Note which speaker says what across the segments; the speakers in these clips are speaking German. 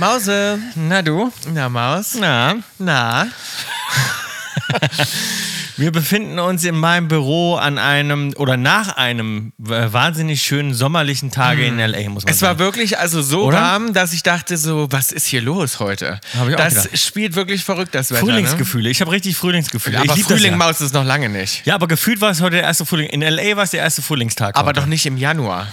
Speaker 1: Mause.
Speaker 2: Na du?
Speaker 1: Na, Maus.
Speaker 2: Na?
Speaker 1: Na.
Speaker 2: Wir befinden uns in meinem Büro an einem oder nach einem äh, wahnsinnig schönen sommerlichen Tage in L.A., muss man
Speaker 1: Hm. Es war
Speaker 2: sagen.
Speaker 1: wirklich also so
Speaker 2: Oder?
Speaker 1: warm, dass ich dachte so, was ist hier los heute?
Speaker 2: Hab ich auch
Speaker 1: das
Speaker 2: gedacht.
Speaker 1: spielt wirklich verrück, das
Speaker 2: ne?
Speaker 1: Wetter.
Speaker 2: Frühlingsgefühle. Ich habe richtig Frühlingsgefühle.
Speaker 1: Ne? Aber
Speaker 2: ich lieb
Speaker 1: Frühling,
Speaker 2: das ja.
Speaker 1: Maus, ist noch lange nicht.
Speaker 2: ja, aber gefühlt war es heute der erste Frühling. In L.A. war es der erste Frühlingstag.
Speaker 1: Aber
Speaker 2: heute.
Speaker 1: doch nicht im Januar.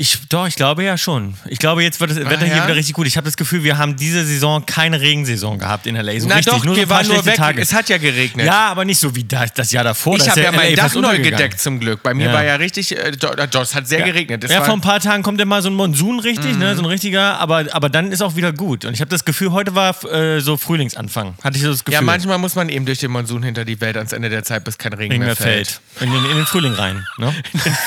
Speaker 2: Ich, doch, ich glaube ja schon. Ich glaube, jetzt wird das Wetter hier
Speaker 1: Ah, ja?
Speaker 2: wieder richtig gut. Ich habe das Gefühl, wir haben diese Saison keine Regensaison gehabt in L.A. So
Speaker 1: Na
Speaker 2: richtig,
Speaker 1: doch,
Speaker 2: nur so
Speaker 1: wir
Speaker 2: ein paar
Speaker 1: waren nur
Speaker 2: schlechte
Speaker 1: weg.
Speaker 2: Tage.
Speaker 1: Es hat ja geregnet.
Speaker 2: ja, aber nicht so wie das, das Jahr davor.
Speaker 1: Ich
Speaker 2: Das
Speaker 1: habe
Speaker 2: ist
Speaker 1: ja
Speaker 2: LA
Speaker 1: mein Dach
Speaker 2: fast
Speaker 1: neu
Speaker 2: untergegangen.
Speaker 1: gedeckt zum Glück. Bei mir
Speaker 2: Ja.
Speaker 1: war ja richtig, äh, Jo- Jo- es hat sehr geregnet. Es
Speaker 2: ja,
Speaker 1: war, Mhm.
Speaker 2: vor ein paar Tagen kommt immer so ein Monsun richtig, ne, so ein richtiger, aber, aber dann ist auch wieder gut. Und ich habe das Gefühl, heute war äh, so Frühlingsanfang. Hatte ich so das Gefühl.
Speaker 1: ja, manchmal muss man eben durch den Monsun hinter die Welt ans Ende der Zeit, bis kein Regen,
Speaker 2: Regen
Speaker 1: mehr fällt.
Speaker 2: In, den, in den Frühling rein. Ne?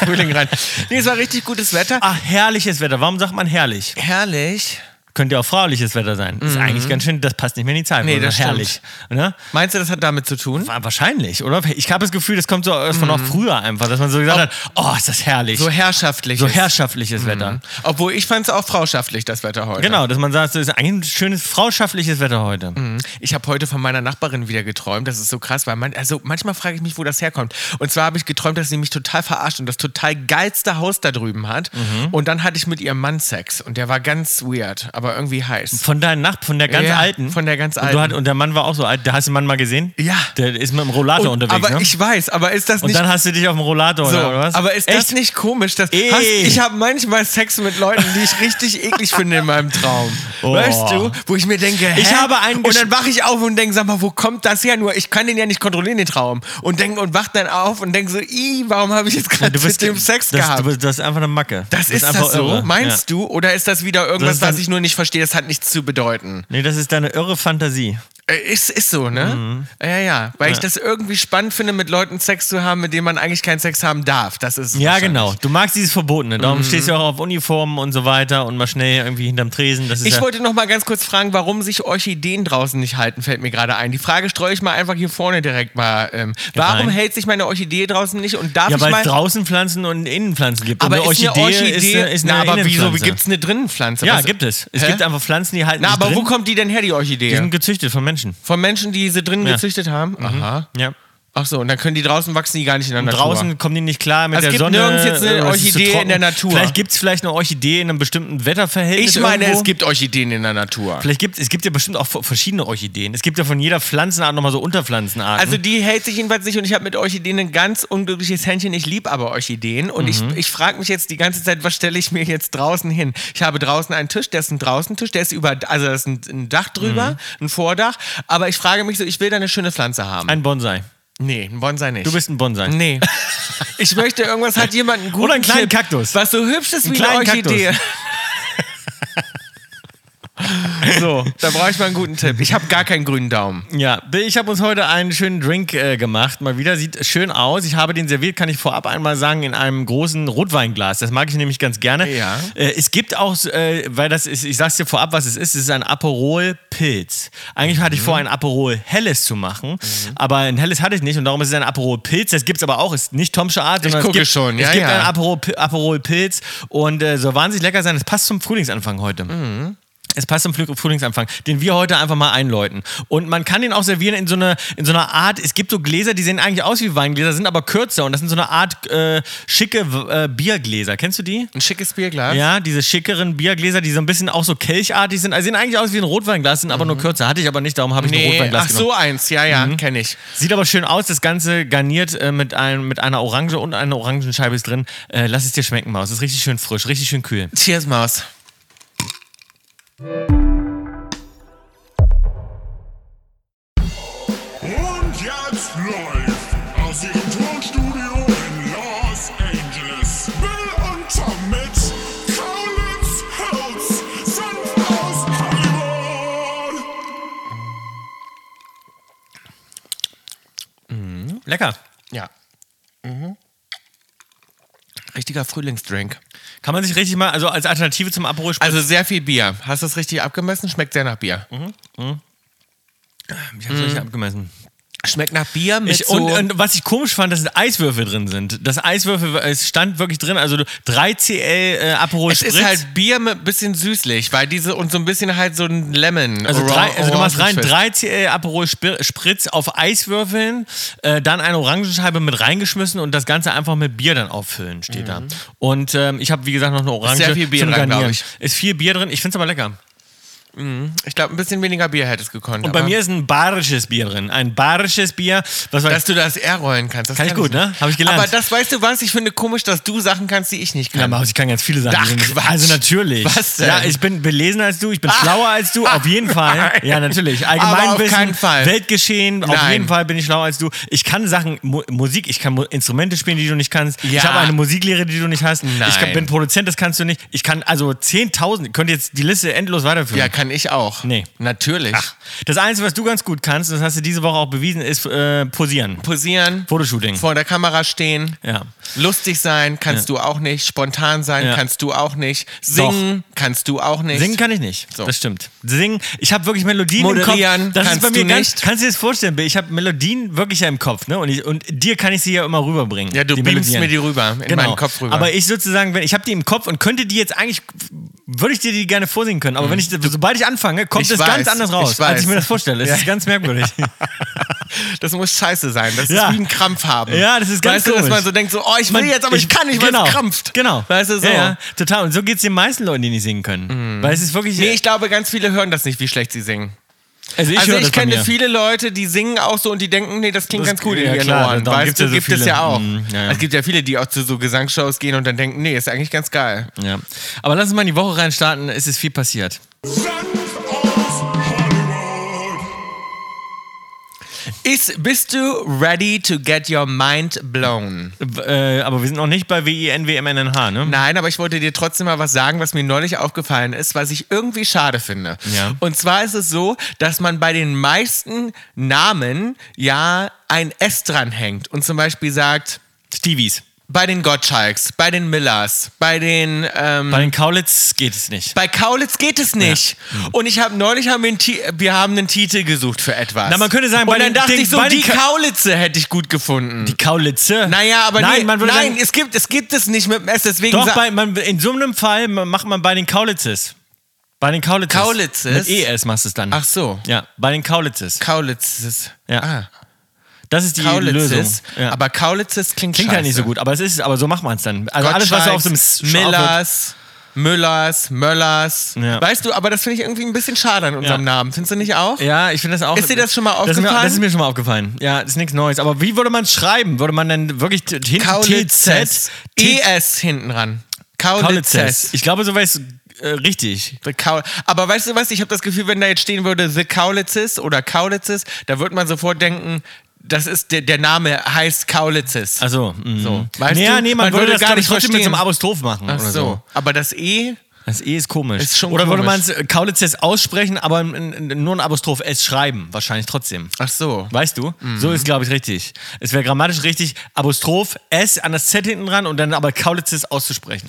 Speaker 1: Frühling rein. Nee, es war richtig gutes Wetter.
Speaker 2: Ach, herrliches Wetter. Warum sagt man herrlich?
Speaker 1: Herrlich.
Speaker 2: Könnte ja auch frauliches Wetter sein. Ist eigentlich ganz schön, das passt nicht mehr in die Zeit.
Speaker 1: Mhm. Nee,
Speaker 2: oder?
Speaker 1: das stimmt.
Speaker 2: herrlich. Ne?
Speaker 1: Meinst du, das hat damit zu tun?
Speaker 2: War wahrscheinlich, oder? Ich habe das Gefühl, das kommt so äh, von noch früher einfach, dass man so gesagt hat, oh, ist das herrlich.
Speaker 1: Mhm. So Mhm.
Speaker 2: So,
Speaker 1: herrschaftlich.
Speaker 2: herrschaftliches Wetter.
Speaker 1: Obwohl ich fand es auch frauenschaftlich, das Wetter heute.
Speaker 2: Genau, dass man sagt, es ist eigentlich ein schönes, frauenschaftliches Wetter heute.
Speaker 1: Mhm. Ich habe heute von meiner Nachbarin wieder geträumt. Das ist so krass, weil man, also manchmal frage ich mich, wo das herkommt. Und zwar habe ich geträumt, dass sie mich total verarscht und das total geilste Haus da drüben hat.
Speaker 2: Mhm.
Speaker 1: Und dann hatte ich mit ihrem Mann Sex und der war ganz weird, aber irgendwie heiß.
Speaker 2: Von deiner Nacht, von der ganz
Speaker 1: Ja,
Speaker 2: alten.
Speaker 1: von der ganz
Speaker 2: Und, du
Speaker 1: alten.
Speaker 2: hat, und der Mann war auch so alt. Da hast du den Mann mal gesehen?
Speaker 1: Ja.
Speaker 2: Der ist mit dem Rollator
Speaker 1: Und-
Speaker 2: unterwegs.
Speaker 1: aber
Speaker 2: ne?
Speaker 1: ich weiß, aber ist das
Speaker 2: und
Speaker 1: nicht
Speaker 2: dann hast du dich auf dem Rollator
Speaker 1: so?
Speaker 2: oder, oder was?
Speaker 1: Aber ist
Speaker 2: Echt? Eh.
Speaker 1: das nicht komisch? Dass,
Speaker 2: Ey.
Speaker 1: hast, ich habe manchmal Sex mit Leuten, die ich richtig eklig finde in meinem Traum.
Speaker 2: Oh.
Speaker 1: Weißt du, wo ich mir denke, hä?
Speaker 2: Ich habe einen
Speaker 1: und dann
Speaker 2: Gesch-
Speaker 1: wache ich auf und denke, sag mal, wo kommt das her? Nur ich kann den ja nicht kontrollieren den Traum und denk und wach dann auf und denke so, i, warum habe ich jetzt gerade
Speaker 2: Du bist
Speaker 1: mit dem Sex
Speaker 2: das,
Speaker 1: gehabt?
Speaker 2: Du bist, das ist einfach eine Macke.
Speaker 1: das ist
Speaker 2: einfach
Speaker 1: das so,
Speaker 2: irre.
Speaker 1: meinst du? Oder ist das wieder irgendwas,
Speaker 2: Das ist dann-
Speaker 1: was ich nur nicht verstehe? Das hat nichts zu bedeuten.
Speaker 2: Nee, das ist deine irre Fantasie.
Speaker 1: Äh, Ist, ist so, ne?
Speaker 2: Mhm.
Speaker 1: Ja, ja. Weil ich das irgendwie spannend finde, mit Leuten Sex zu haben, mit denen man eigentlich keinen Sex haben darf. Das ist es
Speaker 2: Ja,
Speaker 1: wahrscheinlich.
Speaker 2: genau. Du magst dieses Verbotene. Darum
Speaker 1: Mhm.
Speaker 2: stehst du auch auf Uniformen und so weiter und mal schnell irgendwie hinterm Tresen. Das ist
Speaker 1: Ich
Speaker 2: ja,
Speaker 1: wollte noch mal ganz kurz fragen, warum sich Orchideen draußen nicht halten, fällt mir gerade ein. Die Frage streue ich mal einfach hier vorne direkt mal. Ähm, warum
Speaker 2: rein.
Speaker 1: hält sich meine Orchidee draußen nicht und darf
Speaker 2: ja
Speaker 1: ich
Speaker 2: weil
Speaker 1: mal...
Speaker 2: es draußen Planzen und Innenpflanzen gibt.
Speaker 1: aber
Speaker 2: und
Speaker 1: ist eine Orchidee...
Speaker 2: ist eine, ist eine
Speaker 1: na, aber wieso, wie
Speaker 2: Innenpflanze.
Speaker 1: gibt es eine Drinnenpflanze?
Speaker 2: Ja,
Speaker 1: Was-
Speaker 2: gibt es. Es
Speaker 1: Hä?
Speaker 2: gibt einfach Pflanzen, die halten
Speaker 1: Na,
Speaker 2: sich
Speaker 1: aber
Speaker 2: drin.
Speaker 1: wo kommt die denn her, die Orchidee?
Speaker 2: Die sind gezüchtet von Menschen.
Speaker 1: Von Menschen, die sie drinnen
Speaker 2: Ja. Mhm.
Speaker 1: gezüchtet haben? Aha.
Speaker 2: Ja.
Speaker 1: Ach so, und dann können die draußen wachsen, die gar nicht in der Natur.
Speaker 2: Draußen kommen die nicht klar mit
Speaker 1: Also es
Speaker 2: der
Speaker 1: gibt
Speaker 2: Sonne.
Speaker 1: nirgends jetzt eine
Speaker 2: oder es ist zu
Speaker 1: Orchidee in
Speaker 2: trocken.
Speaker 1: der Natur.
Speaker 2: Vielleicht gibt es vielleicht eine Orchidee in einem bestimmten Wetterverhältnis.
Speaker 1: Ich meine,
Speaker 2: irgendwo.
Speaker 1: es gibt Orchideen in der Natur.
Speaker 2: Vielleicht gibt es gibt ja bestimmt auch verschiedene Orchideen. Es gibt ja von jeder Pflanzenart nochmal so Unterpflanzenarten.
Speaker 1: Also die hält sich jedenfalls nicht und ich habe mit Orchideen ein ganz unglückliches Händchen. Ich liebe aber Orchideen und
Speaker 2: Mhm.
Speaker 1: ich, ich frage mich jetzt die ganze Zeit, was stelle ich mir jetzt draußen hin? Ich habe draußen einen Tisch, der ist ein Draußentisch, der ist über, also da ist ein, ein Dach drüber, ein Vordach, aber ich frage mich so, ich will da eine schöne Pflanze haben.
Speaker 2: Mhm. ein Bonsai.
Speaker 1: nee, ein Bonsai nicht.
Speaker 2: Du bist ein Bonsai.
Speaker 1: Nee. Ich möchte irgendwas, hat jemand einen guten
Speaker 2: Oder einen kleinen
Speaker 1: Tipp,
Speaker 2: Kaktus.
Speaker 1: Was so hübsch ist wie eine
Speaker 2: kleinen
Speaker 1: Orchidee. so, da brauche ich mal einen guten Tipp. Ich habe gar keinen grünen Daumen.
Speaker 2: Ja, ich habe uns heute einen schönen Drink äh, gemacht. Mal wieder sieht schön aus. Ich habe den serviert, kann ich vorab einmal sagen, in einem großen Rotweinglas. Das mag ich nämlich ganz gerne.
Speaker 1: Ja.
Speaker 2: Äh, es gibt auch, äh, weil das ist, ich sag's dir vorab, was es ist. Es ist ein Aperol Pilz. Eigentlich hatte ich vor, ein Aperol Helles zu machen, aber ein Helles hatte ich nicht und darum ist es ein Aperol Pilz. Das gibt's aber auch. Ist nicht Tomsche Art. sondern
Speaker 1: gucke
Speaker 2: es gibt,
Speaker 1: schon.
Speaker 2: es
Speaker 1: Ja,
Speaker 2: gibt
Speaker 1: ja.
Speaker 2: ein Aperol, Pi- Aperol Pilz und äh, soll wahnsinnig lecker sein. Es passt zum Frühlingsanfang heute.
Speaker 1: Mhm.
Speaker 2: Es passt zum Früh- Frühlingsanfang, den wir heute einfach mal einläuten. Und man kann den auch servieren in so, eine, in so einer Art, es gibt so Gläser, die sehen eigentlich aus wie Weingläser, sind aber kürzer und das sind so eine Art äh, schicke äh, Biergläser. Kennst du die?
Speaker 1: Ein schickes Bierglas.
Speaker 2: Ja, diese schickeren Biergläser, die so ein bisschen auch so kelchartig sind. Also sehen eigentlich aus wie ein Rotweinglas, sind aber nur kürzer. Hatte ich aber nicht, darum habe ich ein
Speaker 1: Mhm. Nee,
Speaker 2: Rotweinglas Mhm.
Speaker 1: ach
Speaker 2: genommen.
Speaker 1: so eins, ja, ja, kenne ich.
Speaker 2: Sieht aber schön aus, das Ganze garniert äh, mit, einem, mit einer Orange und einer Orangenscheibe ist drin. Äh, lass es dir schmecken, Maus. Ist richtig schön frisch, richtig schön kühl.
Speaker 1: Cheers, Maus.
Speaker 3: Und jetzt läuft aus ihrem Tonstudio in Los Angeles Bill und Tom mit Kaulitz Hills, Senf aus Hollywood.
Speaker 2: Lecker.
Speaker 1: Ja. Mhm. Richtiger Frühlingsdrink.
Speaker 2: Kann man sich richtig mal, also als Alternative zum Aperol
Speaker 1: Also sehr viel Bier. Hast du
Speaker 2: Mhm.
Speaker 1: es richtig abgemessen? Schmeckt sehr nach Bier.
Speaker 2: Ich habe es richtig abgemessen.
Speaker 1: Schmeckt nach Bier Mm. mit
Speaker 2: Ich,
Speaker 1: so...
Speaker 2: und, und was ich komisch fand, dass Eiswürfel drin sind. Das Eiswürfel es stand wirklich drin, also 3CL äh, Aperol
Speaker 1: es
Speaker 2: Spritz.
Speaker 1: ist halt Bier mit ein bisschen süßlich, weil diese und so ein bisschen halt so ein Lemon.
Speaker 2: also,
Speaker 1: Orang-
Speaker 2: drei, also du machst rein
Speaker 1: Orangenfest.
Speaker 2: 3CL Aperol Spir- Spritz auf Eiswürfeln, äh, dann eine Orangenscheibe mit reingeschmissen und das Ganze einfach mit Bier dann auffüllen, steht da. Und ähm, ich habe, wie gesagt, noch eine Orange
Speaker 1: Mhm. sehr viel Bier
Speaker 2: zum
Speaker 1: dran,
Speaker 2: Garnieren.
Speaker 1: glaub ich.
Speaker 2: Ist viel Bier drin, ich finde es aber lecker.
Speaker 1: Ich glaube, ein bisschen weniger Bier hätte es gekonnt.
Speaker 2: Und bei mir ist ein bayerisches Bier drin. Ein bayerisches Bier, was weiß
Speaker 1: dass du das R rollen kannst. Das
Speaker 2: Kann ich gut,
Speaker 1: nicht.
Speaker 2: ne? Hab ich gelernt.
Speaker 1: Aber das weißt du was? Ich finde komisch, dass du Sachen kannst, die ich nicht
Speaker 2: Ja,
Speaker 1: kann.
Speaker 2: Maus, ich kann ganz viele Sachen.
Speaker 1: Ähm, Ach,
Speaker 2: Die sind-
Speaker 1: Quatsch.
Speaker 2: Also natürlich.
Speaker 1: Was denn? Ah.
Speaker 2: Ja, ich bin belesener als du, ich bin schlauer als du, auf jeden Fall.
Speaker 1: nein.
Speaker 2: Ja, natürlich.
Speaker 1: Aber auf
Speaker 2: Allgemeinwissen,
Speaker 1: keinen Fall.
Speaker 2: Weltgeschehen, auf
Speaker 1: Nein.
Speaker 2: jeden Fall bin ich schlauer als du. Ich kann Sachen, Mu Musik, ich kann Mu Instrumente spielen, die du nicht kannst. Ich
Speaker 1: Ja.
Speaker 2: habe eine Musiklehre, die du nicht hast. Ich kann,
Speaker 1: Nein.
Speaker 2: bin Produzent, das kannst du nicht. Ich kann also 10.000, ich könnte jetzt die Liste endlos weiterführen.
Speaker 1: Ja, kann ich auch.
Speaker 2: Nee.
Speaker 1: Natürlich.
Speaker 2: Das Einzige, was du ganz gut kannst, und das hast du diese Woche auch bewiesen, ist äh, posieren.
Speaker 1: Posieren,
Speaker 2: Fotoshooting.
Speaker 1: vor der Kamera stehen,
Speaker 2: Ja.
Speaker 1: lustig sein kannst du auch nicht, spontan sein
Speaker 2: Ja.
Speaker 1: kannst du auch nicht, singen kannst du auch nicht.
Speaker 2: Singen kann ich nicht.
Speaker 1: So.
Speaker 2: Das stimmt. Singen, ich habe wirklich Melodien im Kopf.
Speaker 1: Moderieren
Speaker 2: Das ist
Speaker 1: kannst
Speaker 2: bei mir
Speaker 1: du
Speaker 2: ganz,
Speaker 1: nicht.
Speaker 2: Kannst du dir das vorstellen? Bill? Ich habe Melodien wirklich ja im Kopf, ne? Und, ich, und dir kann ich sie ja immer rüberbringen.
Speaker 1: Ja, du beamst
Speaker 2: Melodien.
Speaker 1: mir die rüber, in
Speaker 2: genau.
Speaker 1: meinen Kopf rüber.
Speaker 2: Aber ich sozusagen, wenn ich habe die im Kopf und könnte die jetzt eigentlich würde ich dir die gerne vorsingen können, aber wenn ich sobald ich anfange,
Speaker 1: Mhm.
Speaker 2: kommt
Speaker 1: Ich
Speaker 2: es
Speaker 1: weiß,
Speaker 2: ganz anders
Speaker 1: ich
Speaker 2: raus, als
Speaker 1: weiß.
Speaker 2: ich mir das vorstelle. Es
Speaker 1: Ja.
Speaker 2: ist ganz merkwürdig.
Speaker 1: das muss scheiße sein. Das
Speaker 2: Ja.
Speaker 1: ist wie ein Krampf haben.
Speaker 2: Ja, das ist ganz
Speaker 1: Weißt du, dass
Speaker 2: komisch.
Speaker 1: man so denkt, so, oh, ich will
Speaker 2: Man-
Speaker 1: jetzt, aber ich, kann nicht, weil
Speaker 2: genau,
Speaker 1: es krampft.
Speaker 2: Genau.
Speaker 1: Weißt du, so. Mhm.
Speaker 2: Ja, ja, total und so geht es den meisten Leuten, die nicht singen können. Weil es ist wirklich
Speaker 1: Nee, ich glaube, ganz viele hören das nicht, wie schlecht sie singen.
Speaker 2: also
Speaker 1: also
Speaker 2: höre
Speaker 1: ich
Speaker 2: das bei
Speaker 1: kenne
Speaker 2: mir.
Speaker 1: viele Leute, die singen auch so und die denken, nee, das klingt
Speaker 2: Das-
Speaker 1: ganz gut
Speaker 2: ja,
Speaker 1: in ihren
Speaker 2: klar,
Speaker 1: Ohren.
Speaker 2: darum
Speaker 1: Weißt
Speaker 2: gibt's
Speaker 1: du,
Speaker 2: ja so
Speaker 1: gibt es
Speaker 2: viele.
Speaker 1: ja auch.
Speaker 2: Mhm, ja, ja.
Speaker 1: Es gibt ja viele, die auch zu so Gesangsshows gehen und dann denken, nee, ist eigentlich ganz geil.
Speaker 2: Ja. Aber lass uns mal in die Woche reinstarten, es ist viel passiert.
Speaker 3: Senf aus Hollywood.
Speaker 1: Ist, bist du ready to get your mind blown?
Speaker 2: Äh, aber wir sind noch nicht bei WINWMNNH, ne?
Speaker 1: Nein, aber ich wollte dir trotzdem mal was sagen, was mir neulich aufgefallen ist, was ich irgendwie schade finde.
Speaker 2: Ja.
Speaker 1: Und zwar ist es so, dass man bei den meisten Namen ja ein S dranhängt und zum Beispiel sagt,
Speaker 2: Stevies.
Speaker 1: bei den Gottschalks, bei den Millers, bei den ähm,
Speaker 2: Bei den Kaulitz geht es nicht.
Speaker 1: Bei Kaulitz geht es nicht.
Speaker 2: Mhm.
Speaker 1: Und ich habe neulich haben wir, einen Ti- wir haben einen Titel gesucht für etwas.
Speaker 2: Na, man könnte sagen, bei
Speaker 1: und dann
Speaker 2: den-
Speaker 1: dachte
Speaker 2: den-
Speaker 1: ich so,
Speaker 2: bei den
Speaker 1: die
Speaker 2: Ka-
Speaker 1: Kaulitze hätte ich gut gefunden.
Speaker 2: die Kaulitze?
Speaker 1: naja, aber
Speaker 2: nein,
Speaker 1: nee,
Speaker 2: man würde
Speaker 1: nein,
Speaker 2: sagen,
Speaker 1: es gibt es gibt es nicht mit dem S, deswegen
Speaker 2: doch
Speaker 1: sa-
Speaker 2: bei, man, in so einem Fall ma- macht man bei den Kaulitzes. Bei den Kaulitzes.
Speaker 1: Kaulitzes?
Speaker 2: Mit ES machst du es dann.
Speaker 1: Ach so.
Speaker 2: Ja, bei den Kaulitzes.
Speaker 1: Kaulitzes.
Speaker 2: Ja.
Speaker 1: Ah,
Speaker 2: Das ist die Lösung.
Speaker 1: Kaulitzes,
Speaker 2: Ja.
Speaker 1: aber Kaulitzes klingt
Speaker 2: klingt halt nicht so
Speaker 1: scheiße.
Speaker 2: gut, aber es ist, aber so macht man es dann. Also alles, was so auf dem S-
Speaker 1: Gottschalks, Millers, Müllers, Möllers.
Speaker 2: Ja.
Speaker 1: Weißt du, aber das finde ich irgendwie ein bisschen schade an unserem
Speaker 2: Ja.
Speaker 1: Namen. Findest du nicht auch?
Speaker 2: Ja, ich finde das auch.
Speaker 1: Ist dir das schon mal
Speaker 2: Das ist mir,
Speaker 1: aufgefallen?
Speaker 2: das ist mir schon mal aufgefallen. Ja, das ist nichts Neues. Aber wie würde man es schreiben? Würde man dann wirklich t- hinten
Speaker 1: Kaulitzes.
Speaker 2: TZ? T-
Speaker 1: ES E hinten dran.
Speaker 2: Kaulitzes.
Speaker 1: Kaulitzes.
Speaker 2: Ich glaube, so wäre es äh, richtig.
Speaker 1: The Kaul Aber weißt du was? Ich habe das Gefühl, wenn da jetzt stehen würde The Kaulitzes oder Kaulitzes, da würde man sofort denken, das ist der, der Name heißt Kaulitzes.
Speaker 2: Also, so.
Speaker 1: Weißt
Speaker 2: naja,
Speaker 1: du,
Speaker 2: nee, man,
Speaker 1: man
Speaker 2: würde
Speaker 1: würde
Speaker 2: das
Speaker 1: gar
Speaker 2: gar nicht
Speaker 1: nicht
Speaker 2: trotzdem mit so einem
Speaker 1: verstehen.
Speaker 2: Apostroph machen
Speaker 1: Ach
Speaker 2: oder so.
Speaker 1: so. Aber das E,
Speaker 2: Das E ist komisch.
Speaker 1: Ist schon
Speaker 2: oder würde man
Speaker 1: komisch.
Speaker 2: es Kaulitzes aussprechen, aber n- n- nur ein Apostroph S schreiben? Wahrscheinlich trotzdem.
Speaker 1: ach so.
Speaker 2: Weißt du?
Speaker 1: Mhm.
Speaker 2: So ist, glaube ich, richtig. Es wäre grammatisch richtig, Apostroph S an das Z hinten dran und dann aber Kaulitzes auszusprechen.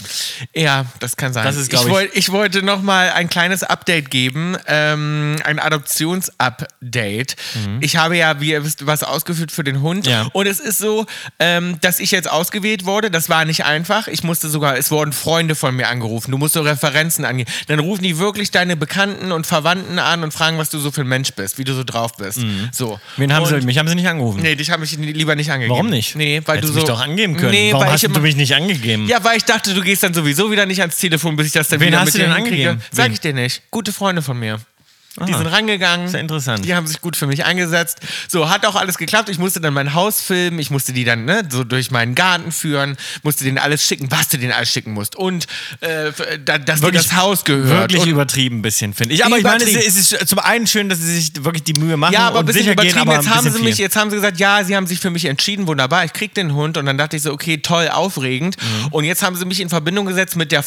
Speaker 1: Ja, das kann sein.
Speaker 2: Das ist,
Speaker 1: ich,
Speaker 2: glaub ich-
Speaker 1: wollt, ich wollte noch mal ein kleines Update geben, ähm, ein Adoptions-Update. Ich habe ja, wie ihr wisst, was ausgeführt für den Hund.
Speaker 2: Mhm. Ja.
Speaker 1: Und es ist so, ähm, dass ich jetzt ausgewählt wurde. Das war nicht einfach. Ich musste sogar, es wurden Freunde von mir angerufen. Du musst so Referenzen angehen. Dann rufen die wirklich deine Bekannten und Verwandten an und fragen, was du so für ein Mensch bist, wie du so drauf bist. So.
Speaker 2: Mhm. Wen haben
Speaker 1: und
Speaker 2: sie, mich haben sie nicht angerufen.
Speaker 1: Nee, dich habe ich lieber nicht angegeben.
Speaker 2: Warum nicht?
Speaker 1: Nee, weil
Speaker 2: Hättest
Speaker 1: du so.
Speaker 2: mich doch angeben können.
Speaker 1: Nee,
Speaker 2: Warum
Speaker 1: weil
Speaker 2: hast
Speaker 1: ich immer,
Speaker 2: du mich nicht angegeben?
Speaker 1: ja, weil ich dachte, du gehst dann sowieso wieder nicht ans Telefon, bis ich das dann
Speaker 2: Wen
Speaker 1: wieder
Speaker 2: hast
Speaker 1: mit
Speaker 2: du
Speaker 1: dir
Speaker 2: denn
Speaker 1: hinkriege.
Speaker 2: angegeben?
Speaker 1: Sag
Speaker 2: Wen?
Speaker 1: ich dir nicht. Gute Freunde von mir. Die
Speaker 2: Ah.
Speaker 1: sind rangegangen.
Speaker 2: Sehr interessant.
Speaker 1: Die haben sich gut für mich eingesetzt. So, hat auch alles geklappt. Ich musste dann mein Haus filmen. Ich musste die dann ne, so durch meinen Garten führen. Musste denen alles schicken, was du denen alles schicken musst. Und äh, da, dass wirklich,
Speaker 2: Wirklich-
Speaker 1: das Haus gehört.
Speaker 2: Wirklich
Speaker 1: und
Speaker 2: übertrieben ein bisschen, finde ich. Aber ich meine, es
Speaker 1: Übertrieben.
Speaker 2: ist, es ist zum einen schön, dass sie sich wirklich die Mühe machen
Speaker 1: Ja, aber ein
Speaker 2: Genau, und
Speaker 1: bisschen
Speaker 2: sicher gehen,
Speaker 1: übertrieben.
Speaker 2: aber
Speaker 1: jetzt
Speaker 2: ein
Speaker 1: haben
Speaker 2: bisschen
Speaker 1: sie mich,
Speaker 2: viel.
Speaker 1: jetzt haben sie gesagt, ja, sie haben sich für mich entschieden, wunderbar, ich krieg den Hund. Und dann dachte ich so, okay, toll, aufregend.
Speaker 2: Mhm.
Speaker 1: Und jetzt haben sie mich in Verbindung gesetzt mit der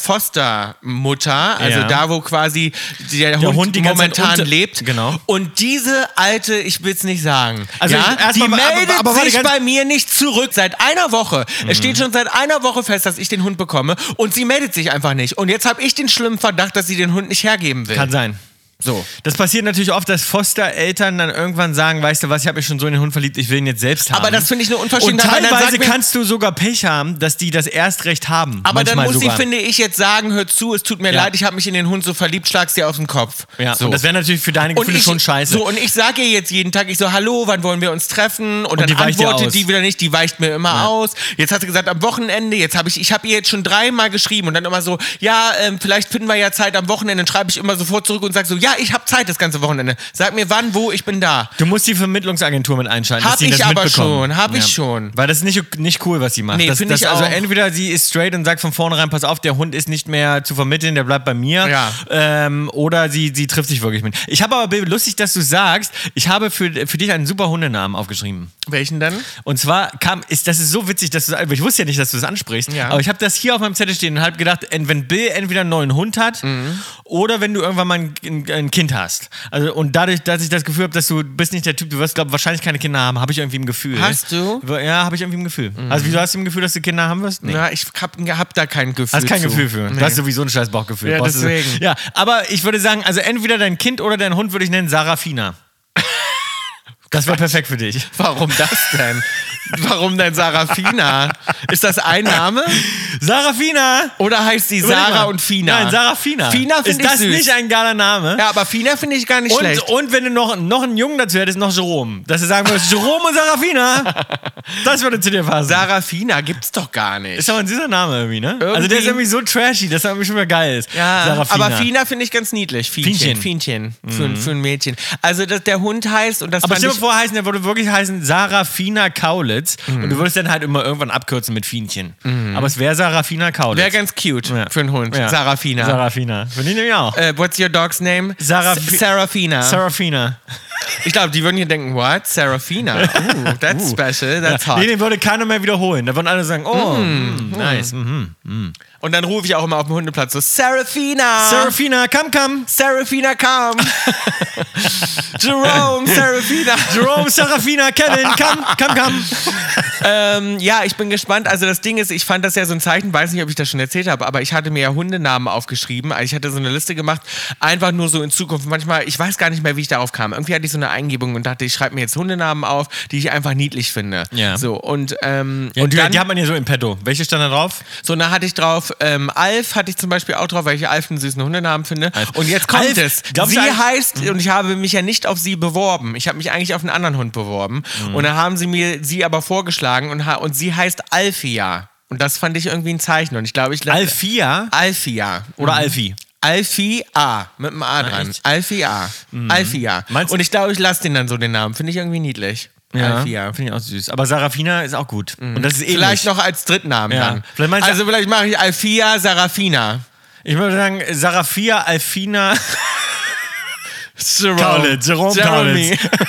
Speaker 1: Fostermutter, also
Speaker 2: Ja.
Speaker 1: da, wo quasi der, Hund,
Speaker 2: Hund die ganze Zeit
Speaker 1: momentan
Speaker 2: unter-
Speaker 1: lebt.
Speaker 2: Genau.
Speaker 1: Und diese alte, ich will's nicht sagen,
Speaker 2: Also
Speaker 1: ja,
Speaker 2: ich- erst
Speaker 1: die
Speaker 2: mal- aber- aber-
Speaker 1: meldet
Speaker 2: aber warte,
Speaker 1: sich
Speaker 2: ganz- Mhm.
Speaker 1: bei mir nicht zurück. Seit einer Woche. Es steht schon seit einer Woche fest, dass ich den Hund bekomme. Und sie meldet sich einfach nicht. Und jetzt habe ich den schlimmen Verdacht, dass sie den Hund nicht hergeben will.
Speaker 2: Kann sein.
Speaker 1: So.
Speaker 2: Das passiert natürlich oft, dass Fostereltern dann irgendwann sagen, weißt du was, ich habe mich schon so in den Hund verliebt, ich will ihn jetzt selbst haben.
Speaker 1: Aber das finde ich eine
Speaker 2: Und
Speaker 1: Unverschämtheit, weil dann
Speaker 2: teilweise
Speaker 1: sagt mir-
Speaker 2: kannst du sogar Pech haben, dass die das Erstrecht haben.
Speaker 1: Aber dann
Speaker 2: Manchmal
Speaker 1: muss
Speaker 2: sogar.
Speaker 1: sie, finde ich, jetzt sagen, hör zu, es tut mir
Speaker 2: Ja.
Speaker 1: leid, ich habe mich in den Hund so verliebt, schlag's dir auf den Kopf.
Speaker 2: Ja,
Speaker 1: so.
Speaker 2: und das wäre natürlich für deine
Speaker 1: Und
Speaker 2: Gefühle
Speaker 1: ich-
Speaker 2: schon scheiße.
Speaker 1: So, und ich sage ihr jetzt jeden Tag, ich so, hallo, wann wollen wir uns treffen? Und, dann
Speaker 2: die weicht dir aus.
Speaker 1: antwortet die wieder nicht, die weicht mir immer aus. Jetzt hat sie gesagt, am Wochenende, jetzt habe ich, ich habe ihr jetzt schon dreimal geschrieben und dann immer so, ja, ähm, vielleicht finden wir ja Zeit am Wochenende. Dann schreibe ich immer sofort zurück und sage so, ja, ich habe Zeit das ganze Wochenende. Sag mir wann, wo, ich bin da.
Speaker 2: Du musst die Vermittlungsagentur mit einschalten.
Speaker 1: Hab
Speaker 2: dass die
Speaker 1: ich
Speaker 2: das
Speaker 1: aber
Speaker 2: mitbekommen.
Speaker 1: schon, hab ich schon.
Speaker 2: Weil das ist nicht, nicht cool, was sie macht.
Speaker 1: Nee,
Speaker 2: das,
Speaker 1: find
Speaker 2: das,
Speaker 1: ich
Speaker 2: also
Speaker 1: auch.
Speaker 2: entweder sie ist straight und sagt von vornherein, pass auf, der Hund ist nicht mehr zu vermitteln, der bleibt bei mir.
Speaker 1: Ja.
Speaker 2: Ähm, oder sie, sie trifft sich wirklich mit. Ich habe aber, Baby, lustig, dass du sagst, ich habe für, für dich einen super Hundenamen aufgeschrieben.
Speaker 1: Welchen dann?
Speaker 2: Und zwar kam, ist, das ist so witzig, dass du das- ich wusste ja nicht, dass du das ansprichst,
Speaker 1: Ja.
Speaker 2: aber ich habe das hier auf meinem Zettel stehen und habe gedacht, ent- wenn Bill entweder einen neuen Hund hat
Speaker 1: Mhm.
Speaker 2: oder wenn du irgendwann mal ein, ein, ein Kind hast. Also und dadurch, dass ich das Gefühl habe, dass du bist nicht der Typ, du wirst glaube wahrscheinlich keine Kinder haben, habe ich irgendwie ein Gefühl.
Speaker 1: Hast du? Mhm.
Speaker 2: Ja, habe ich irgendwie ein Gefühl. Also wieso hast du ein Gefühl, dass du Kinder haben wirst? Nee.
Speaker 1: Na, ich hab, hab da kein Gefühl.
Speaker 2: Hast kein
Speaker 1: zu.
Speaker 2: Gefühl für.
Speaker 1: Nee.
Speaker 2: Du hast sowieso ein scheiß Bauchgefühl.
Speaker 1: Ja,
Speaker 2: Brauchst du-
Speaker 1: deswegen.
Speaker 2: Ja, aber ich würde sagen, also entweder dein Kind oder dein Hund würde ich nennen Sarafina. Das wäre perfekt für dich.
Speaker 1: Warum das denn? Warum denn Sarafina? Ist das ein Name?
Speaker 2: Sarafina!
Speaker 1: Oder heißt sie
Speaker 2: Überleg
Speaker 1: Sarah
Speaker 2: mal.
Speaker 1: und Fina?
Speaker 2: Nein, Sarah Fina.
Speaker 1: Fina
Speaker 2: Ist
Speaker 1: finde ich
Speaker 2: das
Speaker 1: süß.
Speaker 2: nicht ein geiler Name?
Speaker 1: Ja, aber Fina finde ich gar nicht
Speaker 2: Und,
Speaker 1: schlecht.
Speaker 2: und wenn du noch, noch einen Jungen dazu hättest, noch Jerome. Dass du sagen würdest, Jerome und Sarafina. Das würde zu dir passen.
Speaker 1: Sarah Fina gibt's doch gar nicht.
Speaker 2: ist aber ein süßer Name irgendwie, ne? Also der ist irgendwie so trashy, dass er irgendwie schon mal geil ist. Sarafina. Mhm.
Speaker 1: aber Fina finde ich ganz niedlich. Fienchen. Fienchen. Für, für ein Mädchen. Also, dass der Hund heißt und das
Speaker 2: Aber
Speaker 1: fand
Speaker 2: stell dir
Speaker 1: ich,
Speaker 2: vor, heißen, der würde wirklich heißen Sarafina Kaulitz. Und
Speaker 1: Mhm.
Speaker 2: du würdest dann halt immer irgendwann abkürzen mit Fienchen. Aber es wäre Sarafina Kaulitz.
Speaker 1: wäre ganz cute
Speaker 2: Ja.
Speaker 1: für einen Hund.
Speaker 2: Ja.
Speaker 1: Sarah Fina.
Speaker 2: Sarafina. Finde ich nämlich auch.
Speaker 1: Äh, what's your dog's name?
Speaker 2: Sarah
Speaker 1: S-
Speaker 2: Fi-
Speaker 1: Sarafina.
Speaker 2: Sarafina.
Speaker 1: ich glaube, die würden hier denken, what? Sarafina. Ooh, that's special. That's hot.
Speaker 2: Nee, den würde keiner mehr wiederholen. Da würden alle sagen, oh,
Speaker 1: Mhm. nice. Und dann rufe ich auch immer auf dem Hundeplatz so,
Speaker 2: Ah.
Speaker 1: Sarafina.
Speaker 2: Sarafina, komm, komm.
Speaker 1: Serafina kam. Jerome, Serafina.
Speaker 2: Jerome, Serafina, Kevin, komm, komm, komm.
Speaker 1: ähm, ja, ich bin gespannt. Also das Ding ist, ich fand das ja so ein Zeichen, weiß nicht, ob ich das schon erzählt habe, aber ich hatte mir ja Hundenamen aufgeschrieben. Also ich hatte so eine Liste gemacht, einfach nur so in Zukunft. Manchmal, ich weiß gar nicht mehr, wie ich darauf kam. Irgendwie hatte ich so eine Eingebung und dachte, ich schreibe mir jetzt Hundenamen auf, die ich einfach niedlich finde.
Speaker 2: Ja.
Speaker 1: So, und, ähm,
Speaker 2: und
Speaker 1: und
Speaker 2: die,
Speaker 1: dann,
Speaker 2: die hat man ja so im Petto. Welche stand da drauf?
Speaker 1: so, da hatte ich drauf, ähm, Alf hatte ich zum Beispiel auch drauf, weil ich Alf einen süßen Hundenamen finde. Und jetzt kommt
Speaker 2: Alf,
Speaker 1: es.
Speaker 2: glaubst
Speaker 1: Sie
Speaker 2: du, Mhm. Alf-
Speaker 1: heißt, und ich habe mich ja nicht auf sie beworben. Ich habe mich eigentlich auf einen anderen Hund beworben.
Speaker 2: Mhm.
Speaker 1: Und dann haben sie mir sie aber vorgeschlagen und, ha- und sie heißt Alfia. Und das fand ich irgendwie ein Zeichen. Und ich glaube, ich lasse-
Speaker 2: Alfia
Speaker 1: Alfia.
Speaker 2: oder Alfie?
Speaker 1: Alfia. Mit einem A dran.
Speaker 2: Mhm. echt? Mhm.
Speaker 1: Alfia. Alfia.
Speaker 2: Meinst-
Speaker 1: Und ich glaube, ich lasse den dann so den Namen. Finde ich irgendwie niedlich. Alfia.
Speaker 2: Finde ich auch süß. Aber Sarafina ist auch gut. Und das ist ähnlich.
Speaker 1: Vielleicht noch als Drittnamen
Speaker 2: Ja.
Speaker 1: dann.
Speaker 2: Vielleicht meinst du-
Speaker 1: also vielleicht mache ich Alfia Sarafina.
Speaker 2: Ich würde sagen, Sarafia, Alfina,
Speaker 1: Jerome.
Speaker 2: Kaulitz. Jerome
Speaker 1: Jeremy.
Speaker 2: Kaulitz.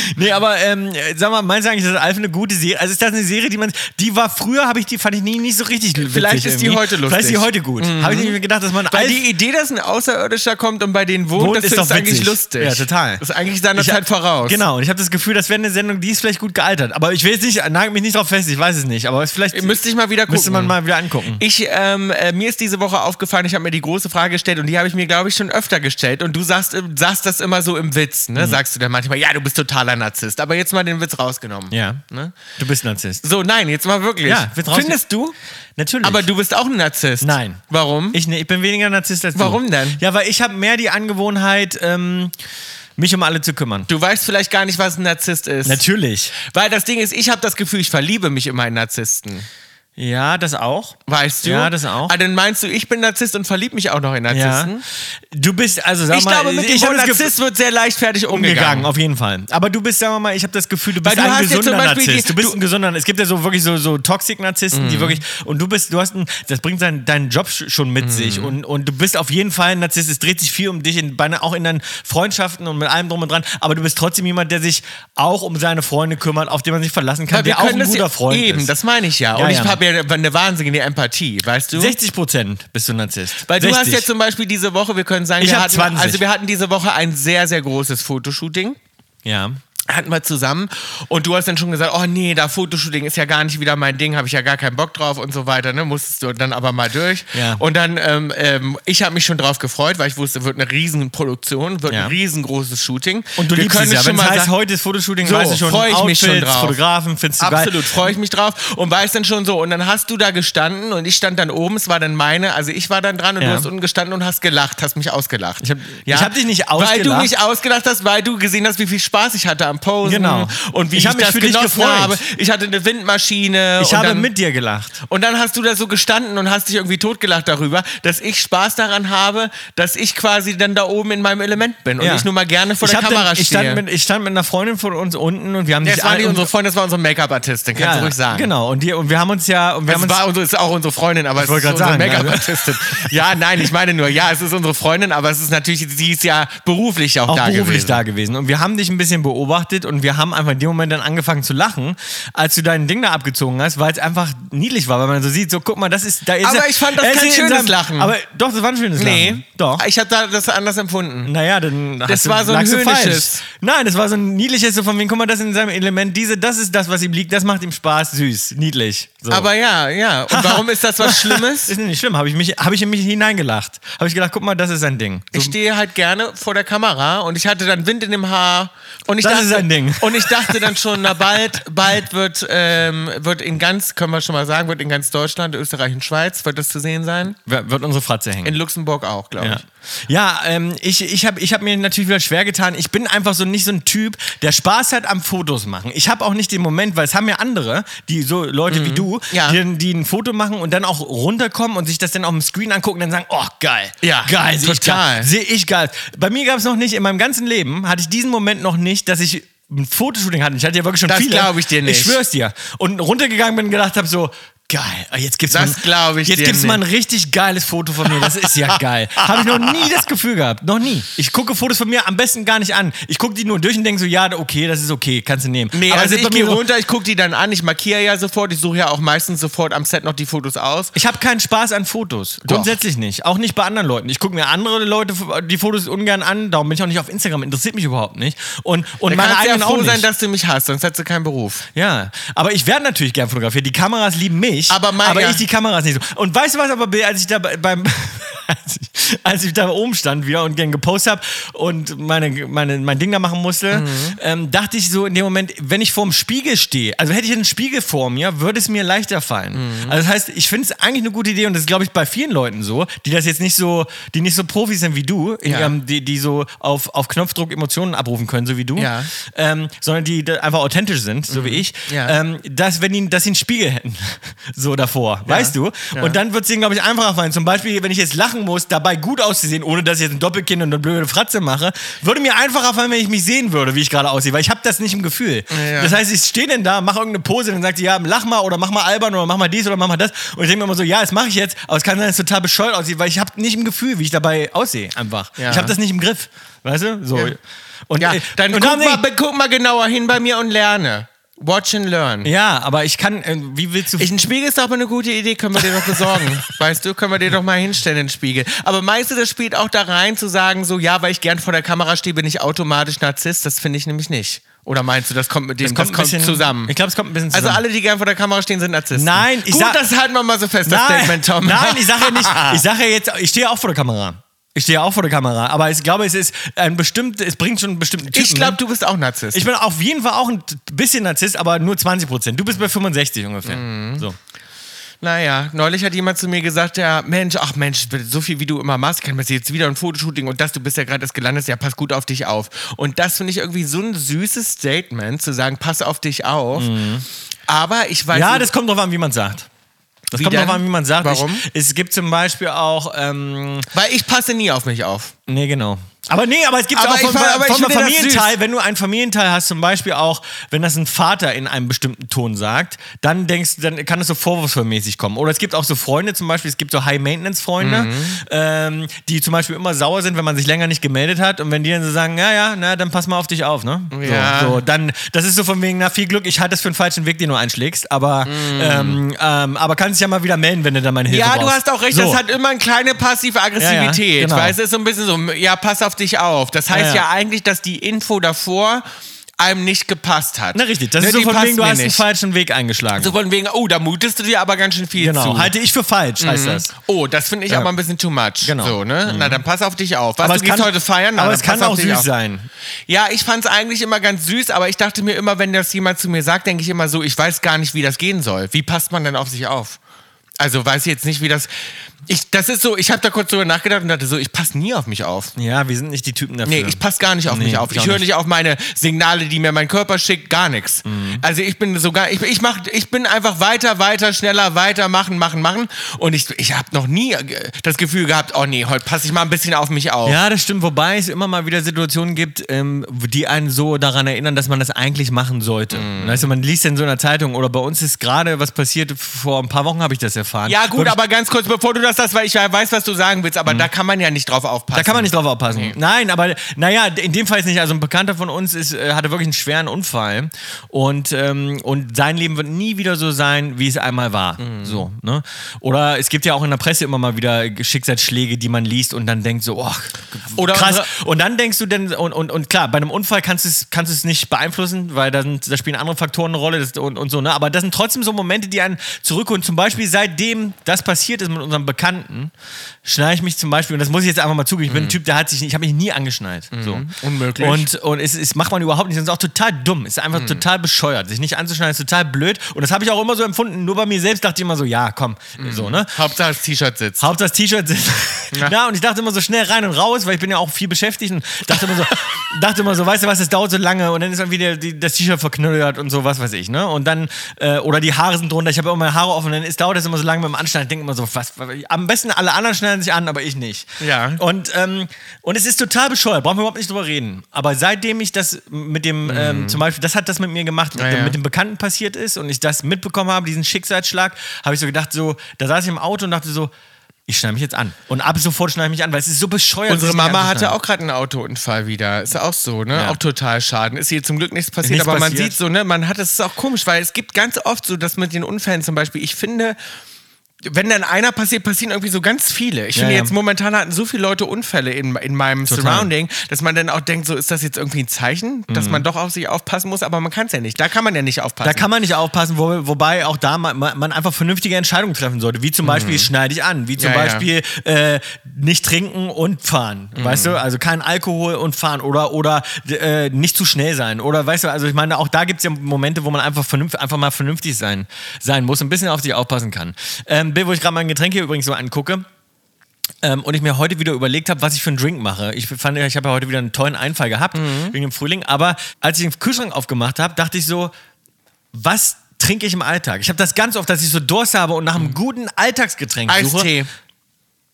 Speaker 2: nee, aber ähm, sag mal, meinst du eigentlich, dass Alf eine gute Serie? Also ist das eine Serie, die man, die war früher, habe ich die fand ich nie nicht so richtig.
Speaker 1: Vielleicht
Speaker 2: witzig
Speaker 1: ist die
Speaker 2: irgendwie.
Speaker 1: heute lustig.
Speaker 2: Vielleicht ist die heute Mhm. gut. Habe ich nicht mehr gedacht, dass man
Speaker 1: Weil
Speaker 2: Alf
Speaker 1: die Idee, dass ein Außerirdischer kommt und bei denen wohnt,
Speaker 2: Wohnt,
Speaker 1: das
Speaker 2: ist
Speaker 1: ist,
Speaker 2: doch
Speaker 1: eigentlich
Speaker 2: witzig.
Speaker 1: lustig.
Speaker 2: Ja, total.
Speaker 1: Das ist eigentlich seiner
Speaker 2: Ich hab-
Speaker 1: Zeit voraus.
Speaker 2: Genau, und ich habe das Gefühl, das wäre eine Sendung, die ist vielleicht gut gealtert. Aber ich will jetzt nicht, nagel mich nicht drauf fest, ich weiß es nicht. Aber es vielleicht
Speaker 1: Müsste ich mal wieder gucken.
Speaker 2: müsste man mal wieder angucken.
Speaker 1: Ich, ähm, äh, mir ist diese Woche aufgefallen, ich habe mir die große Frage gestellt und die habe ich mir, glaube ich, schon öfter gestellt. Und du sagst, äh, sagst das immer so im Witz,
Speaker 2: Mhm.
Speaker 1: ne? Sagst du dann manchmal, ja, du bist totaler Narzisst. Aber jetzt mal den Witz rausgenommen.
Speaker 2: Ja.
Speaker 1: Ne?
Speaker 2: Du bist Narzisst.
Speaker 1: So, nein, jetzt mal wirklich.
Speaker 2: Ja, Witz raus-
Speaker 1: Findest du?
Speaker 2: Natürlich.
Speaker 1: Aber du bist auch ein Narzisst.
Speaker 2: Nein.
Speaker 1: Warum?
Speaker 2: Ich, ne, ich bin weniger Narzisst als du.
Speaker 1: Warum denn?
Speaker 2: Ja, weil ich habe mehr die Angewohnheit, ähm, mich um alle zu kümmern.
Speaker 1: du weißt vielleicht gar nicht, was ein Narzisst ist.
Speaker 2: Natürlich.
Speaker 1: Weil das Ding ist, ich habe das Gefühl, ich verliebe mich immer in Narzissten.
Speaker 2: Ja, das auch.
Speaker 1: Weißt du?
Speaker 2: Ja, das auch.
Speaker 1: Ah, dann meinst du, ich bin Narzisst und verlieb mich auch noch in
Speaker 2: Ja.
Speaker 1: Narzissten?
Speaker 2: Du bist, also sag
Speaker 1: Ich
Speaker 2: mal,
Speaker 1: glaube, mit dem
Speaker 2: hab
Speaker 1: Wort
Speaker 2: das Gefühl-
Speaker 1: Narzisst wird sehr leichtfertig
Speaker 2: umgegangen,
Speaker 1: umgegangen.
Speaker 2: auf jeden Fall. Aber du bist, sagen wir mal, ich habe das Gefühl, du bist
Speaker 1: du
Speaker 2: ein
Speaker 1: hast jetzt
Speaker 2: gesunder
Speaker 1: zum Beispiel die-
Speaker 2: Narzisst. Du bist
Speaker 1: du- Mhm.
Speaker 2: ein gesunder. Es gibt ja so wirklich so, so Toxic-Narzissten, die wirklich. Und du bist, du hast ein, das bringt seinen, deinen Job sch- schon
Speaker 1: Mhm.
Speaker 2: mit sich. Und, und du bist auf jeden Fall ein Narzisst. Es dreht sich viel um dich, in, bei, auch in deinen Freundschaften und mit allem drum und dran. Aber du bist trotzdem jemand, der sich auch um seine Freunde kümmert, auf den man sich verlassen kann,
Speaker 1: Weil wir
Speaker 2: der auch
Speaker 1: können
Speaker 2: ein
Speaker 1: das
Speaker 2: guter
Speaker 1: ja-
Speaker 2: Freund
Speaker 1: Eben,
Speaker 2: ist.
Speaker 1: das meine ich ja.
Speaker 2: Ja,
Speaker 1: und ich
Speaker 2: ja.
Speaker 1: habe ja eine wahnsinnige Empathie, weißt du?
Speaker 2: 60 Prozent bist du ein Narzisst.
Speaker 1: Weil du
Speaker 2: 60.
Speaker 1: hast ja zum Beispiel diese Woche, wir können sagen,
Speaker 2: Ich
Speaker 1: wir
Speaker 2: hab
Speaker 1: hatten,
Speaker 2: 20.
Speaker 1: also wir hatten diese Woche ein sehr, sehr großes Fotoshooting.
Speaker 2: ja.
Speaker 1: hatten wir zusammen und du hast dann schon gesagt, oh nee, da Fotoshooting ist ja gar nicht wieder mein Ding, habe ich ja gar keinen Bock drauf und so weiter, ne, musstest du dann aber mal durch.
Speaker 2: Ja.
Speaker 1: Und dann, ähm, ähm, ich habe mich schon drauf gefreut, weil ich wusste, wird eine riesen Produktion, wird
Speaker 2: Ja.
Speaker 1: ein riesengroßes Shooting.
Speaker 2: Und du
Speaker 1: Wir
Speaker 2: liebst
Speaker 1: können
Speaker 2: es ja.
Speaker 1: schon
Speaker 2: Wenn es
Speaker 1: mal
Speaker 2: heißt,
Speaker 1: sagen-
Speaker 2: heute ist Fotoshooting,
Speaker 1: So,
Speaker 2: weißt du schon,
Speaker 1: freu ich mich schon
Speaker 2: Outfits,
Speaker 1: drauf.
Speaker 2: Fotografen, findest du geil.
Speaker 1: Absolut, freue ich mich drauf und weiß dann schon so. Und dann hast du da gestanden und ich stand dann oben, es war dann meine, also ich war dann dran und
Speaker 2: Ja.
Speaker 1: du hast unten gestanden und hast gelacht, hast mich ausgelacht.
Speaker 2: Ich hab- ich hab dich nicht
Speaker 1: Weil du
Speaker 2: ausgelacht.
Speaker 1: mich ausgelacht hast, weil du gesehen hast, wie viel Spaß ich hatte am Posen
Speaker 2: Genau.
Speaker 1: und wie
Speaker 2: Ich
Speaker 1: ich,
Speaker 2: hab mich
Speaker 1: das
Speaker 2: für dich
Speaker 1: genossen
Speaker 2: gefreut.
Speaker 1: habe. Ich hatte eine Windmaschine.
Speaker 2: Ich
Speaker 1: und
Speaker 2: habe
Speaker 1: dann,
Speaker 2: mit dir gelacht.
Speaker 1: Und dann hast du da so gestanden und hast dich irgendwie totgelacht darüber, dass ich Spaß daran habe, dass ich quasi dann da oben in meinem Element bin
Speaker 2: Ja.
Speaker 1: und ich nur mal gerne vor der
Speaker 2: hab
Speaker 1: Kamera
Speaker 2: dann, ich
Speaker 1: stehe.
Speaker 2: stand, mit, ich stand mit einer Freundin von uns unten und wir haben
Speaker 1: das
Speaker 2: dich
Speaker 1: war
Speaker 2: ein-
Speaker 1: nicht unsere Freundin, das war unsere Make-up-Artistin, kannst
Speaker 2: ja,
Speaker 1: du ruhig sagen.
Speaker 2: Genau, und, die, und wir haben uns ja. Und wir
Speaker 1: Das
Speaker 2: haben uns,
Speaker 1: war unsere, ist auch unsere Freundin, aber es ist
Speaker 2: wollte
Speaker 1: unsere
Speaker 2: gerade sagen, ne?
Speaker 1: Make-up-Artistin. ja, nein, ich meine nur, ja, es ist unsere Freundin, aber es ist natürlich, sie ist ja beruflich auch,
Speaker 2: auch
Speaker 1: da
Speaker 2: beruflich
Speaker 1: gewesen.
Speaker 2: da gewesen. Und wir haben dich ein bisschen beobachtet und wir haben einfach in dem Moment dann angefangen zu lachen, als du dein Ding da abgezogen hast, weil es einfach niedlich war, weil man so sieht, so guck mal, das ist da ist
Speaker 1: Aber
Speaker 2: er-
Speaker 1: ich fand das
Speaker 2: er ist
Speaker 1: kein
Speaker 2: in
Speaker 1: schönes
Speaker 2: seinem-
Speaker 1: Lachen.
Speaker 2: Aber doch, das war ein schönes Lachen.
Speaker 1: Nee,
Speaker 2: Doch.
Speaker 1: Ich habe da das anders empfunden.
Speaker 2: Naja, dann hast
Speaker 1: war so ein
Speaker 2: lagst du falsch.
Speaker 1: höhnisches.
Speaker 2: Nein, das war so ein niedliches, so von wegen, guck mal, das in seinem Element, diese, das ist das, was ihm liegt, das macht ihm Spaß, süß, niedlich. So.
Speaker 1: Aber ja, ja. Und warum ist das was Schlimmes?
Speaker 2: ist nicht schlimm, habe ich, mich- hab ich in mich hineingelacht. Habe ich gedacht, guck mal, das ist ein Ding.
Speaker 1: Ich stehe halt gerne vor der Kamera und ich hatte dann Wind in dem Haar und ich
Speaker 2: Das
Speaker 1: dachte,
Speaker 2: ist ein Ding.
Speaker 1: und ich dachte dann schon, na bald, bald wird, ähm, wird in ganz, können wir schon mal sagen, wird in ganz Deutschland, Österreich und Schweiz wird das zu sehen sein.
Speaker 2: W- Wird unsere Fratze hängen.
Speaker 1: In Luxemburg auch, glaube
Speaker 2: Ja,
Speaker 1: ich.
Speaker 2: ja ähm, ich, ich habe ich hab mir natürlich wieder schwer getan. Ich bin einfach so nicht so ein Typ, der Spaß hat am Fotos machen. Ich habe auch nicht den Moment, weil es haben ja andere, die so Leute wie du,
Speaker 1: Mhm. Ja.
Speaker 2: die, die ein Foto machen und dann auch runterkommen und sich das dann auf dem Screen angucken und dann sagen, oh geil,
Speaker 1: Ja,
Speaker 2: geil, sehe ich geil.
Speaker 1: total.
Speaker 2: Sehe ich geil. Bei mir gab es noch nicht, in meinem ganzen Leben hatte ich diesen Moment noch nicht, dass ich ein Fotoshooting hatte. Ich hatte ja wirklich schon
Speaker 1: Das
Speaker 2: viele.
Speaker 1: glaub ich dir nicht.
Speaker 2: Ich schwör's dir. Und runtergegangen bin und gedacht habe so, geil, jetzt gibt's
Speaker 1: Das
Speaker 2: mal-
Speaker 1: glaub ich
Speaker 2: Jetzt
Speaker 1: dir
Speaker 2: gibt's mal
Speaker 1: nicht.
Speaker 2: ein richtig geiles Foto von mir. Das ist ja geil. Habe ich noch nie das Gefühl gehabt. Noch nie. Ich gucke Fotos von mir am besten gar nicht an. Ich gucke die nur durch und denke so, ja, okay, das ist okay, kannst du nehmen.
Speaker 1: Nee,
Speaker 2: Aber
Speaker 1: also
Speaker 2: es ist
Speaker 1: ich
Speaker 2: bei mir
Speaker 1: gehe
Speaker 2: so,
Speaker 1: runter, ich gucke die dann an, ich markiere ja sofort, ich suche ja auch meistens sofort am Set noch die Fotos aus.
Speaker 2: Ich habe keinen Spaß an Fotos. Grundsätzlich nicht. Auch nicht bei anderen Leuten. Ich gucke mir andere Leute die Fotos ungern an. Darum bin ich auch nicht auf Instagram. Interessiert mich überhaupt nicht. Und, und
Speaker 1: Da
Speaker 2: meine
Speaker 1: kannst du ja
Speaker 2: eigenen auch
Speaker 1: froh
Speaker 2: nicht.
Speaker 1: sein, dass du mich hast, sonst hättest du keinen Beruf.
Speaker 2: Ja, aber ich werde natürlich gern fotografiert. Die Kameras lieben mich,
Speaker 1: Aber mein- ja.
Speaker 2: ich die Kameras nicht so. Und weißt du was aber, Bill, als ich da bei- beim... Als ich, als ich da oben stand wieder und gern gepostet habe und meine, meine, mein Ding da machen musste,
Speaker 1: Mhm.
Speaker 2: ähm, dachte ich so in dem Moment, wenn ich vorm Spiegel stehe, also hätte ich einen Spiegel vor mir, würde es mir leichter fallen.
Speaker 1: Mhm.
Speaker 2: Also das heißt, ich finde es eigentlich eine gute Idee und das ist, glaube ich, bei vielen Leuten so, die das jetzt nicht so, die nicht so Profis sind wie du, in
Speaker 1: Ja.
Speaker 2: ihrem, die, die so auf, auf Knopfdruck Emotionen abrufen können, so wie du,
Speaker 1: Ja.
Speaker 2: ähm, sondern die da einfach authentisch sind, so wie ich,
Speaker 1: Mhm. Ja.
Speaker 2: ähm, dass, wenn die, dass sie einen Spiegel hätten, so davor, weißt du? Und dann wird es ihnen, glaube ich, einfacher fallen. Zum Beispiel, wenn ich jetzt lachen muss, dabei gut auszusehen, ohne dass ich jetzt ein Doppelkinn und eine blöde Fratze mache, würde mir einfacher fallen, wenn ich mich sehen würde, wie ich gerade aussehe, weil ich habe das nicht im Gefühl.
Speaker 1: ja.
Speaker 2: Das heißt, ich stehe denn da, mache irgendeine Pose, dann sagt die, ja, lach mal oder mach mal albern oder mach mal dies oder mach mal das. Und ich denke mir immer so, ja, das mache ich jetzt, aber es kann sein, dass es total bescheuert aussieht, weil ich habe nicht im Gefühl, wie ich dabei aussehe, einfach.
Speaker 1: Ja.
Speaker 2: Ich habe das nicht im Griff, weißt du? So.
Speaker 1: Ja.
Speaker 2: Und,
Speaker 1: Ja,
Speaker 2: äh,
Speaker 1: dann
Speaker 2: und
Speaker 1: guck,
Speaker 2: darum denk
Speaker 1: mal,
Speaker 2: ich-
Speaker 1: be- guck mal genauer hin bei mir und lerne. Watch and learn.
Speaker 2: Ja, aber ich kann, äh, wie willst du.
Speaker 1: Ich, ein Spiegel ist doch aber eine gute Idee, können wir dir doch besorgen. weißt du, können wir dir doch mal hinstellen, den Spiegel. Aber meinst du, das spielt auch da rein, zu sagen, so, ja, weil ich gern vor der Kamera stehe, bin ich automatisch Narzisst? Das finde ich nämlich nicht. Oder meinst du, das kommt mit dem, das kommt,
Speaker 2: ein bisschen,
Speaker 1: zusammen?
Speaker 2: Ich glaube, es kommt ein bisschen
Speaker 1: also
Speaker 2: zusammen.
Speaker 1: alle, die gern vor der Kamera stehen, sind Narzissten.
Speaker 2: Nein, ich
Speaker 1: Gut,
Speaker 2: sag-
Speaker 1: das halten wir mal so fest, das
Speaker 2: nein,
Speaker 1: Statement, Tom.
Speaker 2: Nein, ich sage ja nicht, ich sage ja jetzt, ich stehe auch vor der Kamera. Ich stehe auch vor der Kamera, aber ich glaube, es ist ein bestimmt, es bringt schon einen bestimmten Typen. ne?
Speaker 1: Ich glaube, du bist auch Narzisst.
Speaker 2: ich bin auf jeden Fall auch ein bisschen Narzisst, aber nur 20 Prozent. Du bist bei 65 ungefähr.
Speaker 1: Mhm.
Speaker 2: So.
Speaker 1: Also Naja, neulich hat jemand zu mir gesagt, ja, Mensch, ach Mensch, so viel wie du immer machst, kann man jetzt wieder ein Fotoshooting und das, du bist ja gerade erst gelandet, ja, pass gut auf dich auf. Und das finde ich irgendwie so ein süßes Statement, zu sagen, pass auf dich auf. Aber ich weiß
Speaker 2: Mhm. Ja,
Speaker 1: nicht-
Speaker 2: das kommt drauf an, wie man sagt. Das
Speaker 1: Wie
Speaker 2: kommt
Speaker 1: denn?
Speaker 2: drauf an, wie man sagt.
Speaker 1: Warum?
Speaker 2: Ich, es gibt zum Beispiel auch, ähm,
Speaker 1: weil ich passe nie auf mich auf.
Speaker 2: Nee, genau. Aber nee, aber es gibt
Speaker 1: Aber
Speaker 2: auch von,
Speaker 1: ich fa- aber ich
Speaker 2: von einem
Speaker 1: finde das
Speaker 2: Familienteil, wenn du einen Familienteil hast, zum Beispiel auch, wenn das ein Vater in einem bestimmten Ton sagt, dann denkst du, dann kann es so vorwurfsvollmäßig kommen. Oder es gibt auch so Freunde, zum Beispiel, es gibt so High-Maintenance-Freunde,
Speaker 1: Mhm.
Speaker 2: ähm, die zum Beispiel immer sauer sind, wenn man sich länger nicht gemeldet hat und wenn die dann so sagen, ja, ja, na, dann pass mal auf dich auf, ne?
Speaker 1: Ja.
Speaker 2: So, so, dann, das ist so von wegen, na, viel Glück, ich halte es für einen falschen Weg, den du einschlägst, aber, ähm, ähm, aber kannst dich ja mal wieder melden, wenn du dann meine Hilfe
Speaker 1: Mhm. Ja,
Speaker 2: brauchst.
Speaker 1: du hast auch recht,
Speaker 2: So.
Speaker 1: das hat immer eine kleine passive Aggressivität.
Speaker 2: Ja, ja, genau.
Speaker 1: Weißt du, ist so ein bisschen so, ja, pass auf dich auf. Das heißt
Speaker 2: Ja,
Speaker 1: ja,
Speaker 2: ja.
Speaker 1: eigentlich, dass die Info davor einem nicht gepasst hat.
Speaker 2: Na richtig, das
Speaker 1: Ne,
Speaker 2: ist so
Speaker 1: die
Speaker 2: von
Speaker 1: passt
Speaker 2: wegen, du
Speaker 1: mir
Speaker 2: hast den
Speaker 1: nicht.
Speaker 2: falschen Weg eingeschlagen.
Speaker 1: So von wegen, oh, da mutest du dir aber ganz schön viel
Speaker 2: genau,
Speaker 1: zu.
Speaker 2: halte ich für falsch, heißt das.
Speaker 1: Oh, das finde ich aber ein bisschen too much.
Speaker 2: Genau.
Speaker 1: So, ne? Na, dann pass auf dich auf. Was, du gehst heute feiern? Na,
Speaker 2: aber
Speaker 1: dann
Speaker 2: es kann
Speaker 1: pass auf
Speaker 2: auch
Speaker 1: dich
Speaker 2: süß
Speaker 1: auf.
Speaker 2: sein.
Speaker 1: Ja, ich fand's eigentlich immer ganz süß, aber ich dachte mir immer, wenn das jemand zu mir sagt, denke ich immer so, ich weiß gar nicht, wie das gehen soll. Wie passt man denn auf sich auf? Also weiß ich jetzt nicht, wie das. Ich, das ist so, ich habe da kurz drüber nachgedacht und dachte so, ich passe nie auf mich auf.
Speaker 2: Ja, wir sind nicht die Typen dafür.
Speaker 1: Nee, ich passe gar nicht auf
Speaker 2: Nee,
Speaker 1: mich auf.
Speaker 2: ich auch
Speaker 1: Ich höre
Speaker 2: nicht.
Speaker 1: nicht auf meine Signale, die mir mein Körper schickt, gar nichts.
Speaker 2: Mhm.
Speaker 1: Also ich bin sogar, ich, ich mach, ich bin einfach weiter, weiter, schneller, weiter, machen, machen, machen. Und ich, ich habe noch nie äh, das Gefühl gehabt, oh nee, heute passe ich mal ein bisschen auf mich auf.
Speaker 2: Ja, das stimmt. Wobei es immer mal wieder Situationen gibt, ähm, die einen so daran erinnern, dass man das eigentlich machen sollte.
Speaker 1: Mhm.
Speaker 2: Weißt du, man liest in so einer Zeitung oder bei uns ist gerade was passiert. Vor ein paar Wochen habe ich das erfahren.
Speaker 1: Ja, gut,
Speaker 2: Wirklich,
Speaker 1: aber ganz kurz, bevor du das sagst, weil ich ja weiß, was du sagen willst, aber da kann man ja nicht drauf aufpassen.
Speaker 2: Da kann man nicht drauf aufpassen. Nein, aber naja, in dem Fall ist nicht. Also ein Bekannter von uns ist, äh, hatte wirklich einen schweren Unfall und, ähm, und sein Leben wird nie wieder so sein, wie es einmal war.
Speaker 1: Mhm.
Speaker 2: So, ne? Oder es gibt ja auch in der Presse immer mal wieder Schicksalsschläge, die man liest und dann denkt so, oh,
Speaker 1: Oder
Speaker 2: krass.
Speaker 1: unsere-
Speaker 2: Und dann denkst du denn, und, und, und klar, bei einem Unfall kannst du es kannst du es nicht beeinflussen, weil da, sind, da spielen andere Faktoren eine Rolle das, und, und so, ne? Aber das sind trotzdem so Momente, die einen zurückholen. Zum Beispiel, seitdem das passiert ist mit unserem Bekannten, schneide ich mich zum Beispiel, und das muss ich jetzt einfach mal zugeben, ich bin ein Typ, der hat sich, ich habe mich nie angeschnallt. So.
Speaker 1: Unmöglich.
Speaker 2: Und, und es, es macht man überhaupt nicht, das ist auch total dumm, ist einfach total bescheuert. Sich nicht anzuschneiden ist total blöd. Und das habe ich auch immer so empfunden. Nur bei mir selbst dachte ich immer so, ja, komm, so, ne?
Speaker 1: Hauptsache das T-Shirt sitzt.
Speaker 2: Hauptsache das T-Shirt sind. Na, und ich dachte immer so schnell rein und raus, weil ich bin ja auch viel beschäftigt und dachte immer so, dachte immer so, weißt du was, das dauert so lange und dann ist dann wieder die, das T-Shirt verknödert und so, was weiß ich, ne? Und dann, äh, oder die Haare sind drunter, ich habe immer meine Haare offen, dann ist, dauert das immer so lange beim Anschneiden. Ich denke immer so, was, was, am besten alle anderen schneiden sich an, aber ich nicht.
Speaker 1: Ja.
Speaker 2: Und, ähm, und es ist total bescheuert, brauchen wir überhaupt nicht drüber reden. Aber seitdem ich das mit dem, ähm, zum Beispiel, das hat das mit mir gemacht, mit, dem,
Speaker 1: Mhm. ja.
Speaker 2: mit dem Bekannten passiert ist und ich das mitbekommen habe, diesen Schicksalsschlag, habe ich so gedacht, so, da saß ich im Auto und dachte so, ich schneide mich jetzt an. Und ab sofort schneide ich mich an, weil es ist so bescheuert.
Speaker 1: Unsere
Speaker 2: sich nicht
Speaker 1: Mama hatte
Speaker 2: anzuschneiden.
Speaker 1: auch gerade einen Autounfall wieder. Ist auch so, ne?
Speaker 2: Ja.
Speaker 1: Auch total Schaden. Ist ihr zum Glück nichts passiert,
Speaker 2: Nichts
Speaker 1: aber man
Speaker 2: passiert.
Speaker 1: sieht so, ne? Man hat, das ist auch komisch, weil es gibt ganz oft so, dass mit den Unfällen zum Beispiel, ich finde, wenn dann einer passiert, passieren irgendwie so ganz viele. Ich
Speaker 2: Ja,
Speaker 1: finde
Speaker 2: ja.
Speaker 1: jetzt momentan hatten so viele Leute Unfälle in, in meinem
Speaker 2: Total.
Speaker 1: Surrounding, dass man dann auch denkt, so ist das jetzt irgendwie ein Zeichen, dass man doch auf sich aufpassen muss, aber man kann es ja nicht. Da kann man ja nicht aufpassen.
Speaker 2: Mhm. Da kann man nicht aufpassen, wo, wobei auch da man, man einfach vernünftige Entscheidungen treffen sollte. Wie zum Beispiel, schneide ich an. Wie zum
Speaker 1: Mhm. Ja, ja.
Speaker 2: Beispiel, Äh, nicht trinken und fahren.
Speaker 1: Mhm.
Speaker 2: Weißt du, also kein Alkohol und fahren oder, oder äh, nicht zu schnell sein. Oder weißt du, also ich meine, auch da gibt es ja Momente, wo man einfach, vernünft, einfach mal vernünftig sein, sein muss, ein bisschen auf sich aufpassen kann. Ähm, Bill, wo ich gerade mein Getränk hier übrigens so angucke. Ähm, und ich mir heute wieder überlegt habe, was ich für einen Drink mache. Ich fand, ich habe ja heute wieder einen tollen Einfall gehabt
Speaker 1: Mhm.
Speaker 2: wegen dem Frühling. Aber als ich den Kühlschrank aufgemacht habe, dachte ich so, was trinke ich im Alltag? Ich habe das ganz oft, dass ich so Durst habe und nach einem guten Alltagsgetränk suche.
Speaker 1: Mhm. Eistee.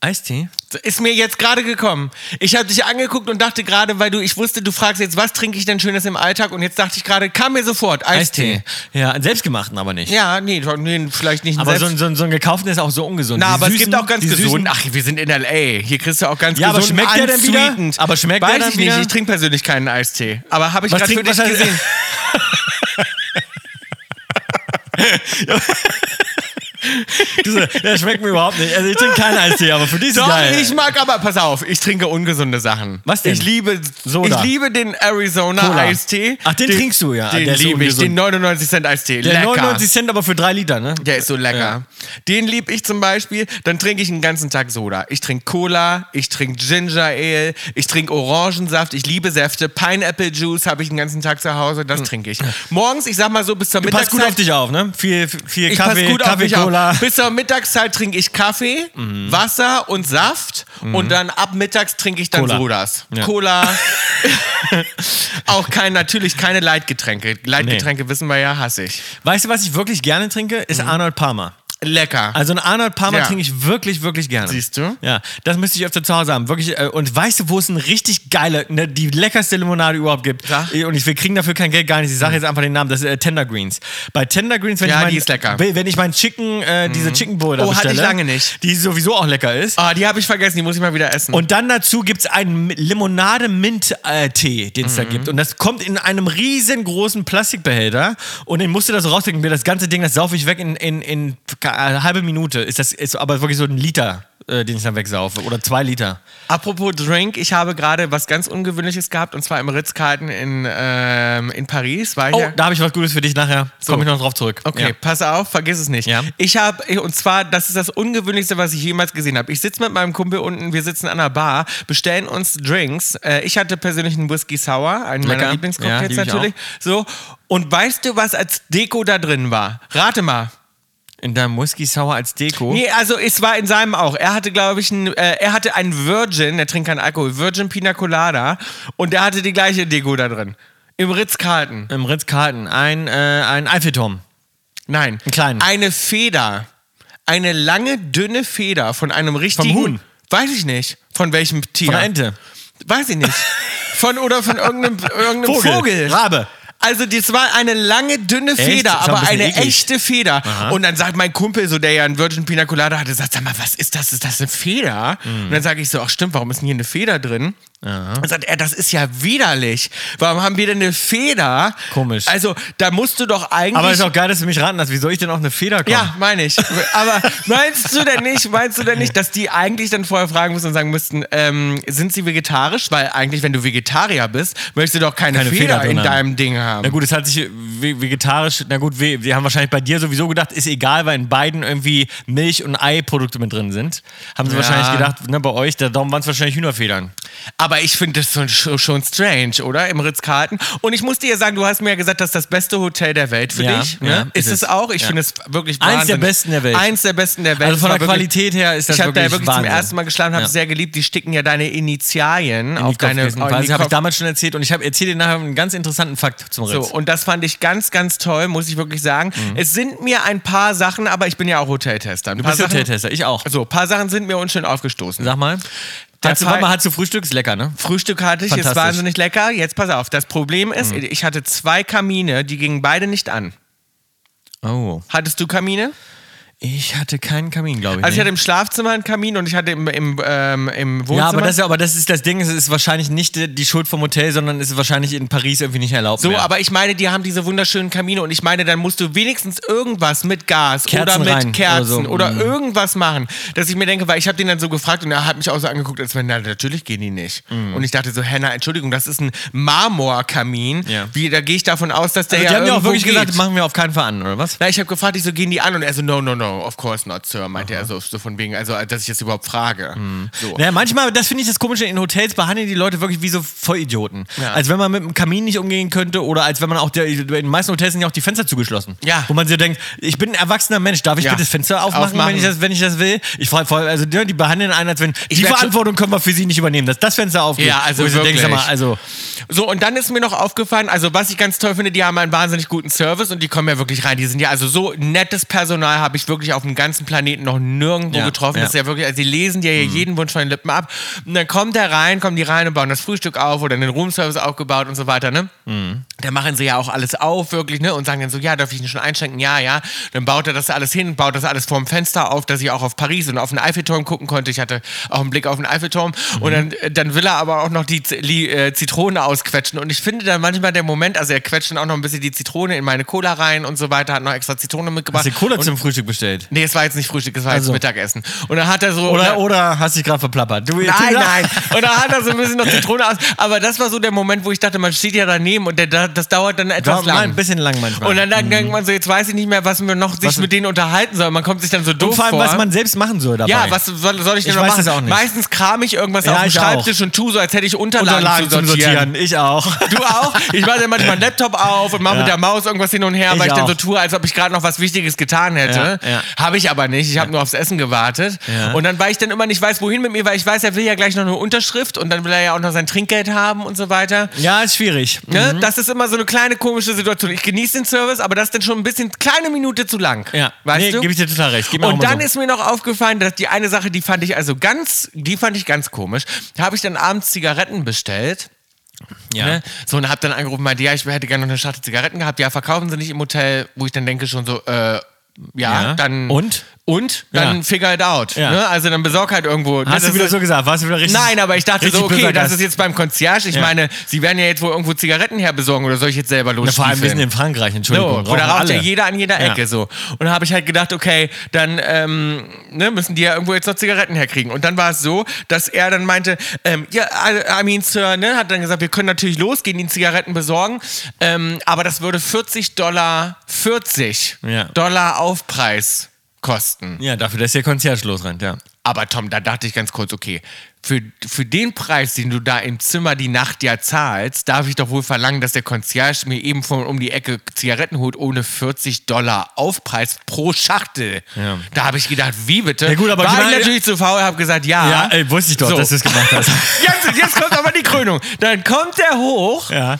Speaker 2: Eistee?
Speaker 1: Ist mir jetzt gerade gekommen. Ich habe dich angeguckt und dachte gerade, weil du, ich wusste, du fragst jetzt, was trinke ich denn Schönes im Alltag? Und jetzt dachte ich gerade, kam mir sofort Eistee.
Speaker 2: Eistee. Ja, einen selbstgemachten aber nicht.
Speaker 1: Ja, nee, doch, nee, vielleicht nicht. ein
Speaker 2: aber so
Speaker 1: Selbst-
Speaker 2: ein, so, ein, so ein gekauften ist auch so ungesund.
Speaker 1: Na,
Speaker 2: Die
Speaker 1: aber es
Speaker 2: süßen-
Speaker 1: gibt auch ganz
Speaker 2: die süßen-
Speaker 1: gesund. Ach, wir sind in L.A. Hier kriegst du auch ganz
Speaker 2: Ja, aber
Speaker 1: gesund.
Speaker 2: schmeckt der denn wieder? Aber schmeckt
Speaker 1: Weiß
Speaker 2: der dann
Speaker 1: ich nicht.
Speaker 2: wieder?
Speaker 1: Ich trinke persönlich keinen Eistee. Aber habe ich
Speaker 2: Was
Speaker 1: gerade für dich
Speaker 2: trinkt- was heißt-
Speaker 1: gesehen.
Speaker 2: Du so, ja, schmeckt mir überhaupt nicht. Also ich trinke keinen Eistee, aber für die ist es
Speaker 1: Doch,
Speaker 2: geil.
Speaker 1: ich mag aber, pass auf, ich trinke ungesunde Sachen.
Speaker 2: Was denn?
Speaker 1: Ich liebe,
Speaker 2: Soda.
Speaker 1: ich liebe den Arizona
Speaker 2: Cola.
Speaker 1: Eistee.
Speaker 2: Ach, den trinkst du ja. Ah,
Speaker 1: Den
Speaker 2: Der ist
Speaker 1: liebe ich,
Speaker 2: ungesund.
Speaker 1: den 99 Cent Eistee.
Speaker 2: Der
Speaker 1: Lecker.
Speaker 2: 99 Cent aber für drei Liter, ne?
Speaker 1: Der ist so lecker.
Speaker 2: Ja.
Speaker 1: Den lieb ich zum Beispiel. Dann trinke ich den ganzen Tag Soda. Ich trinke Cola, ich trinke Ginger Ale, ich trinke Orangensaft, ich liebe Säfte. Pineapple Juice habe ich den ganzen Tag zu Hause, das trinke ich. Morgens, ich sag mal so, bis zur Mittagszeit.
Speaker 2: Pass Hm. gut auf dich auf, ne? Viel, viel
Speaker 1: ich pass
Speaker 2: Kaffee,
Speaker 1: gut auf
Speaker 2: Kaffee,
Speaker 1: mich
Speaker 2: Cola. Mhm.
Speaker 1: auf. Bis zur Mittagszeit trinke ich Kaffee, Wasser und Saft. Und dann ab mittags trinke ich dann
Speaker 2: Cola.
Speaker 1: Sodas.
Speaker 2: Ja.
Speaker 1: Cola. Auch kein, natürlich keine Leitgetränke. Leitgetränke wissen wir ja, hasse ich.
Speaker 2: Weißt du, was ich wirklich gerne trinke? Ist Arnold Palmer.
Speaker 1: Lecker.
Speaker 2: Also einen Arnold Palmer
Speaker 1: Mhm. Ja.
Speaker 2: trinke ich wirklich, wirklich gerne.
Speaker 1: Siehst du?
Speaker 2: Ja, das müsste ich öfter zu Hause haben. Wirklich. äh, Und weißt du, wo es eine richtig geile, ne, die leckerste Limonade überhaupt gibt?
Speaker 1: Sag. Mhm.
Speaker 2: Äh, Und ich, wir kriegen dafür kein Geld, gar nicht. Ich sage jetzt einfach den Namen. Das ist äh, Tender Greens. Bei Tender Greens, wenn
Speaker 1: Ja,
Speaker 2: ich mein,
Speaker 1: die ist lecker.
Speaker 2: Wenn wenn ich mein Chicken, äh, diese Chicken Bowl da
Speaker 1: Oh, hatte ich
Speaker 2: bestelle,
Speaker 1: lange nicht.
Speaker 2: die sowieso auch lecker ist.
Speaker 1: Ah, die habe ich vergessen, die muss ich mal wieder essen.
Speaker 2: Und dann dazu gibt es einen Limonade-Mint-Tee, den es da gibt. Und das kommt in einem riesengroßen Plastikbehälter. Und den musst du da so rausdrücken. Mir das ganze Ding, das saufe ich weg in, in, in eine äh, halbe Minute. Ist das ist aber wirklich so ein Liter, äh, den ich dann wegsaufe. Oder zwei Liter.
Speaker 1: Apropos Drink, ich habe gerade was ganz Ungewöhnliches gehabt und zwar im Ritzkarten in, ähm, in Paris. War ich
Speaker 2: Oh,
Speaker 1: ja
Speaker 2: da habe ich was Gutes für dich nachher. Komme ich noch drauf zurück.
Speaker 1: Okay,
Speaker 2: Ja.
Speaker 1: pass auf, vergiss es nicht.
Speaker 2: Ja.
Speaker 1: Ich habe, und zwar, das ist das Ungewöhnlichste, was ich jemals gesehen habe. Ich sitze mit meinem Kumpel unten, wir sitzen an einer Bar, bestellen uns Drinks. Äh, ich hatte persönlich einen Whisky Sour, einen
Speaker 2: Lecker.
Speaker 1: meiner Lieblingscocktails
Speaker 2: Ja, lieb ich
Speaker 1: natürlich. So, und weißt du, was als Deko da drin war? Rate mal.
Speaker 2: In deinem Whisky Sour als Deko.
Speaker 1: Nee, also es war in seinem auch. Er hatte, glaube ich, ein, äh, er hatte einen Virgin, der trinkt keinen Alkohol, Virgin Pina Colada und der hatte die gleiche Deko da drin. Im Ritz-Carlton.
Speaker 2: Im Ritz-Carlton. Ein, äh, ein Eiffelturm.
Speaker 1: Nein.
Speaker 2: Einen kleinen.
Speaker 1: Eine Feder. Eine lange, dünne Feder von einem richtigen.
Speaker 2: Huhn?
Speaker 1: Weiß ich nicht. Von welchem Tier?
Speaker 2: Von der Ente.
Speaker 1: Weiß ich nicht. Von oder von irgendeinem, irgendeinem Vogel.
Speaker 2: Vogel. Rabe.
Speaker 1: Also das war eine lange, dünne Feder,
Speaker 2: Ist schon ein
Speaker 1: aber
Speaker 2: bisschen
Speaker 1: eine
Speaker 2: eklig.
Speaker 1: echte Feder. Und dann sagt mein Kumpel, so der ja einen Virgin Pina Colada hatte, sagt, sag mal, was ist das? Ist das eine Feder?
Speaker 2: Mhm.
Speaker 1: Und dann sage ich so, ach stimmt, warum ist denn hier eine Feder drin? Dann sagt er, das ist ja widerlich. Warum haben wir denn eine Feder?
Speaker 2: Komisch.
Speaker 1: Also da musst du doch eigentlich...
Speaker 2: Aber ist auch geil, dass du mich raten hast. Wie soll ich denn auf eine Feder kommen?
Speaker 1: Ja, meine ich. Aber meinst du denn nicht, meinst du denn nicht, dass die eigentlich dann vorher fragen müssen und sagen müssten, ähm, sind sie vegetarisch? Weil eigentlich, wenn du Vegetarier bist, möchtest du doch keine,
Speaker 2: Keine
Speaker 1: Feder,
Speaker 2: Feder drin
Speaker 1: in
Speaker 2: haben.
Speaker 1: deinem Ding
Speaker 2: Na
Speaker 1: haben.
Speaker 2: gut, es hat sich ve- vegetarisch, na gut, we- die haben wahrscheinlich bei dir sowieso gedacht, ist egal, weil in beiden irgendwie Milch- und Ei-Produkte mit drin sind. Haben sie
Speaker 1: Ja.
Speaker 2: wahrscheinlich gedacht, ne, bei euch, da darum waren es wahrscheinlich Hühnerfedern.
Speaker 1: Aber ich finde das schon, schon strange, oder? Im Ritz-Carlton. Und ich muss dir ja sagen, du hast mir ja gesagt, das ist das beste Hotel der Welt für
Speaker 2: Ja,
Speaker 1: dich.
Speaker 2: ja,
Speaker 1: Ne? ist,
Speaker 2: ist
Speaker 1: es
Speaker 2: es.
Speaker 1: auch? Ich
Speaker 2: Ja.
Speaker 1: finde es wirklich
Speaker 2: Eins der
Speaker 1: Wahnsinn.
Speaker 2: besten der Welt.
Speaker 1: Eins der besten der Welt.
Speaker 2: Also von
Speaker 1: Es war
Speaker 2: der
Speaker 1: wirklich-
Speaker 2: Qualität her ist das
Speaker 1: Ich habe da ja
Speaker 2: wirklich
Speaker 1: wirklich
Speaker 2: Wahnsinn.
Speaker 1: zum ersten Mal geschlafen, habe
Speaker 2: Ja.
Speaker 1: es sehr geliebt. Die sticken ja deine Initialien auf deine... in die
Speaker 2: Weiß, habe ich
Speaker 1: Kopf-
Speaker 2: damals schon erzählt und ich habe erzählt dir nachher einen ganz interessanten Fakt zum Ritz. Mhm.
Speaker 1: So, und das fand ich ganz, ganz toll, muss ich wirklich sagen. Es sind mir ein paar Sachen, aber ich bin ja auch Hoteltester. Ein
Speaker 2: du
Speaker 1: paar
Speaker 2: bist
Speaker 1: Sachen,
Speaker 2: Hoteltester, ich auch.
Speaker 1: So, ein paar Sachen sind mir unschön aufgestoßen.
Speaker 2: Sag mal,
Speaker 1: Also, Der
Speaker 2: hast du,
Speaker 1: Fall-
Speaker 2: warte mal, hast du Frühstück? Ist lecker, ne?
Speaker 1: Frühstück hatte ich, ist
Speaker 2: Fantastisch. Mhm.
Speaker 1: wahnsinnig lecker. Jetzt pass auf, das Problem ist, ich hatte zwei Kamine, die gingen beide nicht an.
Speaker 2: Oh.
Speaker 1: Hattest du Kamine?
Speaker 2: Ich hatte keinen Kamin, glaube ich. ne?
Speaker 1: Also ich
Speaker 2: nee.
Speaker 1: hatte im Schlafzimmer einen Kamin und ich hatte im, im, ähm, im Wohnzimmer.
Speaker 2: ja, aber das, ist ja- aber das ist das Ding, es ist wahrscheinlich nicht die die Schuld vom Hotel, sondern es ist wahrscheinlich in Paris irgendwie nicht erlaubt.
Speaker 1: so,
Speaker 2: mehr. Also,
Speaker 1: aber ich meine, die haben diese wunderschönen Kamine und ich meine, dann musst du wenigstens irgendwas mit Gas oder
Speaker 2: Kerzen
Speaker 1: mit
Speaker 2: rein oder
Speaker 1: Kerzen
Speaker 2: so.
Speaker 1: oder
Speaker 2: Mhm.
Speaker 1: irgendwas machen, dass ich mir denke, weil ich habe den dann so gefragt und er hat mich auch so angeguckt, als wenn, na, natürlich gehen die nicht.
Speaker 2: Mhm.
Speaker 1: Und ich dachte so, Hannah, Entschuldigung, das ist ein Marmorkamin.
Speaker 2: Ja.
Speaker 1: Wie, da gehe ich davon aus, dass der
Speaker 2: Also
Speaker 1: ja
Speaker 2: die haben ja auch
Speaker 1: irgendwo
Speaker 2: wirklich
Speaker 1: geht.
Speaker 2: gesagt, machen wir auf keinen Fall an, oder was?
Speaker 1: Na, ich habe gefragt, ich so, gehen die an? Und er so, no, no, no, of course not, Sir, meinte er so, so von wegen, also, dass ich das überhaupt frage.
Speaker 2: Hm.
Speaker 1: So.
Speaker 2: Naja, manchmal, das finde ich das Komische, in Hotels behandeln die Leute wirklich wie so Vollidioten.
Speaker 1: Ja.
Speaker 2: Als wenn man mit einem Kamin nicht umgehen könnte oder als wenn man auch, der, in den meisten Hotels sind ja auch die Fenster zugeschlossen.
Speaker 1: Ja.
Speaker 2: Wo man so denkt, ich bin ein erwachsener Mensch, darf ich
Speaker 1: Ja.
Speaker 2: bitte das Fenster aufmachen,
Speaker 1: Aufmachen.
Speaker 2: Wenn, ich das, wenn ich das will? Ich frage voll, also die, die behandeln einen, als wenn, die
Speaker 1: werd schon-
Speaker 2: Verantwortung können wir für sie nicht übernehmen, dass das Fenster aufgeht.
Speaker 1: Ja, also
Speaker 2: Wo ich so denk,
Speaker 1: wirklich.
Speaker 2: sag mal, also,
Speaker 1: So, und dann ist mir noch aufgefallen, also was ich ganz toll finde, die haben einen wahnsinnig guten Service und die kommen ja wirklich rein. Die sind ja, also so nettes Personal habe ich wirklich auf dem ganzen Planeten noch nirgendwo
Speaker 2: Ja,
Speaker 1: getroffen.
Speaker 2: ja. Hm.
Speaker 1: Das ist ja wirklich, also die lesen dir ja jeden Wunsch von den Lippen ab. Und dann kommt der rein, kommen die rein und bauen das Frühstück auf oder den Roomservice aufgebaut und so weiter, ne? Da machen sie ja auch alles auf, wirklich, ne? Und sagen dann so, ja, darf ich ihn schon einschenken? Ja, ja. Dann baut er das alles hin, baut das alles vorm Fenster auf, dass ich auch auf Paris und auf den Eiffelturm gucken konnte. Ich hatte auch einen Blick auf den Eiffelturm. Und
Speaker 2: Mhm.
Speaker 1: dann, äh, dann will er aber auch noch die, Z- die äh, Zitrone ausquetschen. Und ich finde dann manchmal der Moment, also er quetscht dann auch noch ein bisschen die Zitrone in meine Cola rein und so weiter, hat noch extra Zitrone mitgebracht.
Speaker 2: hast du Cola
Speaker 1: und,
Speaker 2: zum Frühstück bestellt?
Speaker 1: Nee, es war jetzt nicht Frühstück, es war
Speaker 2: Also.
Speaker 1: jetzt Mittagessen. Und dann hat er so.
Speaker 2: Oder, oder hast dich gerade verplappert? Du,
Speaker 1: Nein, nein. Und da hat er so ein bisschen noch Zitrone aus. Aber das war so der Moment, wo ich dachte, man steht ja daneben und der, da- das dauert dann etwas
Speaker 2: War,
Speaker 1: lang.
Speaker 2: nein, ein bisschen lang manchmal.
Speaker 1: Und dann denkt man so, jetzt weiß ich nicht mehr, was man noch sich
Speaker 2: Was-
Speaker 1: mit denen unterhalten soll. Man kommt sich dann so doof
Speaker 2: und vor allem,
Speaker 1: vor.
Speaker 2: was man selbst machen soll dabei.
Speaker 1: ja, was soll, soll ich denn
Speaker 2: Ich
Speaker 1: noch
Speaker 2: weiß
Speaker 1: machen?
Speaker 2: das auch nicht.
Speaker 1: Meistens kram ich irgendwas
Speaker 2: Ja,
Speaker 1: auf dem
Speaker 2: ich auch.
Speaker 1: Schreibtisch und tu so, als hätte ich Unterlagen,
Speaker 2: Unterlagen
Speaker 1: zu
Speaker 2: zum
Speaker 1: sortieren.
Speaker 2: sortieren. Ich auch.
Speaker 1: Du auch? Ich mache dann manchmal einen Laptop auf und mache
Speaker 2: Ja.
Speaker 1: mit der Maus irgendwas hin und her,
Speaker 2: Ich
Speaker 1: weil ich dann
Speaker 2: auch.
Speaker 1: so tue, als ob ich gerade noch was Wichtiges getan hätte.
Speaker 2: Ja, ja.
Speaker 1: Habe ich aber nicht. Ich habe nur aufs Essen gewartet.
Speaker 2: Ja.
Speaker 1: Und dann, weil ich dann immer nicht weiß, wohin mit mir, weil ich weiß, er will ja gleich noch eine Unterschrift und dann will er ja auch noch sein Trinkgeld haben und so weiter.
Speaker 2: Ja, ist schwierig.
Speaker 1: Ne? Das ist immer so eine kleine komische Situation. Ich genieße den Service, aber das ist dann schon ein bisschen kleine Minute zu lang.
Speaker 2: Ja,
Speaker 1: weißt
Speaker 2: nee,
Speaker 1: du?
Speaker 2: gebe ich dir total recht. Gib mir auch
Speaker 1: und
Speaker 2: mal
Speaker 1: dann
Speaker 2: so.
Speaker 1: ist mir noch aufgefallen, dass die eine Sache, die fand ich also ganz, die fand ich ganz komisch. Da habe ich dann abends Zigaretten bestellt.
Speaker 2: ja.
Speaker 1: Ne? So, und hab dann angerufen, meinte, ja, ich hätte gerne noch eine Schachtel Zigaretten gehabt. Ja, verkaufen sie nicht im Hotel, wo ich dann denke schon so, äh, ja,
Speaker 2: Ja.
Speaker 1: dann.
Speaker 2: Und?
Speaker 1: Und dann
Speaker 2: Ja.
Speaker 1: figure it out.
Speaker 2: Ja.
Speaker 1: Ne? Also dann besorg halt irgendwo.
Speaker 2: Hast du wieder so gesagt? Warst du wieder richtig?
Speaker 1: Nein, aber ich dachte
Speaker 2: richtig
Speaker 1: so, okay,
Speaker 2: böser
Speaker 1: das
Speaker 2: Gast.
Speaker 1: ist jetzt beim Concierge. Ich
Speaker 2: Ja.
Speaker 1: meine, sie werden ja jetzt wohl irgendwo Zigaretten herbesorgen oder soll ich jetzt selber
Speaker 2: Na,
Speaker 1: los?
Speaker 2: vor allem, wir sind in Frankreich,
Speaker 1: so,
Speaker 2: Entschuldigung.
Speaker 1: wo da
Speaker 2: rauchen
Speaker 1: raucht ja
Speaker 2: alle.
Speaker 1: jeder an jeder
Speaker 2: Ja.
Speaker 1: Ecke so. Und da habe ich halt gedacht, okay, dann ähm, ne, müssen die ja irgendwo jetzt noch Zigaretten herkriegen. Und dann war es so, dass er dann meinte, ähm, ja, I, I mean, Sir, ne, hat dann gesagt, wir können natürlich losgehen, die Zigaretten besorgen, ähm, aber das würde 40 Dollar, 40
Speaker 2: Ja.
Speaker 1: Dollar Aufpreis kosten.
Speaker 2: Ja, dafür, dass hier Concierge losrennt, ja.
Speaker 1: Aber Tom, da dachte ich ganz kurz, okay, für, für den Preis, den du da im Zimmer die Nacht ja zahlst, darf ich doch wohl verlangen, dass der Concierge mir eben von um die Ecke Zigaretten holt ohne 40 Dollar Aufpreis pro Schachtel.
Speaker 2: Ja.
Speaker 1: Da habe ich gedacht, wie bitte?
Speaker 2: Ja, gut, aber
Speaker 1: War
Speaker 2: ich
Speaker 1: ich
Speaker 2: meine-
Speaker 1: natürlich zu faul, habe gesagt, ja.
Speaker 2: Ja, ey, wusste ich doch,
Speaker 1: Ah. So.
Speaker 2: dass du es gemacht hast.
Speaker 1: Jetzt, jetzt kommt aber die Krönung. Dann kommt er hoch
Speaker 2: ja.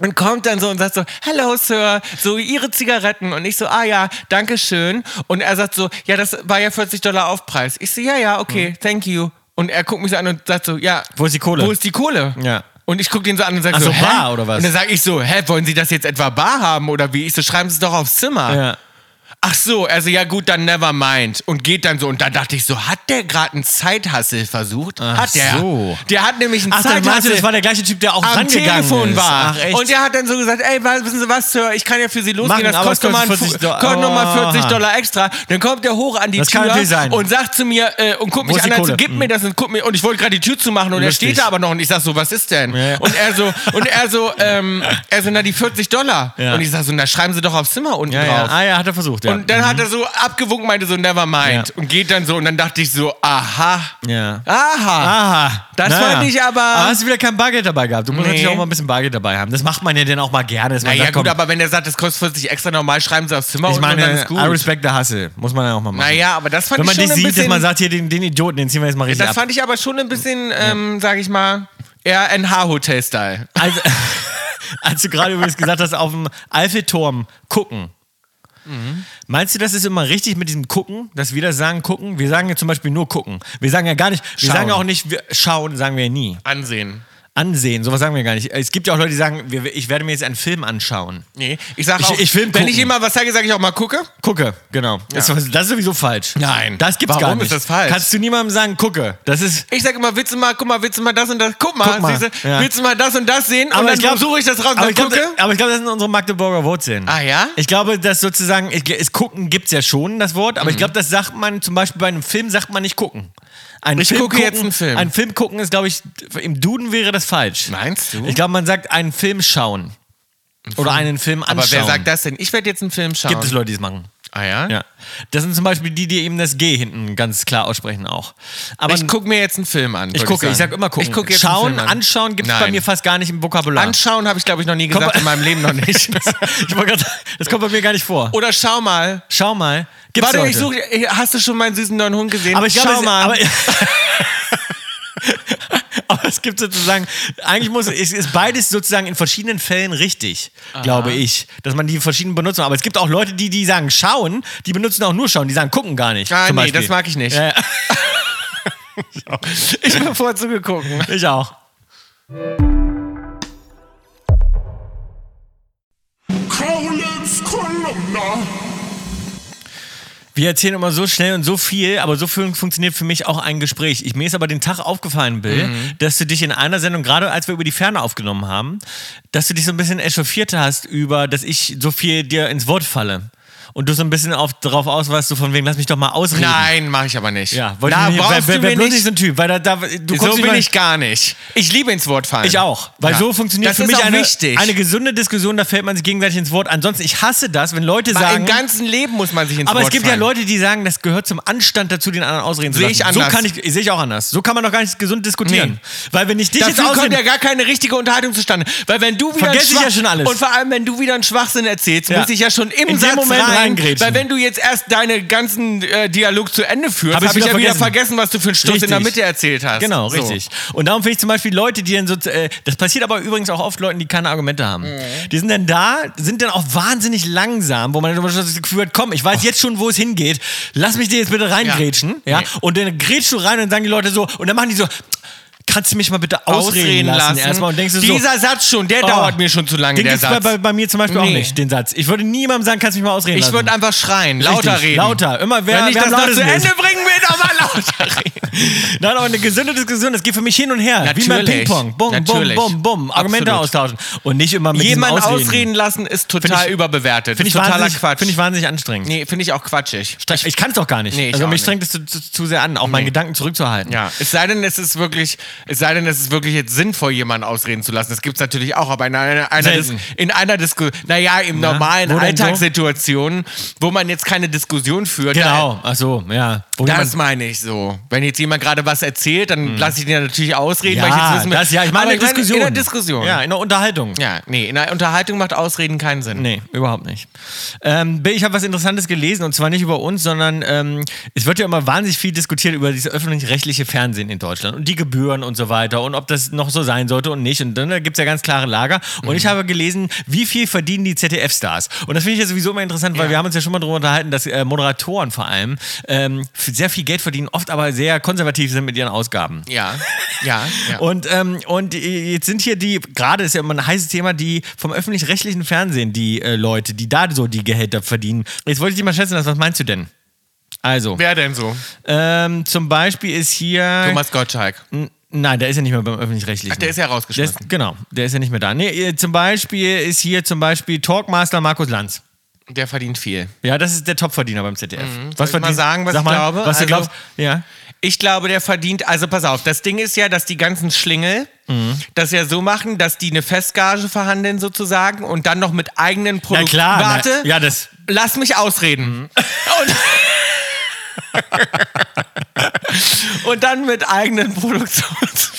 Speaker 1: und kommt dann so und sagt so, hello Sir, so Ihre Zigaretten. Und ich so, ah ja, danke schön. Und er sagt so, ja, das war ja 40 Dollar Aufpreis. Ich so, ja, ja, okay, thank you. Und er guckt mich so an und sagt so, ja.
Speaker 2: Mhm. Wo ist die Kohle?
Speaker 1: Wo ist die Kohle?
Speaker 2: Ja.
Speaker 1: Und ich gucke den so an und sage
Speaker 2: Ach
Speaker 1: so,
Speaker 2: so,
Speaker 1: hä?
Speaker 2: bar oder was?
Speaker 1: Und dann sage ich so, hä, wollen Sie das jetzt etwa bar haben oder wie? Ich so, schreiben Sie es doch aufs Zimmer.
Speaker 2: ja.
Speaker 1: Ach so, also ja gut, dann never mind. Und geht dann so. Und da dachte ich so, hat der gerade einen Zeithassel versucht?
Speaker 2: Ach
Speaker 1: hat der.
Speaker 2: so.
Speaker 1: Der hat nämlich einen
Speaker 2: Ach, dann meinst
Speaker 1: Zeithassel
Speaker 2: du, das war der gleiche Typ, der auch
Speaker 1: am
Speaker 2: rangegangen
Speaker 1: Telefon
Speaker 2: ist.
Speaker 1: war.
Speaker 2: Ach, echt?
Speaker 1: Und er hat dann so gesagt, ey, was, wissen Sie was, Sir, ich kann ja für Sie losgehen,
Speaker 2: Machen,
Speaker 1: das
Speaker 2: aber es
Speaker 1: kostet nochmal
Speaker 2: kostet
Speaker 1: 40,
Speaker 2: 40 Dollar.
Speaker 1: nochmal 40
Speaker 2: Aha.
Speaker 1: Dollar extra. Dann kommt er hoch an die
Speaker 2: Ah. Das kann
Speaker 1: Tür
Speaker 2: natürlich sein.
Speaker 1: und sagt zu mir äh, und guckt mich
Speaker 2: ist die
Speaker 1: an, also,
Speaker 2: Kohle? Hm.
Speaker 1: gib mir das und guck mir, und ich wollte gerade die Tür zumachen und
Speaker 2: Lustig.
Speaker 1: er steht da aber noch und ich sag so, was ist denn?
Speaker 2: Ja, ja.
Speaker 1: Und er so, und er so, ähm, er so, na die 40 Dollar.
Speaker 2: Ja.
Speaker 1: Und ich sag so, na schreiben Sie doch aufs Zimmer unten
Speaker 2: ja,
Speaker 1: drauf.
Speaker 2: ja. Ah ja, hat er versucht, ja. Mhm.
Speaker 1: Und dann hat er so abgewunken, meinte so, never mind.
Speaker 2: Ja.
Speaker 1: Und geht dann so. Und dann dachte ich so, aha.
Speaker 2: Ja. Ah,
Speaker 1: Aha.
Speaker 2: Aha.
Speaker 1: Das
Speaker 2: war
Speaker 1: fand
Speaker 2: nicht
Speaker 1: ich aber-
Speaker 2: hast du wieder kein Bargeld dabei gehabt? Du musst
Speaker 1: Nee.
Speaker 2: natürlich auch mal ein bisschen Bargeld dabei haben. Das macht man ja dann auch mal gerne. dass man
Speaker 1: Naja,
Speaker 2: sagt,
Speaker 1: gut,
Speaker 2: komm,
Speaker 1: aber wenn er sagt, das kostet 40 extra normal, schreiben sie aufs Zimmer
Speaker 2: ich
Speaker 1: und dann
Speaker 2: meine,
Speaker 1: ist gut.
Speaker 2: I respect the hustle. Muss man ja auch mal machen.
Speaker 1: naja, aber das fand
Speaker 2: Wenn
Speaker 1: ich
Speaker 2: man
Speaker 1: schon
Speaker 2: dich
Speaker 1: ein
Speaker 2: sieht, dass
Speaker 1: bisschen.
Speaker 2: man sagt, hier den, den Idioten, den ziehen wir jetzt mal richtig
Speaker 1: das
Speaker 2: ab.
Speaker 1: fand ich aber schon ein bisschen, ähm, sag ich mal, eher NH-Hotel-Style.
Speaker 2: Also, als du gerade übrigens gesagt hast, auf dem Eiffelturm gucken.
Speaker 1: Mhm.
Speaker 2: Meinst du, das ist immer richtig mit diesem Gucken, dass wir das sagen, gucken? Wir sagen ja zum Beispiel nur gucken. Wir sagen ja gar nicht, wir
Speaker 1: Schauen.
Speaker 2: sagen ja auch nicht, wir schauen, sagen wir ja nie.
Speaker 1: Ansehen.
Speaker 2: Ansehen, sowas sagen wir gar nicht. Es gibt ja auch Leute, die sagen, wir, ich werde mir jetzt einen Film anschauen.
Speaker 1: Nee, ich sag
Speaker 2: Ich-
Speaker 1: auch,
Speaker 2: ich will
Speaker 1: wenn
Speaker 2: gucken.
Speaker 1: ich jemand was sage, sage ich auch mal gucke.
Speaker 2: Gucke, genau. Das, ist- das ist sowieso falsch.
Speaker 1: Nein.
Speaker 2: Das gibt's
Speaker 1: Warum
Speaker 2: gar nicht.
Speaker 1: ist das falsch?
Speaker 2: Kannst du niemandem sagen, gucke. Das ist.
Speaker 1: Ich sag immer, willst du mal, guck mal, willst du mal das und das, guck mal,
Speaker 2: Guck mal,
Speaker 1: siehst du,
Speaker 2: ja.
Speaker 1: willst du mal das und das sehen und dann
Speaker 2: glaub-
Speaker 1: suche ich das raus und
Speaker 2: aber
Speaker 1: dann
Speaker 2: ich glaub, äh,
Speaker 1: gucke.
Speaker 2: das- aber ich glaube, das sind unsere Magdeburger Wurzeln.
Speaker 1: Ah, ja?
Speaker 2: Ich glaube, dass sozusagen, ich, es gucken gibt's ja schon, das Wort,
Speaker 1: Mhm.
Speaker 2: aber ich glaube, das sagt man zum Beispiel bei einem Film, sagt man nicht gucken. Ein
Speaker 1: Ich gucke jetzt einen Film.
Speaker 2: Ein Film gucken ist, glaube ich, im Duden wäre das falsch.
Speaker 1: Meinst du?
Speaker 2: Ich glaube, man sagt einen Film schauen. Oder einen Film anschauen.
Speaker 1: aber wer sagt das denn? Ich werde jetzt einen Film schauen.
Speaker 2: Gibt es Leute, die es machen.
Speaker 1: Ah ja?
Speaker 2: Ja. Das sind zum Beispiel die, die eben das G hinten ganz klar aussprechen auch. Aber
Speaker 1: Ich gucke mir jetzt einen Film an.
Speaker 2: ich
Speaker 1: würd
Speaker 2: gucke, ich
Speaker 1: sagen.
Speaker 2: sag immer gucken.
Speaker 1: Ich guck jetzt
Speaker 2: Schauen,
Speaker 1: einen Film an.
Speaker 2: anschauen gibt es bei
Speaker 1: Nein.
Speaker 2: mir fast gar nicht im Vokabular.
Speaker 1: Anschauen habe ich, glaube ich, noch nie
Speaker 2: Komm
Speaker 1: gesagt
Speaker 2: mal-
Speaker 1: in meinem Leben noch nicht.
Speaker 2: ich wollte grad, sagen, das kommt bei mir gar nicht vor.
Speaker 1: Oder schau mal.
Speaker 2: Schau mal. Gibt's
Speaker 1: Warte,
Speaker 2: Leute.
Speaker 1: ich suche. Hast du schon meinen süßen neuen Hund gesehen?
Speaker 2: Aber ich glaube,
Speaker 1: schau
Speaker 2: es,
Speaker 1: mal.
Speaker 2: Aber, aber es gibt sozusagen, eigentlich muss, es ist beides sozusagen in verschiedenen Fällen richtig, glaube ich, dass man die verschiedenen benutzt. Aber es gibt auch Leute, die, die sagen schauen, die benutzen auch nur schauen, die sagen gucken gar nicht.
Speaker 1: ah,
Speaker 2: zum
Speaker 1: nee,
Speaker 2: Beispiel.
Speaker 1: das mag ich nicht.
Speaker 2: Ja, ja.
Speaker 1: Ich bevorzuge gucken.
Speaker 2: Ich auch.
Speaker 3: Kaulitz Kolumna.
Speaker 2: Wir erzählen immer so schnell und so viel, aber so viel funktioniert für mich auch ein Gespräch. Ich, mir ist aber den Tag aufgefallen, Bill,
Speaker 1: Mhm.
Speaker 2: dass du dich in einer Sendung, gerade als wir über die Ferne aufgenommen haben, dass du dich so ein bisschen echauffiert hast über, dass ich so viel dir ins Wort falle. Und du so ein bisschen auf, darauf aus warst, so von wegen, lass mich doch mal ausreden.
Speaker 1: Nein, mache ich aber nicht.
Speaker 2: Ja, wollte
Speaker 1: Na,
Speaker 2: ich nicht,
Speaker 1: brauchst
Speaker 2: wer,
Speaker 1: du
Speaker 2: wer
Speaker 1: mir
Speaker 2: bloß nicht
Speaker 1: nicht.
Speaker 2: so ein Typ, weil da, da du
Speaker 1: So
Speaker 2: guckst mich
Speaker 1: bin
Speaker 2: mal-
Speaker 1: ich gar nicht. Ich liebe ins Wort fallen.
Speaker 2: ich auch, weil
Speaker 1: Ja.
Speaker 2: so funktioniert
Speaker 1: Das
Speaker 2: für
Speaker 1: ist
Speaker 2: mich
Speaker 1: auch
Speaker 2: eine,
Speaker 1: wichtig.
Speaker 2: eine gesunde Diskussion, da fällt man sich gegenseitig ins Wort. Ansonsten, ich hasse das, wenn Leute
Speaker 1: Mal
Speaker 2: sagen,
Speaker 1: Im ganzen Leben muss man sich ins
Speaker 2: Aber
Speaker 1: Wort
Speaker 2: es gibt
Speaker 1: fallen.
Speaker 2: ja Leute, die sagen, das gehört zum Anstand dazu, den anderen ausreden zu
Speaker 1: Sehe
Speaker 2: lassen.
Speaker 1: ich anders.
Speaker 2: So kann ich, sehe ich auch anders. So kann man doch gar nicht gesund diskutieren. Weil wenn ich dich jetzt
Speaker 1: Dafür kommt
Speaker 2: ausrede,
Speaker 1: ja gar keine richtige Unterhaltung zustande. Weil wenn du wieder
Speaker 2: Vergesse ich
Speaker 1: einen Schwach-
Speaker 2: ja schon alles.
Speaker 1: Und vor allem, wenn du wieder einen Schwachsinn erzählst,
Speaker 2: Ja.
Speaker 1: muss ich ja schon im
Speaker 2: In dem
Speaker 1: Satz
Speaker 2: Moment
Speaker 1: rein,
Speaker 2: reingrätschen.
Speaker 1: Weil wenn du jetzt erst deine ganzen äh, Dialog zu Ende führst,
Speaker 2: Hab
Speaker 1: habe
Speaker 2: ich
Speaker 1: ich, ja
Speaker 2: wieder
Speaker 1: wieder
Speaker 2: vergessen.
Speaker 1: vergessen, was du für einen Sturz in der
Speaker 2: Richtig.
Speaker 1: Mitte erzählt hast.
Speaker 2: Genau,
Speaker 1: So.
Speaker 2: richtig. Und darum finde ich zum Beispiel Leute, die dann so, äh, das passiert aber übrigens auch oft Leuten, die keine Argumente haben.
Speaker 1: Mhm.
Speaker 2: Die sind dann da, sind dann auch wahnsinnig langsam, wo man dann immer schon das Gefühl hat, komm, ich weiß jetzt schon, wo es hingeht, lass mich dir jetzt bitte reingrätschen, ja,
Speaker 1: Nee.
Speaker 2: und dann grätschst du rein und dann sagen die Leute so, und dann machen die so, kannst du mich mal bitte ausreden, lassen, erstmal und denkst du so,
Speaker 1: Dieser Satz schon, der
Speaker 2: oh,
Speaker 1: dauert mir schon zu lange,
Speaker 2: den
Speaker 1: der
Speaker 2: gibt's bei,
Speaker 1: Satz.
Speaker 2: bei, bei mir zum Beispiel auch
Speaker 1: Nee.
Speaker 2: nicht, den Satz. Ich würde niemandem sagen, kannst du mich mal ausreden
Speaker 1: ich
Speaker 2: lassen.
Speaker 1: würde einfach schreien, lauter
Speaker 2: Richtig,
Speaker 1: reden.
Speaker 2: Lauter, immer wer,
Speaker 1: Wenn ich
Speaker 2: wer
Speaker 1: das
Speaker 2: am
Speaker 1: noch zu
Speaker 2: lautesten ist.
Speaker 1: Ende bringen will, nochmal lauter reden.
Speaker 2: Nein, aber eine gesunde Diskussion, das geht für mich hin und her. Wie beim
Speaker 1: Natürlich.
Speaker 2: Ping-Pong. Bum, bum,
Speaker 1: Natürlich.
Speaker 2: bum, bum. Argumente
Speaker 1: Absolut.
Speaker 2: austauschen. Und nicht immer mit diesem
Speaker 1: Jemanden
Speaker 2: Ausreden.
Speaker 1: ausreden lassen ist total
Speaker 2: ich-
Speaker 1: überbewertet.
Speaker 2: Finde ich,
Speaker 1: ist totaler
Speaker 2: wahnsinnig-
Speaker 1: Quatsch.
Speaker 2: Finde ich wahnsinnig anstrengend.
Speaker 1: nee, finde ich auch quatschig.
Speaker 2: Ich, ich kann es doch gar nicht.
Speaker 1: Nee, ich
Speaker 2: also
Speaker 1: auch
Speaker 2: mich
Speaker 1: nicht.
Speaker 2: strengt es zu, zu, zu sehr an, auch meinen Gedanken zurückzuhalten.
Speaker 1: Ja, es sei denn, es ist wirklich, es sei denn, es ist wirklich jetzt sinnvoll, jemanden ausreden zu lassen. Das gibt es natürlich auch, aber in einer, einer, Dis
Speaker 2: Selten.
Speaker 1: in einer Diskussion, naja, im normalen
Speaker 2: wo denn so?
Speaker 1: Alltagssituationen, wo man jetzt keine Diskussion führt,
Speaker 2: Genau, ach so, ja. Wo
Speaker 1: Da,
Speaker 2: jemand-
Speaker 1: das meine ich so. Wenn jetzt jemand gerade was erzählt, dann lasse ich den ja natürlich ausreden, weil ich jetzt
Speaker 2: ja,
Speaker 1: wissen will-
Speaker 2: das, ja, ich meine
Speaker 1: Aber
Speaker 2: in der Diskussion.
Speaker 1: In der Diskussion.
Speaker 2: Ja, in der Unterhaltung.
Speaker 1: Ja, nee, in der Unterhaltung macht Ausreden keinen Sinn.
Speaker 2: Nee, überhaupt nicht. Ähm, Bill, ich habe was Interessantes gelesen und zwar nicht über uns, sondern ähm, es wird ja immer wahnsinnig viel diskutiert über dieses öffentlich-rechtliche Fernsehen in Deutschland und die Gebühren und so weiter und ob das noch so sein sollte und nicht. Und dann gibt es ja ganz klare Lager. Und ich habe gelesen, wie viel verdienen die ZDF-Stars? Und das finde ich ja sowieso immer interessant, weil wir haben uns ja schon mal darüber unterhalten, dass äh, Moderatoren vor allem ähm, f- sehr viel Geld verdienen, oft aber sehr konservativ sind mit ihren Ausgaben.
Speaker 1: Ja, ja, ja.
Speaker 2: Und, ähm, und äh, jetzt sind hier die, gerade ist ja immer ein heißes Thema, die vom öffentlich-rechtlichen Fernsehen, die äh, Leute, die da so die Gehälter verdienen. Jetzt wollte ich dich mal schätzen lassen, was meinst du denn? Also,
Speaker 1: Wer denn so?
Speaker 2: ähm, zum Beispiel ist hier.
Speaker 1: Thomas Gottschalk.
Speaker 2: N- Nein, der ist ja nicht mehr beim öffentlich-rechtlichen.
Speaker 1: Ach, der ist ja rausgeschmissen.
Speaker 2: Der ist- Genau, der ist ja nicht mehr da. Nee, äh, zum Beispiel ist hier zum Beispiel Talkmaster Markus Lanz.
Speaker 1: Der verdient viel.
Speaker 2: Ja, das ist der Topverdiener beim ZDF.
Speaker 1: Mhm. Soll ich mal
Speaker 2: verdient-
Speaker 1: sagen, was ich glaube?
Speaker 2: Was du
Speaker 1: Also-
Speaker 2: glaubst? Ja.
Speaker 1: Ich glaube, der verdient, also pass auf, das Ding ist ja, dass die ganzen Schlingel das ja so machen, dass die eine Festgage verhandeln sozusagen und dann noch mit eigenen
Speaker 2: Na
Speaker 1: Produkten.
Speaker 2: klar. na-
Speaker 1: Warte,
Speaker 2: Ja, das.
Speaker 1: lass mich
Speaker 2: Mhm.
Speaker 1: ausreden. Und, und dann mit eigenen Produktions.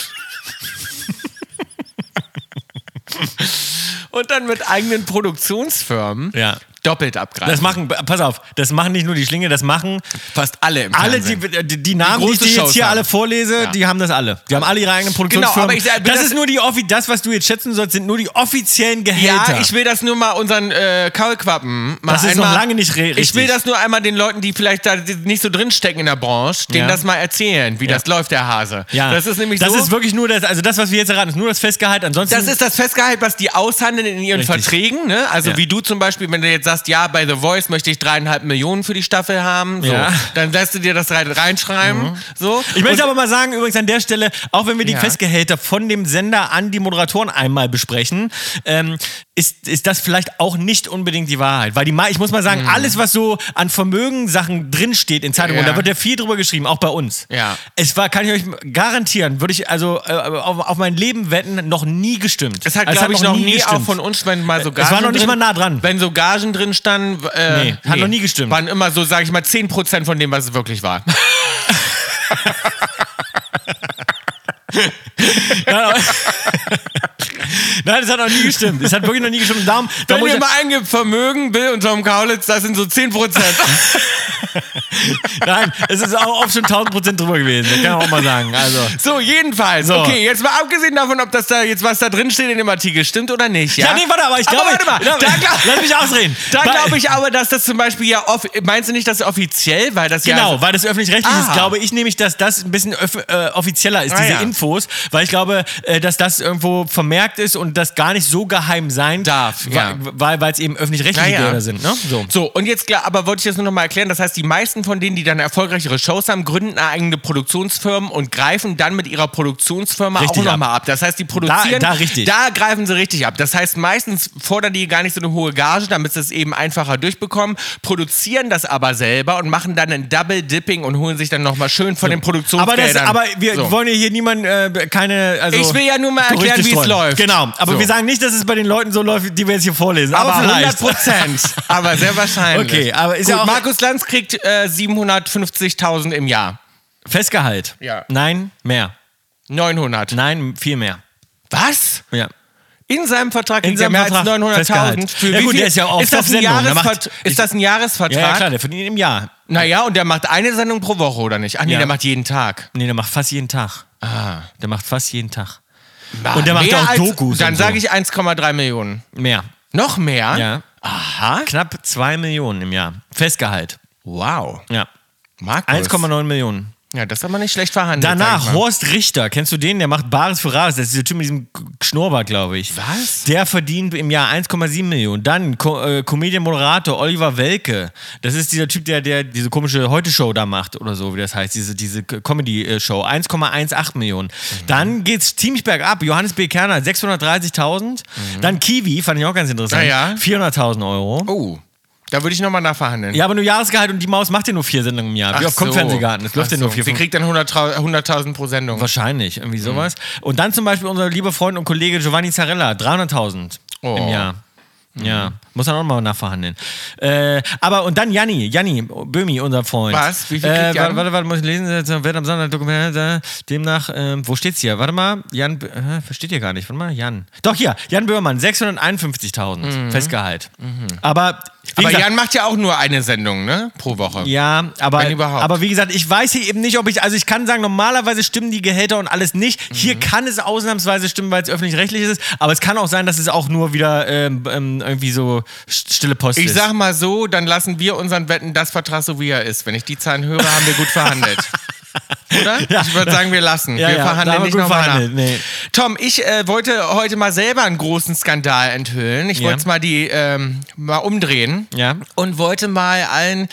Speaker 1: und dann mit eigenen Produktionsfirmen
Speaker 2: Ja.
Speaker 1: doppelt abgreifen.
Speaker 2: Das machen, pass auf, das machen nicht nur die Schlinge, das machen
Speaker 1: fast alle im
Speaker 2: alle, die,
Speaker 1: Fernsehen.
Speaker 2: die, die Namen, die, ich
Speaker 1: große
Speaker 2: dir jetzt
Speaker 1: Shows
Speaker 2: hier
Speaker 1: haben.
Speaker 2: alle vorlese,
Speaker 1: Ja. Genau,
Speaker 2: die haben das alle. Die haben alle ihre eigenen Produktionsfirmen.
Speaker 1: aber ich sag-
Speaker 2: das,
Speaker 1: das-
Speaker 2: ist nur die, offi- das, was du jetzt schätzen sollst, sind nur die offiziellen Gehälter.
Speaker 1: Ja, ich will das nur mal unseren äh, Kaulquappen mal
Speaker 2: Das ist noch
Speaker 1: einmal,
Speaker 2: lange nicht re- richtig.
Speaker 1: Ich will das nur einmal den Leuten, die vielleicht da nicht so drinstecken in der Branche, denen
Speaker 2: Ja.
Speaker 1: das mal erzählen, wie das läuft, der Hase.
Speaker 2: Ja.
Speaker 1: Das ist nämlich
Speaker 2: das
Speaker 1: so.
Speaker 2: ist wirklich nur das, also das, was wir jetzt erraten, ist nur das Festgehalt. Ansonsten
Speaker 1: das ist das Festgehalt, was die aushandeln in ihren
Speaker 2: Richtig.
Speaker 1: Verträgen. Ne? Also
Speaker 2: Ja.
Speaker 1: wie du zum Beispiel, wenn du jetzt sagst, ja, bei The Voice möchte ich dreieinhalb Millionen für die Staffel haben, so,
Speaker 2: Ja. Mhm.
Speaker 1: dann lässt du dir das rein- reinschreiben. So.
Speaker 2: Ich möchte
Speaker 1: Und-
Speaker 2: aber mal sagen, übrigens an der Stelle, auch wenn wir die
Speaker 1: Ja.
Speaker 2: Festgehälter von dem Sender an die Moderatoren einmal besprechen, ähm, ist, ist das vielleicht auch nicht unbedingt die Wahrheit. Weil die, Ma- ich muss mal
Speaker 1: Hm.
Speaker 2: sagen, alles, was so an Vermögenssachen drinsteht in Zeitungen,
Speaker 1: Ja.
Speaker 2: da wird ja viel drüber geschrieben, auch bei uns.
Speaker 1: Ja.
Speaker 2: Es war, kann ich euch garantieren, würde ich also äh, auf, auf mein Leben wetten, noch nie gestimmt.
Speaker 1: Es hat,
Speaker 2: Also
Speaker 1: glaube ich, noch nie
Speaker 2: gestimmt.
Speaker 1: auch von uns, wenn mal so
Speaker 2: war
Speaker 1: Gagen
Speaker 2: noch nicht
Speaker 1: drin,
Speaker 2: mal nah dran.
Speaker 1: Wenn so Gagen drin standen, äh,
Speaker 2: Nee, hat noch nie gestimmt.
Speaker 1: Waren immer so, sage ich mal, 10% von dem, was es wirklich war.
Speaker 2: Nein, es hat noch nie gestimmt. Es hat wirklich noch nie gestimmt. Darum, da
Speaker 1: Wenn
Speaker 2: muss
Speaker 1: ihr
Speaker 2: ich,
Speaker 1: mal eingibt, Vermögen, Bill und Tom Kaulitz, das sind so 10%.
Speaker 2: nein, es ist auch oft schon 1000 Prozent drüber gewesen. Das kann man auch mal sagen. Also.
Speaker 1: so, jedenfalls.
Speaker 2: So.
Speaker 1: Okay, jetzt mal abgesehen davon, ob das da jetzt, was da drin steht in dem Artikel, stimmt oder nicht. Ja,
Speaker 2: Ja, nee, warte, aber ich glaube.
Speaker 1: Aber warte mal,
Speaker 2: da,
Speaker 1: da glaub-
Speaker 2: lass mich ausreden.
Speaker 1: Da
Speaker 2: Weil-
Speaker 1: glaube ich aber, dass das zum Beispiel ja off meinst du nicht, dass offiziell, weil das ja also-
Speaker 2: Genau, weil das öffentlich-rechtlich ist,
Speaker 1: Aha.
Speaker 2: glaube ich nämlich, dass das ein bisschen öff- äh, offizieller ist,
Speaker 1: Ah,
Speaker 2: diese
Speaker 1: ja.
Speaker 2: Infos, weil ich glaube, äh, dass das irgendwo vermerkt ist und das gar nicht so geheim sein
Speaker 1: Darf,
Speaker 2: wa-
Speaker 1: ja.
Speaker 2: weil weil es eben öffentlich-rechtliche
Speaker 1: Ja, ja.
Speaker 2: Gelder sind. Ne? So.
Speaker 1: So, und jetzt klar, aber wollte ich das nur nochmal erklären. Das heißt, die meisten von denen, die dann erfolgreichere Shows haben, gründen eigene Produktionsfirmen und greifen dann mit ihrer Produktionsfirma
Speaker 2: Richtig
Speaker 1: auch nochmal ab. Das heißt, die produzieren.
Speaker 2: da richtig.
Speaker 1: da greifen sie richtig ab. Das heißt, meistens fordern die gar nicht so eine hohe Gage, damit sie es eben einfacher durchbekommen, produzieren das aber selber und machen dann ein Double Dipping und holen sich dann nochmal schön von den
Speaker 2: Aber, das,
Speaker 1: Produktionsgeldern.
Speaker 2: aber wir
Speaker 1: so.
Speaker 2: wollen ja hier niemanden, äh, keine. Also
Speaker 1: Ich will ja nur mal
Speaker 2: Gerüchte
Speaker 1: erklären, wie es
Speaker 2: streuen.
Speaker 1: läuft.
Speaker 2: Genau, aber
Speaker 1: So.
Speaker 2: wir sagen nicht, dass es bei den Leuten so läuft, die wir jetzt hier vorlesen. Aber,
Speaker 1: aber 100
Speaker 2: vielleicht.
Speaker 1: Prozent. aber sehr wahrscheinlich.
Speaker 2: Okay, aber ist
Speaker 1: Gut,
Speaker 2: ja auch-
Speaker 1: Markus Lanz kriegt äh, 750.000 im Jahr.
Speaker 2: Festgehalt.
Speaker 1: Ja.
Speaker 2: Nein, mehr.
Speaker 1: 900.
Speaker 2: Nein, viel mehr.
Speaker 1: Was?
Speaker 2: Ja.
Speaker 1: In seinem Vertrag
Speaker 2: In
Speaker 1: liegt ja
Speaker 2: seinem
Speaker 1: mehr
Speaker 2: Vertrag
Speaker 1: als
Speaker 2: festgehalten.
Speaker 1: 900.000. Für
Speaker 2: Ja
Speaker 1: wie
Speaker 2: gut,
Speaker 1: viel-
Speaker 2: der ist ja auch
Speaker 1: ist das, ein
Speaker 2: Sendung, der macht-
Speaker 1: Jahrespvert- ist das ein Jahresvertrag?
Speaker 2: Ja, ja, klar, der verdient im Jahr.
Speaker 1: Naja, und der macht eine Sendung pro Woche, oder nicht? Ach nee,
Speaker 2: Ja.
Speaker 1: der macht jeden Tag.
Speaker 2: Nee, der macht fast jeden Tag. Ah. Der macht fast jeden Tag.
Speaker 1: Ah,
Speaker 2: und der macht
Speaker 1: mehr
Speaker 2: auch
Speaker 1: als-
Speaker 2: Dokus.
Speaker 1: Dann
Speaker 2: und so.
Speaker 1: sage ich 1,3 Millionen.
Speaker 2: mehr.
Speaker 1: Noch mehr?
Speaker 2: Ja.
Speaker 1: Aha.
Speaker 2: Knapp 2 Millionen im Jahr. Festgehalt.
Speaker 1: Wow.
Speaker 2: Ja.
Speaker 1: Markus.
Speaker 2: 1,9 Millionen.
Speaker 1: Ja, das hat man nicht schlecht verhandelt.
Speaker 2: Danach
Speaker 1: sag ich mal.
Speaker 2: Horst Richter, kennst du den? Der macht Bares für Rares. Das ist dieser Typ mit diesem K- Schnurrbart, glaube ich.
Speaker 1: Was?
Speaker 2: Der verdient im Jahr 1,7 Millionen. Dann Co äh, Comedian Moderator Oliver Welke. Das ist dieser Typ, der, der diese komische Heute-Show da macht oder so, wie das heißt, diese, diese K- Comedy-Show. 1,18 Millionen.
Speaker 1: Mhm.
Speaker 2: Dann geht's ziemlich bergab. Johannes B. Kerner 630.000. Dann Kiwi, fand ich auch ganz interessant.
Speaker 1: Mhm. Ja, ja.
Speaker 2: 400.000 Euro.
Speaker 1: Oh, da würde ich nochmal nachverhandeln.
Speaker 2: Ja, aber nur Jahresgehalt und die Maus macht ja nur vier Sendungen im Jahr. wie oft kommt Fernsehgarten? Das läuft ja nur vier,
Speaker 1: Sie
Speaker 2: fünf
Speaker 1: kriegt dann 100.000 100.000 pro Sendung.
Speaker 2: Wahrscheinlich,
Speaker 1: Mhm.
Speaker 2: irgendwie sowas. Und dann zum Beispiel unser lieber Freund und Kollege Giovanni Zarella, 300.000 im
Speaker 1: Oh.
Speaker 2: Jahr. Ja, muss dann auch mal nachverhandeln. Äh, aber und dann Janni, Janni Böhmi, unser Freund.
Speaker 1: Was? Wie viel
Speaker 2: äh,
Speaker 1: kriegt
Speaker 2: warte,
Speaker 1: Jan?
Speaker 2: warte, warte, muss ich lesen? Äh, Wird am Sonntag Dokument. äh, Demnach, ähm, wo steht's hier? Warte mal, Jan, äh, versteht ihr gar nicht. Warte mal, Jan. Doch hier, Jan Böhmermann, 651.000 Festgehalt. Aber,
Speaker 1: Mhm.
Speaker 2: wie
Speaker 1: Aber
Speaker 2: gesagt,
Speaker 1: Jan macht ja auch nur eine Sendung, ne? Pro Woche.
Speaker 2: ja, aber,
Speaker 1: Wenn überhaupt.
Speaker 2: aber wie gesagt, ich weiß hier eben nicht, ob ich, also ich kann sagen, normalerweise stimmen die Gehälter und alles nicht. Hier
Speaker 1: Mhm.
Speaker 2: kann es ausnahmsweise stimmen, weil es öffentlich-rechtlich ist, aber es kann auch sein, dass es auch nur wieder ähm, ähm, irgendwie so st- stille Post
Speaker 1: Ich
Speaker 2: ist.
Speaker 1: sag mal so, dann lassen wir unseren Wetten das Vertrag so, wie er ist. Wenn ich die Zahlen höre, haben wir gut verhandelt. Oder?
Speaker 2: Ja.
Speaker 1: ich würde sagen, wir lassen.
Speaker 2: Ja,
Speaker 1: wir
Speaker 2: ja, da haben
Speaker 1: verhandeln
Speaker 2: wir
Speaker 1: nicht
Speaker 2: gut
Speaker 1: nochmal
Speaker 2: verhandelt,
Speaker 1: nach.
Speaker 2: nee.
Speaker 1: Tom, ich äh, wollte heute mal selber einen großen Skandal enthüllen. Ich
Speaker 2: Ja.
Speaker 1: wollte es mal die ähm, mal umdrehen.
Speaker 2: Ja.
Speaker 1: Und wollte mal allen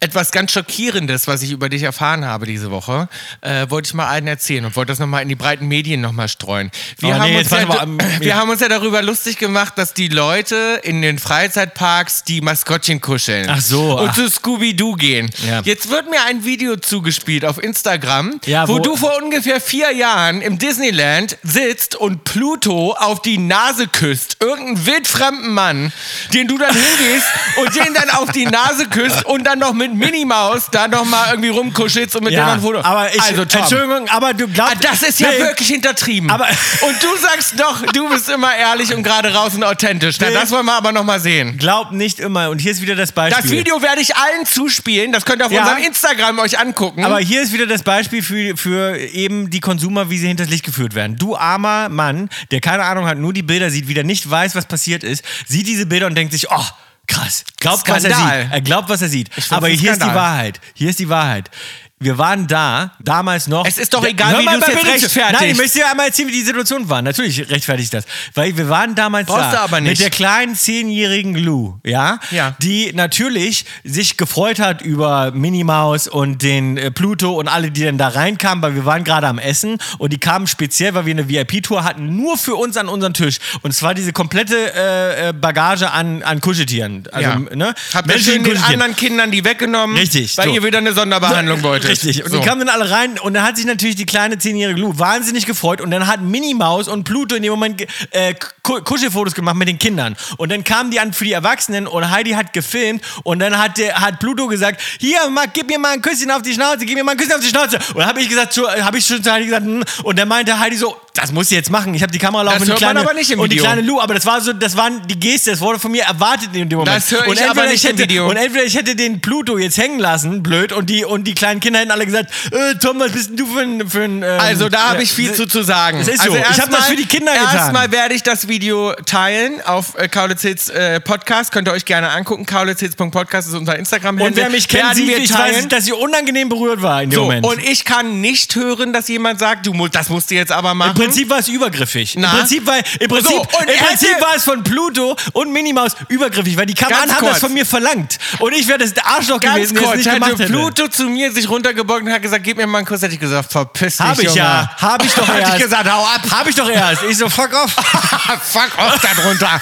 Speaker 1: etwas ganz Schockierendes, was ich über dich erfahren habe diese Woche, äh, wollte ich mal allen erzählen und wollte das nochmal in die breiten Medien nochmal streuen. Wir,
Speaker 2: Oh,
Speaker 1: haben,
Speaker 2: nee,
Speaker 1: uns
Speaker 2: jetzt
Speaker 1: ja,
Speaker 2: warte mal, ähm,
Speaker 1: wir haben uns ja darüber lustig gemacht, dass die Leute in den Freizeitparks die Maskottchen kuscheln.
Speaker 2: Ach so,
Speaker 1: Und
Speaker 2: ach.
Speaker 1: zu Scooby-Doo gehen.
Speaker 2: Ja.
Speaker 1: Jetzt wird mir ein Video zugespielt auf Instagram,
Speaker 2: Ja,
Speaker 1: wo,
Speaker 2: wo-
Speaker 1: du vor ungefähr vier Jahren im Disneyland sitzt und Pluto auf die Nase küsst. Irgendeinen wildfremden Mann, den du dann hingehst und den dann auf die Nase küsst und dann noch mit Minnie Maus da nochmal irgendwie rumkuschelst und mit dem
Speaker 2: ja,
Speaker 1: ein Foto.
Speaker 2: aber ich,
Speaker 1: also, Tom,
Speaker 2: Entschuldigung, aber du
Speaker 1: Ah,
Speaker 2: glaubst...
Speaker 1: das ist ja
Speaker 2: Nee,
Speaker 1: wirklich hintertrieben.
Speaker 2: Aber-
Speaker 1: und du sagst doch, du bist immer ehrlich und gerade raus und authentisch. Na,
Speaker 2: Nee.
Speaker 1: das wollen wir aber nochmal sehen.
Speaker 2: Glaub nicht immer. Und hier ist wieder das Beispiel.
Speaker 1: Das Video werde ich allen zuspielen. Das könnt ihr auf
Speaker 2: Ja.
Speaker 1: unserem Instagram euch angucken.
Speaker 2: Aber hier ist wieder das Beispiel für, für eben die Konsumer, wie sie hinters Licht geführt werden. Du armer Mann, der keine Ahnung hat, nur die Bilder sieht, wieder nicht weiß, was passiert ist, sieht diese Bilder und denkt sich, oh, krass, glaubt, was er
Speaker 1: Skandal.
Speaker 2: sieht. Er glaubt, was er sieht.
Speaker 1: find's
Speaker 2: Aber
Speaker 1: ein
Speaker 2: hier ist die
Speaker 1: Skandal.
Speaker 2: Wahrheit. Hier ist die Wahrheit. Wir waren da, damals noch.
Speaker 1: Es ist doch
Speaker 2: Da-
Speaker 1: egal,
Speaker 2: Hör
Speaker 1: wie
Speaker 2: mal,
Speaker 1: du's
Speaker 2: mal
Speaker 1: jetzt
Speaker 2: bitte zu-
Speaker 1: rechtfertigst.
Speaker 2: Nein, ich möchte dir einmal erzählen, wie die Situation war. Natürlich rechtfertigt das. Weil wir waren damals
Speaker 1: Brauchst
Speaker 2: da.
Speaker 1: du aber
Speaker 2: Mit
Speaker 1: nicht.
Speaker 2: der kleinen zehnjährigen Lou, ja?
Speaker 1: Ja.
Speaker 2: Die natürlich sich gefreut hat über Minnie Maus und den äh, Pluto und alle, die dann da reinkamen, weil wir waren gerade am Essen und die kamen speziell, weil wir eine VIP-Tour hatten, nur für uns an unseren Tisch. Und zwar diese komplette äh, äh, Bagage an, an Kuscheltieren. Also,
Speaker 1: Ja.
Speaker 2: ne?
Speaker 1: Habt ihr
Speaker 2: Menschen
Speaker 1: schön den
Speaker 2: Kuscheltieren.
Speaker 1: anderen Kindern die weggenommen,
Speaker 2: Richtig,
Speaker 1: weil
Speaker 2: so.
Speaker 1: ihr wieder eine Sonderbehandlung wolltet.
Speaker 2: Ne, Richtig. Und
Speaker 1: so.
Speaker 2: die kamen dann alle rein und dann hat sich natürlich die kleine zehnjährige Lou wahnsinnig gefreut und dann hat Minnie Maus und Pluto in dem Moment ge- äh, Ku- Kuschelfotos gemacht mit den Kindern. Und dann kamen die an für die Erwachsenen und Heidi hat gefilmt und dann hat, der, hat Pluto gesagt, hier, Marc, gib mir mal ein Küsschen auf die Schnauze, gib mir mal ein Küsschen auf die Schnauze. Und dann habe ich gesagt, habe ich schon zu Heidi gesagt, hm. und dann meinte Heidi so, das muss sie jetzt machen. Ich habe die Kamera laufen
Speaker 1: Das
Speaker 2: und die
Speaker 1: hört man
Speaker 2: kleine,
Speaker 1: aber nicht im
Speaker 2: und die
Speaker 1: Video.
Speaker 2: kleine Lou, aber das war so, das waren die Geste, das wurde von mir erwartet in dem Moment.
Speaker 1: Das hör ich
Speaker 2: und
Speaker 1: aber
Speaker 2: entweder
Speaker 1: nicht im
Speaker 2: hätte,
Speaker 1: Video.
Speaker 2: Und entweder ich hätte den Pluto jetzt hängen lassen, blöd, und die, und die kleinen Kinder hätten alle gesagt, äh, Tom, was bist denn du für ein... Für ein ähm,
Speaker 1: Also da habe ich viel
Speaker 2: äh,
Speaker 1: zu, zu sagen.
Speaker 2: Es ist
Speaker 1: also
Speaker 2: so. Ich hab das
Speaker 1: erstmal-
Speaker 2: für die Kinder getan.
Speaker 1: Erstmal werde ich das Video teilen auf äh, Kaulitz Hits äh, Podcast. Könnt ihr euch gerne angucken. Kaulitzhits.podcast ist unser instagram
Speaker 2: Und wer mich kennt, sieht, ich weiß, dass sie unangenehm berührt war in dem
Speaker 1: so,
Speaker 2: Moment.
Speaker 1: und ich kann nicht hören, dass jemand sagt, du musst, das musst du jetzt aber machen.
Speaker 2: Im Prinzip war es übergriffig.
Speaker 1: Na?
Speaker 2: Im Prinzip, war, im Prinzip,
Speaker 1: So, und
Speaker 2: im
Speaker 1: er
Speaker 2: Prinzip
Speaker 1: hätte-
Speaker 2: war es von Pluto und Minimaus übergriffig, weil die Kameran
Speaker 1: Ganz
Speaker 2: haben das
Speaker 1: kurz.
Speaker 2: von mir verlangt. Und ich wäre das Arschloch
Speaker 1: Ganz
Speaker 2: gewesen, der es
Speaker 1: kurz,
Speaker 2: nicht gemacht
Speaker 1: hätte
Speaker 2: hätte.
Speaker 1: Pluto zu mir sich runtergebeugt und hat gesagt, gib mir mal einen Kuss, hätte ich gesagt, verpiss dich,
Speaker 2: Hab ich
Speaker 1: Junge.
Speaker 2: ja. Hab ich doch
Speaker 1: Hätte ich
Speaker 2: erst.
Speaker 1: gesagt, hau ab.
Speaker 2: Hab ich doch erst. Ich so, fuck off.
Speaker 1: Fuck off da drunter.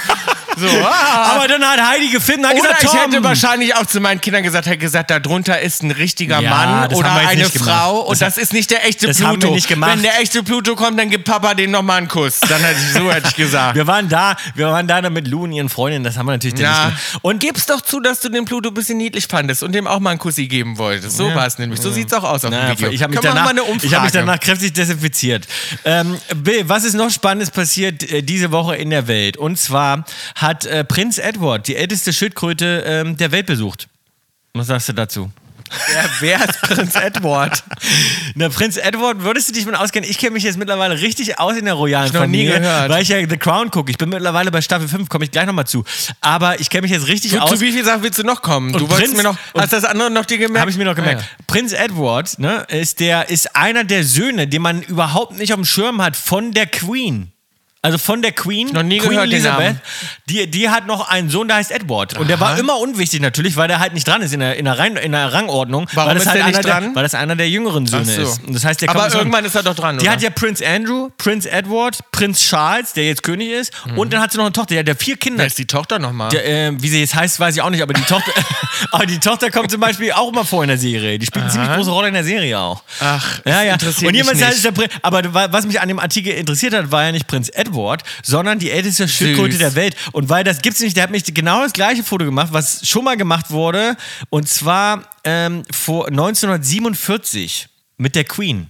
Speaker 1: so, ah.
Speaker 2: Aber dann hat Heidi gefilmt und hat
Speaker 1: Oder
Speaker 2: gesagt,
Speaker 1: ich
Speaker 2: Tom.
Speaker 1: hätte wahrscheinlich auch zu meinen Kindern gesagt, hätte gesagt, darunter ist ein richtiger
Speaker 2: Ja,
Speaker 1: Mann
Speaker 2: das
Speaker 1: oder
Speaker 2: haben wir jetzt
Speaker 1: eine
Speaker 2: nicht gemacht.
Speaker 1: Frau und
Speaker 2: Das-
Speaker 1: das, ist nicht der echte
Speaker 2: das
Speaker 1: Pluto.
Speaker 2: haben wir nicht gemacht.
Speaker 1: Wenn der echte Pluto kommt, dann gibt Papa dem nochmal einen Kuss. Dann hätte ich so hätte ich gesagt.
Speaker 2: Wir waren da, wir waren da dann mit Lou und ihren Freundinnen, das haben wir natürlich dann
Speaker 1: Ja.
Speaker 2: nicht gemacht.
Speaker 1: Und gib's doch zu, dass du den Pluto ein bisschen niedlich fandest und dem auch mal einen Kussi geben wolltest. So war es nämlich. So sieht's auch aus auf
Speaker 2: Naja,
Speaker 1: dem Video.
Speaker 2: ich habe mich,
Speaker 1: Können wir
Speaker 2: danach-
Speaker 1: mal eine Umfrage.
Speaker 2: ich hab mich danach kräftig desinfiziert. Ähm, Bill, was ist noch Spannendes passiert äh, diese Woche in der Welt? Und zwar hat äh, Prinz Edward die älteste Schildkröte ähm, der Welt besucht. Was sagst du dazu?
Speaker 1: Wer, wer ist Prinz Edward?
Speaker 2: Na, Prinz Edward, würdest du dich mit auskennen? Ich kenne mich jetzt mittlerweile richtig aus in der royalen
Speaker 1: noch nie
Speaker 2: Familie,
Speaker 1: gehört.
Speaker 2: weil ich ja The Crown gucke. Ich bin mittlerweile bei Staffel 5, komme ich gleich nochmal zu. Aber ich kenne mich jetzt richtig
Speaker 1: Zu,
Speaker 2: aus.
Speaker 1: zu wie viel Sachen willst du noch kommen? Du
Speaker 2: Und
Speaker 1: wolltest
Speaker 2: Prinz-
Speaker 1: mir noch, hast das andere noch dir gemerkt?
Speaker 2: Habe ich mir noch gemerkt.
Speaker 1: Ah, ja.
Speaker 2: Prinz Edward ne, ist, der, ist einer der Söhne, den man überhaupt nicht auf dem Schirm hat, von der Queen. Also von der Queen,
Speaker 1: Noch nie
Speaker 2: Queen
Speaker 1: gehört, den Namen.
Speaker 2: die, die hat noch einen Sohn, der heißt Edward. Und der war immer unwichtig natürlich, weil der halt nicht dran ist in der, in der, Rein, in der Rangordnung.
Speaker 1: Warum
Speaker 2: weil das
Speaker 1: ist
Speaker 2: halt
Speaker 1: der nicht
Speaker 2: einer
Speaker 1: dran?
Speaker 2: Der, weil das einer der jüngeren Söhne
Speaker 1: Ach so.
Speaker 2: ist. Und das heißt, der kann
Speaker 1: Aber
Speaker 2: man sagen,
Speaker 1: irgendwann ist er doch dran,
Speaker 2: Die
Speaker 1: oder?
Speaker 2: hat ja Prinz Andrew, Prinz Edward, Prinz Charles, der jetzt König ist.
Speaker 1: Hm.
Speaker 2: Und dann hat sie noch eine Tochter. Die hat ja vier Kinder.
Speaker 1: Wer ist die Tochter nochmal?
Speaker 2: Ja, ähm, wie sie jetzt heißt, weiß ich auch nicht, aber die Tochter, aber die Tochter kommt zum Beispiel auch mal vor in der Serie. Die spielt eine ziemlich große Rolle in der Serie auch.
Speaker 1: Ach,
Speaker 2: ja, ja.
Speaker 1: interessiert
Speaker 2: Und
Speaker 1: mich
Speaker 2: jemand
Speaker 1: nicht.
Speaker 2: ist der Prin- aber wa- was mich an dem Artikel interessiert hat, war ja nicht Prinz Edward, sondern die älteste Schildkröte
Speaker 1: Süß.
Speaker 2: der Welt. Und weil das gibt's nicht, der hat mich genau das gleiche Foto gemacht, was schon mal gemacht wurde, und zwar ähm, vor 1947 mit der Queen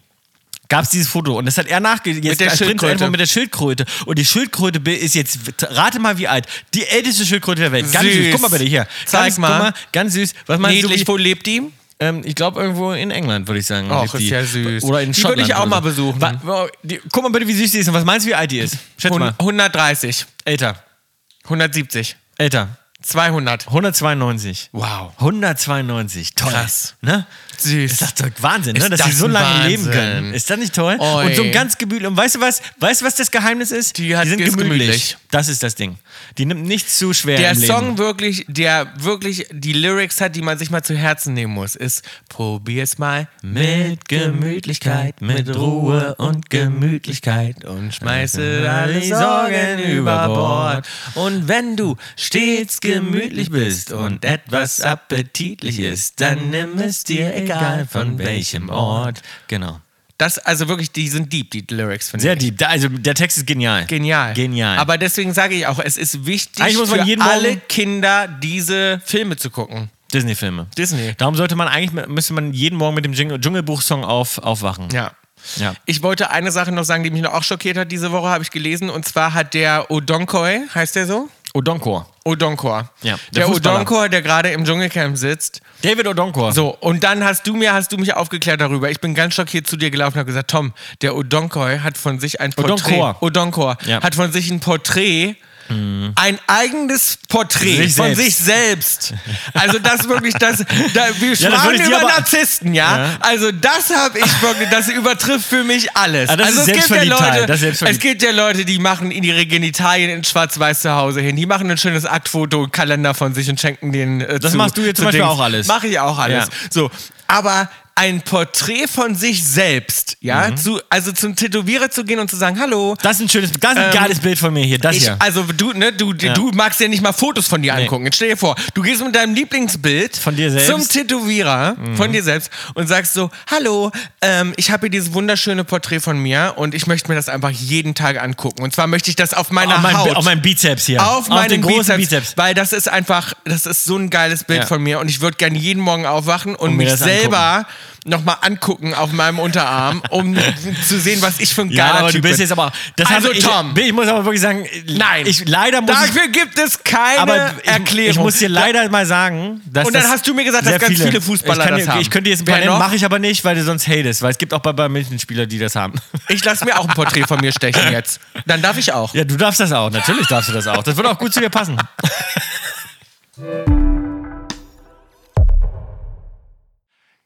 Speaker 2: gab es dieses Foto und das hat er nachgelesen.
Speaker 1: der Schildkröte.
Speaker 2: mit der Schildkröte. Und die Schildkröte be- ist jetzt, rate mal wie alt, die älteste Schildkröte der Welt. Ganz süß.
Speaker 1: Süß.
Speaker 2: Guck mal bitte hier.
Speaker 1: Zeig
Speaker 2: ganz,
Speaker 1: mal.
Speaker 2: Guck mal. Ganz süß. Was meinst
Speaker 1: Niedlich,
Speaker 2: du?
Speaker 1: wo lebt die?
Speaker 2: Wie, ähm, ich glaube irgendwo in England, würde ich sagen.
Speaker 1: Och,
Speaker 2: lebt
Speaker 1: ist
Speaker 2: die.
Speaker 1: ja süß.
Speaker 2: Oder in
Speaker 1: Die
Speaker 2: Schottland.
Speaker 1: würde ich auch
Speaker 2: oder
Speaker 1: mal besuchen.
Speaker 2: Wa- wa- die, guck mal bitte, wie süß die ist. Und was meinst du, wie alt die ist? Schätz mal.
Speaker 1: 130,
Speaker 2: Älter.
Speaker 1: 170,
Speaker 2: Älter.
Speaker 1: 200.
Speaker 2: 192.
Speaker 1: Wow.
Speaker 2: 192. Toll.
Speaker 1: Krass.
Speaker 2: Ne?
Speaker 1: Süß.
Speaker 2: Ist das doch Wahnsinn, ne?
Speaker 1: Ist
Speaker 2: dass
Speaker 1: das
Speaker 2: sie so
Speaker 1: ein
Speaker 2: lange
Speaker 1: Wahnsinn.
Speaker 2: leben können. Ist das nicht toll?
Speaker 1: Oi.
Speaker 2: Und so ein ganz gemütlich. Und weißt du was? Weißt du, was das Geheimnis ist?
Speaker 1: Die hat-
Speaker 2: sind
Speaker 1: die ist
Speaker 2: gemütlich.
Speaker 1: gemütlich.
Speaker 2: Das ist das Ding. Die nimmt nichts zu schwer
Speaker 1: der
Speaker 2: im Leben.
Speaker 1: Song wirklich, der wirklich die Lyrics hat, die man sich mal zu Herzen nehmen muss, ist Probier's mal mit Gemütlichkeit, mit Ruhe und Gemütlichkeit und schmeiße alle Sorgen über Bord. Und wenn du stets gemütlich bist und etwas appetitlich ist, dann nimm es dir egal von welchem Ort.
Speaker 2: Genau.
Speaker 1: Das, also wirklich, die sind deep, die Lyrics, finde
Speaker 2: Sehr
Speaker 1: ich.
Speaker 2: deep. Da- Also der Text ist genial.
Speaker 1: Genial.
Speaker 2: Genial.
Speaker 1: Aber deswegen sage ich auch, es ist wichtig
Speaker 2: Eigentlich muss man
Speaker 1: für
Speaker 2: jeden
Speaker 1: alle
Speaker 2: Morgen-
Speaker 1: Kinder, diese Filme zu gucken.
Speaker 2: Disney-Filme.
Speaker 1: Disney.
Speaker 2: Darum sollte man eigentlich mit- müsste man jeden Morgen mit dem Dsching- Dschungelbuch-Song auf, aufwachen.
Speaker 1: Ja.
Speaker 2: Ja.
Speaker 1: Ich wollte eine Sache noch sagen, die mich noch auch schockiert hat diese Woche, habe ich gelesen. Und zwar hat der Odonkoi, heißt der so?
Speaker 2: Odonkor.
Speaker 1: Odonkor.
Speaker 2: Ja,
Speaker 1: der
Speaker 2: der Fußballer.
Speaker 1: Odonkor, der gerade im Dschungelcamp sitzt.
Speaker 2: David Odonkor.
Speaker 1: So, und dann hast du mir, hast du mich aufgeklärt darüber. Ich bin ganz schockiert zu dir gelaufen und habe gesagt, Tom, der Odonkoi hat von sich ein Porträt.
Speaker 2: Odonkor.
Speaker 1: Odonkor
Speaker 2: Ja.
Speaker 1: hat von sich ein Porträt. Ein eigenes Porträt
Speaker 2: Sich
Speaker 1: von
Speaker 2: selbst.
Speaker 1: sich selbst. Also das wirklich, das, da, wir
Speaker 2: das würde
Speaker 1: sprachen
Speaker 2: ich dir
Speaker 1: über
Speaker 2: aber-
Speaker 1: Narzissten, ja?
Speaker 2: Ja.
Speaker 1: Also das habe ich wirklich, das übertrifft für mich alles.
Speaker 2: Ah, das
Speaker 1: also
Speaker 2: ist
Speaker 1: es gibt ja
Speaker 2: Selbstverliebtheit,
Speaker 1: Leute,
Speaker 2: das ist
Speaker 1: es
Speaker 2: Selbstverliebt-
Speaker 1: gibt ja Leute, die machen in ihre Genitalien in Schwarz-Weiß zu Hause hin. Die machen ein schönes Aktfoto, Kalender von sich und schenken den. Äh,
Speaker 2: Das
Speaker 1: zu,
Speaker 2: machst du jetzt
Speaker 1: zu
Speaker 2: zum Beispiel
Speaker 1: Dings.
Speaker 2: auch alles.
Speaker 1: Mache ich auch alles.
Speaker 2: Ja.
Speaker 1: So, aber ein Porträt von sich selbst, ja,
Speaker 2: Mhm.
Speaker 1: zu, also zum Tätowierer zu gehen und zu sagen, hallo.
Speaker 2: Das ist ein schönes, das ist ein
Speaker 1: Ähm,
Speaker 2: geiles Bild von mir hier. Das
Speaker 1: Ich,
Speaker 2: hier.
Speaker 1: also du, ne, du, du magst ja nicht mal Fotos von dir angucken. Jetzt stell dir vor, du gehst mit deinem Lieblingsbild
Speaker 2: Von dir selbst. Mhm.
Speaker 1: zum Tätowierer von dir selbst und sagst so, hallo, ähm, ich habe hier dieses wunderschöne Porträt von mir und ich möchte mir das einfach jeden Tag angucken. Und zwar möchte ich das auf meiner
Speaker 2: auf, Oh, mein,
Speaker 1: Haut.
Speaker 2: auf meinen Bizeps hier.
Speaker 1: auf meinen
Speaker 2: den großen
Speaker 1: Bizeps,
Speaker 2: Bizeps.
Speaker 1: Weil das ist einfach, das ist so ein geiles Bild
Speaker 2: Ja.
Speaker 1: von mir und ich würde gerne jeden Morgen aufwachen und,
Speaker 2: Und mir
Speaker 1: mich
Speaker 2: das
Speaker 1: selber nochmal angucken auf meinem Unterarm, um zu sehen, was ich für ein
Speaker 2: Ja,
Speaker 1: geiler
Speaker 2: aber
Speaker 1: Typ
Speaker 2: du bist
Speaker 1: bin.
Speaker 2: jetzt aber. Das
Speaker 1: also
Speaker 2: habe ich,
Speaker 1: Tom,
Speaker 2: Ich muss aber wirklich sagen,
Speaker 1: nein.
Speaker 2: Ich, leider muss ich,
Speaker 1: Dafür gibt es keine
Speaker 2: aber ich,
Speaker 1: Erklärung.
Speaker 2: ich muss dir leider mal sagen, dass
Speaker 1: Und dann
Speaker 2: das
Speaker 1: hast du mir gesagt, dass
Speaker 2: sehr
Speaker 1: ganz viele Fußballer
Speaker 2: ich kann,
Speaker 1: das
Speaker 2: dir-
Speaker 1: haben.
Speaker 2: Ich könnte dir jetzt ein
Speaker 1: Wer
Speaker 2: paar nennen,
Speaker 1: noch?
Speaker 2: mache ich aber nicht, weil du sonst hatest, weil es gibt auch bei Bayern München Spieler, die das haben.
Speaker 1: Ich lasse mir auch ein Porträt von mir stechen jetzt. Dann darf ich auch.
Speaker 2: Ja, du darfst das auch. Natürlich darfst du das auch. Das würde auch gut zu dir passen.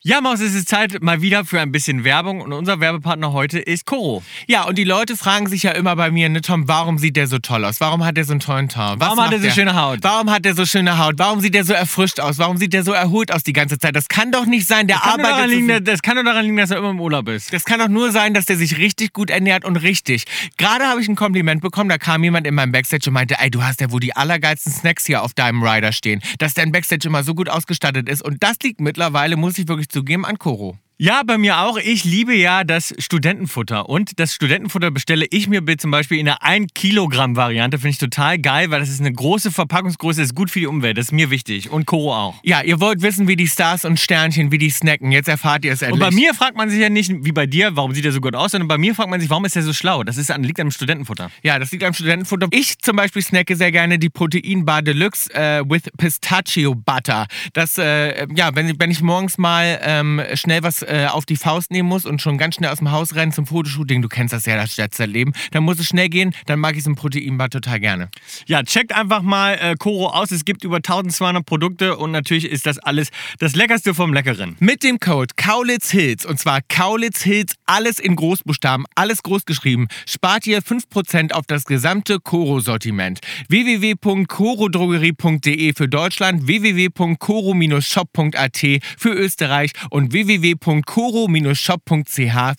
Speaker 2: Ja, Maus, es ist Zeit mal wieder für ein bisschen Werbung und unser Werbepartner heute ist Koro.
Speaker 1: Ja, und die Leute fragen sich ja immer bei mir, ne, Tom, warum sieht der so toll aus? Warum hat der so einen tollen Ton?
Speaker 2: Warum hat der so schöne Haut?
Speaker 1: Warum hat der so schöne Haut? Warum sieht der so erfrischt aus? Warum sieht der so erholt aus die ganze Zeit? Das kann doch nicht sein, der
Speaker 2: Kann nur
Speaker 1: arbeitet.
Speaker 2: daran
Speaker 1: so
Speaker 2: liegen,
Speaker 1: viel.
Speaker 2: dass- das kann nur daran liegen, dass er immer im Urlaub ist.
Speaker 1: Das kann doch nur sein, dass der sich richtig gut ernährt und richtig. Gerade habe ich ein Kompliment bekommen, da kam jemand in meinem Backstage und meinte, ey, du hast ja wohl die allergeilsten Snacks hier auf deinem Rider stehen, dass dein Backstage immer so gut ausgestattet ist. Und das liegt mittlerweile, muss ich wirklich zugeben, an Koro.
Speaker 2: Ja, bei mir auch. Ich liebe ja das Studentenfutter. Und das Studentenfutter bestelle ich mir zum Beispiel in der 1-Kilogramm-Variante. Finde ich total geil, weil das ist eine große Verpackungsgröße, ist gut für die Umwelt. Das ist mir wichtig. Und Koro auch.
Speaker 1: Ja, ihr wollt wissen, wie die Stars und Sternchen, wie die snacken. Jetzt erfahrt ihr es endlich.
Speaker 2: Und bei mir fragt man sich ja nicht, wie bei dir, warum sieht er so gut aus, sondern bei mir fragt man sich, warum ist er so schlau? Das ist, an- liegt am Studentenfutter.
Speaker 1: Ja, das liegt am Studentenfutter. Ich zum Beispiel snacke sehr gerne die Proteinbar Deluxe äh, with Pistachio Butter. Das, äh, ja, wenn, wenn ich morgens mal ähm, schnell was äh, auf die Faust nehmen muss und schon ganz schnell aus dem Haus rennen zum Fotoshooting, du kennst das ja, das Städterleben, dann muss es schnell gehen, dann mag ich so ein Proteinbar total gerne.
Speaker 2: Ja, checkt einfach mal äh, Koro aus. Es gibt über 1200 Produkte und natürlich ist das alles das Leckerste vom Leckeren.
Speaker 1: Mit dem Code Kaulitz Hills, und zwar Kaulitz Hills, alles in Großbuchstaben, alles groß geschrieben, spart ihr 5% auf das gesamte Koro-Sortiment. www.korodrogerie.de für Deutschland, www.koro-shop.at für Österreich und www.koro-shop.ch für die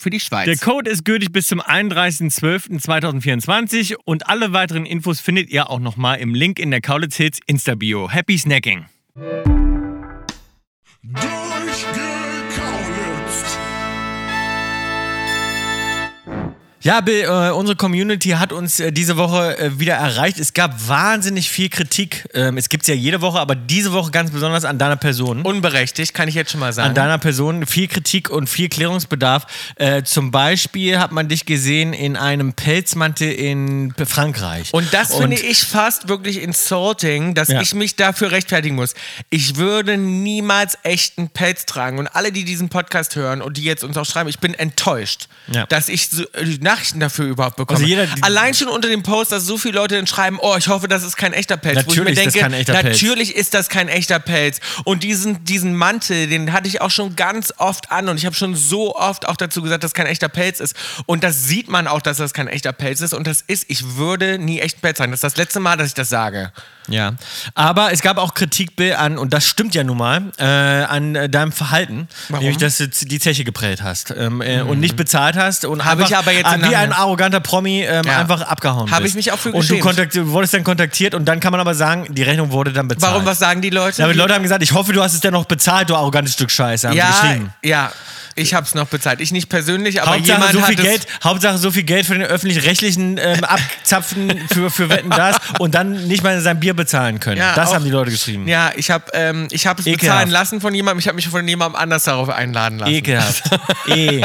Speaker 2: Der
Speaker 1: Schweiz.
Speaker 2: Code ist gültig bis zum 31.12.2024 und alle weiteren Infos findet ihr auch nochmal im Link in der Kaulitz Hits Insta-Bio. Happy Snacking!
Speaker 3: Durchgekaulitzt.
Speaker 2: Ja, Bill, äh, unsere Community hat uns äh, diese Woche äh, wieder erreicht. Es gab wahnsinnig viel Kritik. Ähm, es gibt es ja jede Woche, aber diese Woche ganz besonders an deiner Person.
Speaker 1: Unberechtigt, kann ich jetzt schon mal sagen.
Speaker 2: an deiner Person viel Kritik und viel Klärungsbedarf. Äh, zum Beispiel hat man dich gesehen in einem Pelzmantel in P- Frankreich.
Speaker 1: Und das finde ich fast wirklich insulting, dass
Speaker 2: Ja.
Speaker 1: ich mich dafür rechtfertigen muss. Ich würde niemals echten Pelz tragen. Und alle, die diesen Podcast hören und die jetzt uns auch schreiben, ich bin enttäuscht,
Speaker 2: Ja.
Speaker 1: dass ich so, äh, die Nachrichten dafür überhaupt bekomme.
Speaker 2: Also jeder, die-
Speaker 1: Allein schon unter dem Post, dass so viele Leute dann schreiben, oh, ich hoffe, das ist kein echter Pelz. Wo ich
Speaker 2: Natürlich
Speaker 1: mir
Speaker 2: ist das
Speaker 1: denke,
Speaker 2: kein echter Pelz.
Speaker 1: natürlich ist das kein echter Pelz. Und diesen, diesen Mantel, den hatte ich auch schon ganz oft an und ich habe schon so oft auch dazu gesagt, dass kein echter Pelz ist. Und das sieht man auch, dass das kein echter Pelz ist. Und das ist, ich würde nie echten Pelz sagen. Das ist das letzte Mal, dass ich das sage.
Speaker 2: Ja, aber es gab auch Kritik Bill, an, und das stimmt ja nun mal, äh, an äh, deinem Verhalten,
Speaker 1: Warum?
Speaker 2: nämlich dass du z- die Zeche geprellt hast ähm, äh, und nicht bezahlt hast und
Speaker 1: Habe
Speaker 2: einfach,
Speaker 1: ich aber jetzt
Speaker 2: äh,
Speaker 1: in
Speaker 2: wie
Speaker 1: der-
Speaker 2: ein arroganter Promi ähm,
Speaker 1: Ja.
Speaker 2: einfach abgehauen
Speaker 1: Habe
Speaker 2: bist.
Speaker 1: ich mich auch für
Speaker 2: Und du
Speaker 1: geschämt.
Speaker 2: kontakt, du wurdest dann kontaktiert und dann kann man aber sagen, die Rechnung wurde dann bezahlt.
Speaker 1: Warum, was sagen die Leute?
Speaker 2: Damit Leute haben gesagt, ich hoffe, du hast es dennoch bezahlt, du arrogantes Stück Scheiße, haben sie
Speaker 1: ja,
Speaker 2: geschrieben.
Speaker 1: ja, ich habe es noch bezahlt. Ich nicht persönlich, aber
Speaker 2: Hauptsache
Speaker 1: jemand
Speaker 2: so, viel
Speaker 1: hat es-
Speaker 2: Geld, Hauptsache so viel Geld für den öffentlich-rechtlichen ähm, abzapfen für, für Wetten das und dann nicht mal sein Bier bezahlen können.
Speaker 1: Ja,
Speaker 2: das
Speaker 1: auch-
Speaker 2: haben die Leute geschrieben.
Speaker 1: Ja, ich habe ähm, ich hab es
Speaker 2: Ekelhaft.
Speaker 1: bezahlen lassen von jemandem. Ich habe mich von jemandem anders darauf einladen lassen.
Speaker 2: Ekelhaft. eh.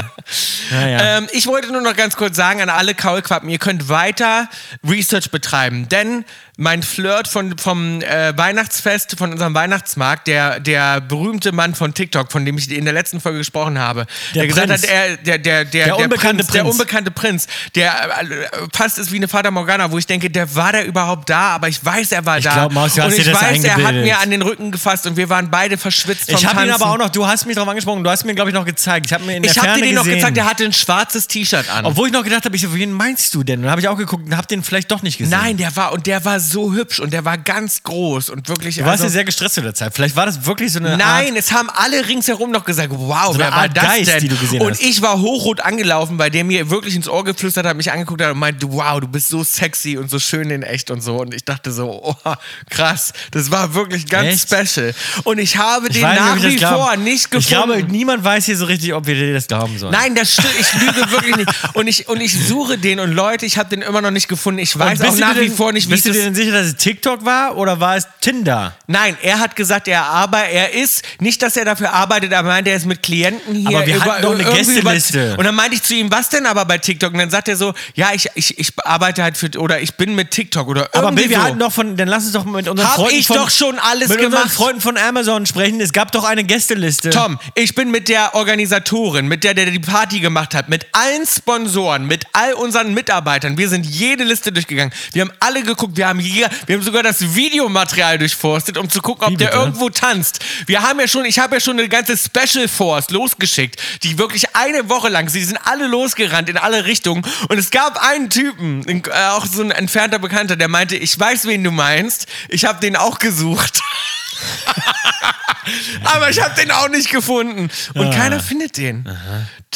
Speaker 2: Naja.
Speaker 1: Ähm, ich wollte nur noch ganz kurz sagen an alle Kaulquappen, ihr könnt weiter Research betreiben, denn mein Flirt von, vom äh, Weihnachtsfest, von unserem Weihnachtsmarkt, der, der berühmte Mann von TikTok, von dem ich in der letzten Folge gesprochen habe,
Speaker 2: Der
Speaker 1: der, gesagt
Speaker 2: Prinz.
Speaker 1: hat, er, der, der, der,
Speaker 2: unbekannte
Speaker 1: Prinz, der
Speaker 2: Prinz.
Speaker 1: unbekannte Prinz, der äh, äh, fast ist wie eine Fata Morgana, wo ich denke, der war da überhaupt da, aber ich weiß, er war da.
Speaker 2: glaub, Maus, du hast
Speaker 1: und ich
Speaker 2: dir das
Speaker 1: weiß, er hat
Speaker 2: eingebildet.
Speaker 1: mir an den Rücken gefasst und wir waren beide verschwitzt vom
Speaker 2: ich habe ihn
Speaker 1: Tanzen.
Speaker 2: aber auch noch, du hast mich drauf angesprochen, du hast mir, glaube ich, noch gezeigt. Ich habe mir in der
Speaker 1: ich hab
Speaker 2: Ferne
Speaker 1: dir den noch
Speaker 2: gesehen.
Speaker 1: gezeigt, der hatte ein schwarzes T-Shirt an.
Speaker 2: obwohl ich noch gedacht habe, ich so, wen meinst du denn? Und habe ich auch geguckt und habe den vielleicht doch nicht gesehen.
Speaker 1: Nein, der war und der war so hübsch und der war ganz groß und wirklich.
Speaker 2: Du warst ja sehr gestresst zu der Zeit. Vielleicht war das wirklich so eine Art,
Speaker 1: also nein, es haben alle ringsherum noch gesagt, wow,
Speaker 2: So eine
Speaker 1: wer war
Speaker 2: Art
Speaker 1: das
Speaker 2: Geist,
Speaker 1: denn?
Speaker 2: die du gesehen
Speaker 1: und
Speaker 2: hast.
Speaker 1: ich war hochrot angelaufen, bei der mir wirklich ins Ohr geflüstert hat, mich angeguckt hat und meinte, wow, du bist so sexy und so schön in echt und so. Und ich dachte so, oh, krass, das war wirklich ganz
Speaker 2: Echt?
Speaker 1: special. Und ich habe den
Speaker 2: Ich weiß nicht, ob
Speaker 1: nach
Speaker 2: ich das
Speaker 1: wie
Speaker 2: glaube.
Speaker 1: vor nicht gefunden.
Speaker 2: Ich glaube, niemand weiß hier so richtig, ob wir dir das glauben sollen.
Speaker 1: Nein, das stimmt. Ich lüge wirklich nicht. Und ich, und ich suche den und Leute, ich habe den immer noch nicht gefunden. Ich
Speaker 2: Und
Speaker 1: weiß
Speaker 2: bist
Speaker 1: auch
Speaker 2: du
Speaker 1: nach
Speaker 2: dir
Speaker 1: wie
Speaker 2: denn-
Speaker 1: vor nicht, wie
Speaker 2: Bist
Speaker 1: ich das
Speaker 2: du dir denn sicher, dass es TikTok war oder war es Tinder?
Speaker 1: Nein, er hat gesagt, er aber er ist nicht, dass er dafür arbeitet. Er meinte, er ist mit Klienten hier.
Speaker 2: Aber wir hatten doch eine
Speaker 1: irgendwie
Speaker 2: Gästeliste.
Speaker 1: und dann meinte ich zu ihm, was denn aber bei TikTok? Und dann sagt er so, ja, ich, ich, ich arbeite halt für oder ich bin mit TikTok oder irgendwie
Speaker 2: Aber Bill, wir
Speaker 1: so.
Speaker 2: hatten doch von, dann lass uns doch mit unseren
Speaker 1: Hab
Speaker 2: Freunden
Speaker 1: ich
Speaker 2: von,
Speaker 1: doch schon alles
Speaker 2: mit unseren
Speaker 1: gemacht.
Speaker 2: Freunden von Amazon sprechen. Es gab doch eine Gästeliste.
Speaker 1: Tom, ich bin mit der Organisatorin, mit der, der die Party gemacht hat, mit allen Sponsoren, mit all unseren Mitarbeitern. Wir sind jede Liste durchgegangen. Wir haben alle geguckt. Wir haben, je, wir haben sogar das Videomaterial durchforstet, um zu gucken, ob
Speaker 2: Wie
Speaker 1: der
Speaker 2: bitte?
Speaker 1: irgendwo tanzt. Wir haben ja schon, ich habe ja schon eine ganze Special Force losgeschickt, die wirklich eine Woche lang, sie sind alle losgerannt in alle Richtungen. Und es gab einen Typen, in- äh, auch so ein entfernter Bekannter, der meinte, ich weiß, wen du meinst. Ich habe den auch gesucht. Aber ich habe den auch nicht gefunden. Und keiner findet den.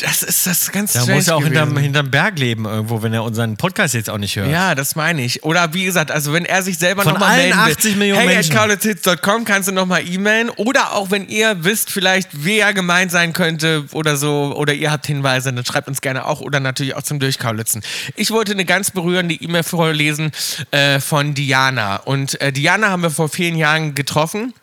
Speaker 1: Das ist das ganz
Speaker 2: Ah. Da
Speaker 1: strange
Speaker 2: muss er auch
Speaker 1: gewesen.
Speaker 2: hinterm, hinterm Berg leben irgendwo, wenn er unseren Podcast jetzt auch nicht hört.
Speaker 1: Ja, das meine ich. Oder wie gesagt, also wenn er sich selber
Speaker 2: Von
Speaker 1: nochmal
Speaker 2: allen
Speaker 1: melden will,
Speaker 2: 80 Millionen
Speaker 1: hey,
Speaker 2: Menschen.
Speaker 1: kaulitz.com kannst du nochmal e-mailen. Oder auch wenn ihr wisst, vielleicht wer gemeint sein könnte oder so, oder ihr habt Hinweise, dann schreibt uns gerne auch oder natürlich auch zum Durchkaulitzen. Ich wollte eine ganz berührende E-Mail vorlesen äh, von Diana. Und äh, Diana haben wir vor vielen Jahren getroffen.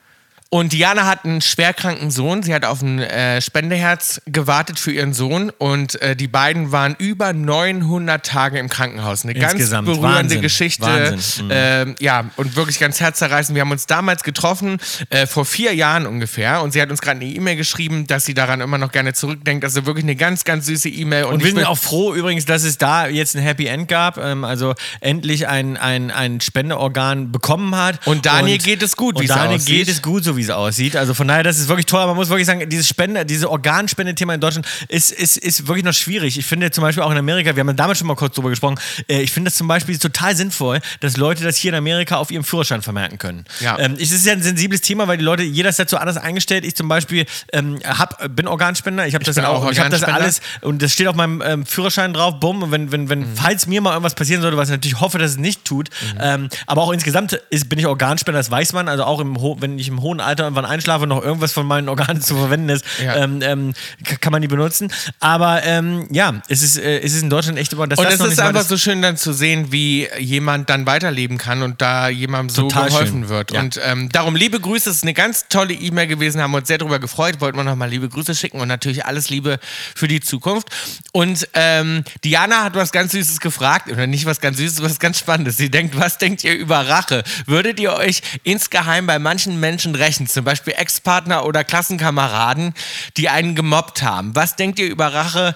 Speaker 1: Und Diana hat einen schwerkranken Sohn. Sie hat auf ein äh, Spendeherz gewartet für ihren Sohn. Und äh, die beiden waren über 900 Tage im Krankenhaus. Eine
Speaker 2: Insgesamt.
Speaker 1: ganz berührende
Speaker 2: Wahnsinn.
Speaker 1: Geschichte.
Speaker 2: Wahnsinn. Mhm.
Speaker 1: Ähm, ja, und wirklich ganz herzzerreißend. Wir haben uns damals getroffen, äh, vor vier Jahren ungefähr. Und sie hat uns gerade eine E-Mail geschrieben, dass sie daran immer noch gerne zurückdenkt. Also wirklich eine ganz, ganz süße E-Mail.
Speaker 2: Und
Speaker 1: ich
Speaker 2: wir sind
Speaker 1: bin-
Speaker 2: auch froh übrigens, dass es da jetzt ein Happy End gab, ähm, also endlich ein, ein, ein Spendeorgan bekommen hat.
Speaker 1: Und Daniel geht es gut, wie
Speaker 2: und
Speaker 1: es
Speaker 2: Daniel
Speaker 1: aussieht.
Speaker 2: geht es gut, so wie es aussieht. Also von daher, das ist wirklich toll. Aber man muss wirklich sagen, dieses Spende, diese Organspendethema in Deutschland ist, ist, ist wirklich noch schwierig. Ich finde zum Beispiel auch in Amerika, wir haben ja damals schon mal kurz drüber gesprochen, äh, ich finde das zum Beispiel total sinnvoll, dass Leute das hier in Amerika auf ihrem Führerschein vermerken können.
Speaker 1: Ja.
Speaker 2: Ähm, es ist ja ein sensibles Thema, weil die Leute, jeder ist dazu anders eingestellt. Ich zum Beispiel ähm, hab, bin Organspender, ich habe das
Speaker 1: bin
Speaker 2: dann auch,
Speaker 1: auch
Speaker 2: ich habe das
Speaker 1: Organspender.
Speaker 2: alles und das steht auf meinem ähm, Führerschein drauf, bumm, und wenn, wenn, wenn,
Speaker 1: Mhm.
Speaker 2: falls mir mal irgendwas passieren sollte, was ich natürlich hoffe, dass es nicht tut, ähm, aber auch insgesamt ist, bin ich Organspender, das weiß man, also auch im ho wenn ich im hohen Alter irgendwann einschlafe, noch irgendwas von meinen Organen zu verwenden ist,
Speaker 1: Ja.
Speaker 2: ähm, ähm, k- kann man die benutzen, aber ähm, ja, es ist, äh, es ist in Deutschland echt immer, dass
Speaker 1: Und
Speaker 2: das
Speaker 1: es
Speaker 2: noch
Speaker 1: ist
Speaker 2: nicht mal
Speaker 1: einfach
Speaker 2: das-
Speaker 1: so schön dann zu sehen, wie jemand dann weiterleben kann und da jemandem so
Speaker 2: Total
Speaker 1: geholfen
Speaker 2: schön.
Speaker 1: wird.
Speaker 2: Ja.
Speaker 1: Und ähm, darum liebe Grüße, es ist eine ganz tolle E-Mail gewesen, haben uns sehr darüber gefreut, wollten wir nochmal liebe Grüße schicken und natürlich alles Liebe für die Zukunft. Und ähm, Diana hat was ganz Süßes gefragt, oder nicht was ganz Süßes, was ganz Spannendes. Sie denkt, was denkt ihr über Rache? Würdet ihr euch insgeheim bei manchen Menschen rächen, zum Beispiel Ex-Partner oder Klassenkameraden, die einen gemobbt haben? Was denkt ihr über Rache?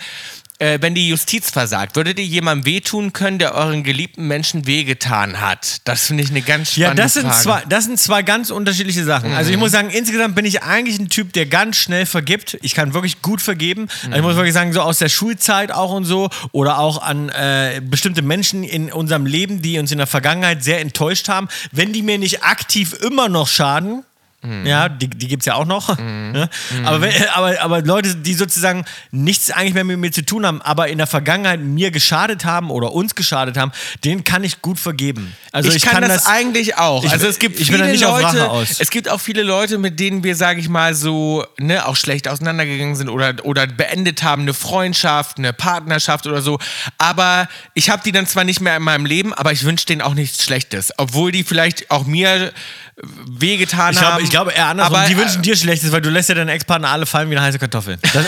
Speaker 1: Äh, wenn die Justiz versagt, würdet ihr jemandem wehtun können, der euren geliebten Menschen wehgetan hat? Das finde ich eine ganz
Speaker 2: Ja,
Speaker 1: spannende Mhm.
Speaker 2: das sind,
Speaker 1: Frage.
Speaker 2: zwei, das sind zwei ganz unterschiedliche Sachen. Also ich muss sagen, insgesamt bin ich eigentlich ein Typ, der ganz schnell vergibt. Ich kann wirklich gut vergeben. Also ich muss
Speaker 1: Mhm.
Speaker 2: wirklich sagen, so aus der Schulzeit auch und so oder auch an äh, bestimmte Menschen in unserem Leben, die uns in der Vergangenheit sehr enttäuscht haben. Wenn die mir nicht aktiv immer noch schaden,
Speaker 1: Mhm.
Speaker 2: ja, die, die gibt es ja auch noch. Ne? Aber, wenn, aber, aber Leute, die sozusagen nichts eigentlich mehr mit mir zu tun haben, aber in der Vergangenheit mir geschadet haben oder uns geschadet haben, denen kann ich gut vergeben. Also
Speaker 1: ich, kann, das, eigentlich auch.
Speaker 2: Ich-
Speaker 1: also es gibt
Speaker 2: ich bin
Speaker 1: viele
Speaker 2: da nicht auf
Speaker 1: Leute,
Speaker 2: Rache aus.
Speaker 1: es gibt auch viele Leute, mit denen wir, sage ich mal, so ne, auch schlecht auseinandergegangen sind oder oder beendet haben eine Freundschaft, eine Partnerschaft oder so. Aber ich habe die dann zwar nicht mehr in meinem Leben, aber ich wünsche denen auch nichts Schlechtes, obwohl die vielleicht auch mir äh, wehgetan
Speaker 2: Ich
Speaker 1: haben.
Speaker 2: glaube, ich glaube eher andersrum.
Speaker 1: Aber, äh,
Speaker 2: die wünschen dir Schlechtes, weil du lässt ja deinen Ex-Partner alle fallen wie eine heiße Kartoffel. Das,
Speaker 1: äh,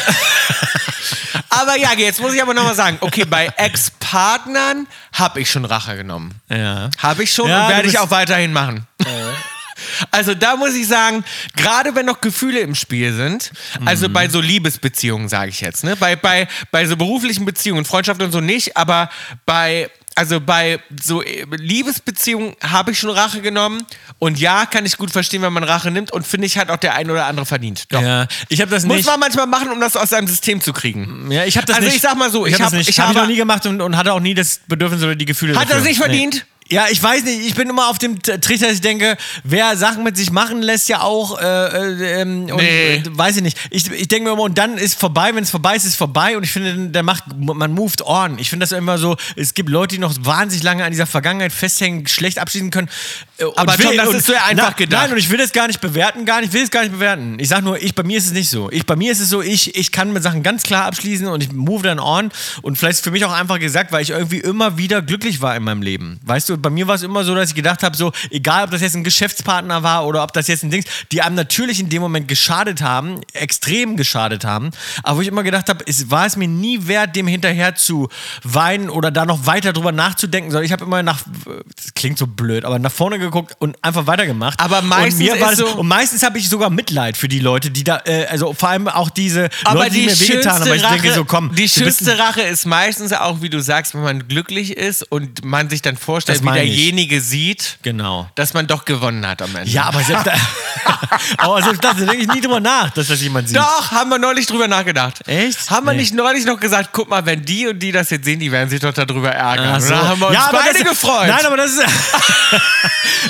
Speaker 1: Aber ja, jetzt muss ich aber nochmal sagen, okay, bei Ex-Partnern habe ich schon Rache genommen.
Speaker 2: ja.
Speaker 1: Habe ich schon
Speaker 2: Ja,
Speaker 1: und
Speaker 2: du
Speaker 1: werde ich
Speaker 2: bist-
Speaker 1: auch weiterhin machen. Also da muss ich sagen, gerade wenn noch Gefühle im Spiel sind, also
Speaker 2: Mhm.
Speaker 1: bei so Liebesbeziehungen sage ich jetzt, ne, bei, bei, bei so beruflichen Beziehungen, Freundschaft und so nicht, aber bei also bei so äh, Liebesbeziehungen habe ich schon Rache genommen und ja, kann ich gut verstehen, wenn man Rache nimmt und finde ich hat auch der ein oder andere verdient. Doch.
Speaker 2: ja. Ich habe das
Speaker 1: Muss
Speaker 2: nicht.
Speaker 1: man manchmal machen, um das aus seinem System zu kriegen.
Speaker 2: ja, ich hab das
Speaker 1: Also
Speaker 2: nicht.
Speaker 1: ich sag mal so,
Speaker 2: ich,
Speaker 1: ich
Speaker 2: habe
Speaker 1: hab-
Speaker 2: das nicht.
Speaker 1: ich
Speaker 2: Ich habe
Speaker 1: habe-
Speaker 2: noch nie gemacht und, und hatte auch nie das Bedürfnis oder die Gefühle.
Speaker 1: Hat er
Speaker 2: dafür.
Speaker 1: es nicht verdient?
Speaker 2: Ja, ich weiß nicht. Ich bin immer auf dem T- Trichter, dass ich denke, wer Sachen mit sich machen lässt, ja auch. Äh, äh, ähm, und,
Speaker 1: Nee.
Speaker 2: äh, weiß ich nicht. Ich, ich denke mir immer, und dann ist vorbei. Wenn es vorbei ist, ist vorbei. Und ich finde, der macht, man moved on. Ich finde das immer so. Es gibt Leute, die noch wahnsinnig lange an dieser Vergangenheit festhängen, schlecht abschließen können. Äh, und
Speaker 1: Aber
Speaker 2: ich will-
Speaker 1: Tom, das
Speaker 2: und-
Speaker 1: ist so einfach
Speaker 2: nein,
Speaker 1: gedacht.
Speaker 2: Nein, und ich will das gar nicht bewerten, gar nicht. Ich will es gar nicht bewerten. Ich sag nur, ich bei mir ist es nicht so. Ich bei mir ist es so, ich ich kann mit Sachen ganz klar abschließen und ich move dann on. Und vielleicht ist für mich auch einfach gesagt, weil ich irgendwie immer wieder glücklich war in meinem Leben. Weißt du, bei mir war es immer so, dass ich gedacht habe, so egal, ob das jetzt ein Geschäftspartner war oder ob das jetzt ein Dings, die einem natürlich in dem Moment geschadet haben, extrem geschadet haben. Aber wo ich immer gedacht habe, es war es mir nie wert, dem hinterher zu weinen oder da noch weiter drüber nachzudenken, sondern ich habe immer nach, das klingt so blöd, aber nach vorne geguckt und einfach weitergemacht.
Speaker 1: Aber meistens
Speaker 2: und mir war
Speaker 1: ist
Speaker 2: das-
Speaker 1: so-
Speaker 2: und meistens habe ich sogar Mitleid für die Leute, die da, äh, also vor allem auch diese
Speaker 1: Aber
Speaker 2: Leute, die,
Speaker 1: die
Speaker 2: mir
Speaker 1: schönste
Speaker 2: wehgetan haben. Aber ich
Speaker 1: Rache,
Speaker 2: denke so, komm,
Speaker 1: die
Speaker 2: du bist ein-
Speaker 1: schönste Rache ist meistens auch, wie du sagst, wenn man glücklich ist und man sich dann vorstellt,
Speaker 2: Das
Speaker 1: die
Speaker 2: meine ich.
Speaker 1: derjenige sieht,
Speaker 2: Genau.
Speaker 1: dass man doch gewonnen hat am Ende.
Speaker 2: Ja, aber selbst, da, aber selbst das, da denke ich nie drüber nach, dass das jemand sieht.
Speaker 1: Doch, haben wir neulich drüber nachgedacht.
Speaker 2: Echt?
Speaker 1: Haben wir
Speaker 2: Nee.
Speaker 1: nicht neulich noch gesagt, guck mal, wenn die und die das jetzt sehen, die werden sich doch darüber ärgern.
Speaker 2: Ach so.
Speaker 1: Da haben wir uns
Speaker 2: aber
Speaker 1: beide
Speaker 2: das,
Speaker 1: gefreut.
Speaker 2: Nein, aber das ist,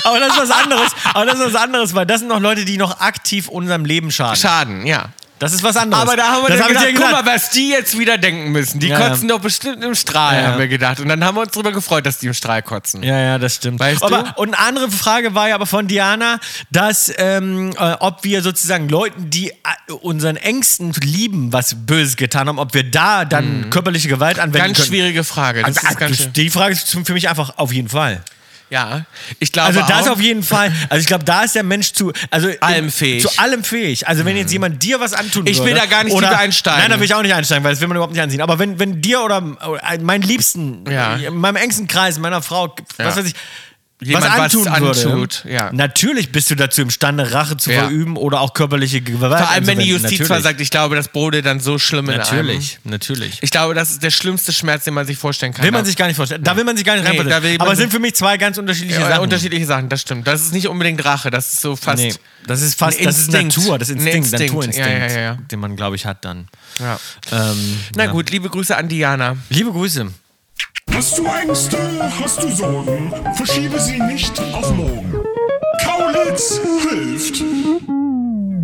Speaker 2: aber das ist was anderes. Aber das ist was anderes, weil das sind noch Leute, die noch aktiv unserem Leben schaden.
Speaker 1: Schaden, ja.
Speaker 2: Das ist was anderes.
Speaker 1: Aber da haben wir
Speaker 2: das
Speaker 1: dann
Speaker 2: ich
Speaker 1: gedacht,
Speaker 2: dir
Speaker 1: guck mal, was die jetzt wieder denken müssen. Die
Speaker 2: Ja, ja.
Speaker 1: kotzen doch bestimmt im Strahl,
Speaker 2: Ja, ja.
Speaker 1: haben wir gedacht. Und dann haben wir uns darüber gefreut, dass die im Strahl kotzen.
Speaker 2: Ja, ja, das stimmt.
Speaker 1: Weißt
Speaker 2: aber,
Speaker 1: du?
Speaker 2: Und eine andere Frage war ja aber von Diana, dass ähm, äh, ob wir sozusagen Leuten, die äh, unseren Ängsten lieben, was Böses getan haben, ob wir da dann körperliche Gewalt anwenden
Speaker 1: Mhm. Ganz
Speaker 2: können. Also, äh,
Speaker 1: schwierige Frage. Das ist ganz schön.
Speaker 2: die Frage ist für mich einfach auf jeden Fall.
Speaker 1: Ja, ich glaube
Speaker 2: Also da ist
Speaker 1: auch,
Speaker 2: auf jeden Fall, also ich glaube, da ist der Mensch zu also
Speaker 1: Allem fähig. Mhm.
Speaker 2: Zu allem fähig. Also wenn jetzt jemand dir was antun
Speaker 1: Ich will
Speaker 2: würde,
Speaker 1: da gar nicht tiefer einsteigen.
Speaker 2: Nein, da will ich auch nicht einsteigen, weil das will man überhaupt nicht ansehen. Aber wenn, wenn dir oder äh, mein Liebsten,
Speaker 1: Ja.
Speaker 2: äh, meinem engsten Kreis, meiner Frau, was
Speaker 1: Ja.
Speaker 2: weiß ich,
Speaker 1: Jemand was
Speaker 2: was antun
Speaker 1: antut,
Speaker 2: würde,
Speaker 1: ja.
Speaker 2: natürlich bist du dazu imstande, Rache zu
Speaker 1: Ja.
Speaker 2: verüben oder auch körperliche Gewalt.
Speaker 1: vor allem wenn die
Speaker 2: anzuwenden.
Speaker 1: Justiz
Speaker 2: natürlich.
Speaker 1: versagt, ich glaube, das brodelt dann so schlimm in einem.
Speaker 2: Natürlich, natürlich.
Speaker 1: Ich glaube, das ist der schlimmste Schmerz, den man sich vorstellen kann.
Speaker 2: Will man sich gar nicht vorstellen. Da will man sich gar nicht
Speaker 1: Nee, da will
Speaker 2: reinversetzen.
Speaker 1: man
Speaker 2: Aber es
Speaker 1: sich-
Speaker 2: sind für mich zwei ganz unterschiedliche
Speaker 1: ja, äh,
Speaker 2: Sachen.
Speaker 1: unterschiedliche Sachen, das stimmt. Das ist nicht unbedingt Rache, das ist so fast.
Speaker 2: Nee, das ist fast,
Speaker 1: Ein
Speaker 2: das ist
Speaker 1: Instinkt.
Speaker 2: Natur, das
Speaker 1: Ein
Speaker 2: Instinkt,
Speaker 1: Instinkt.
Speaker 2: Naturinstinkt,
Speaker 1: Ja, ja, ja, ja.
Speaker 2: den man, glaube ich, hat dann.
Speaker 1: Ja.
Speaker 2: Ähm,
Speaker 1: Na
Speaker 2: ja.
Speaker 1: gut, liebe Grüße an Diana.
Speaker 2: Liebe Grüße.
Speaker 3: Hast du Ängste, hast du Sorgen, verschiebe sie nicht auf morgen. Kaulitz hilft.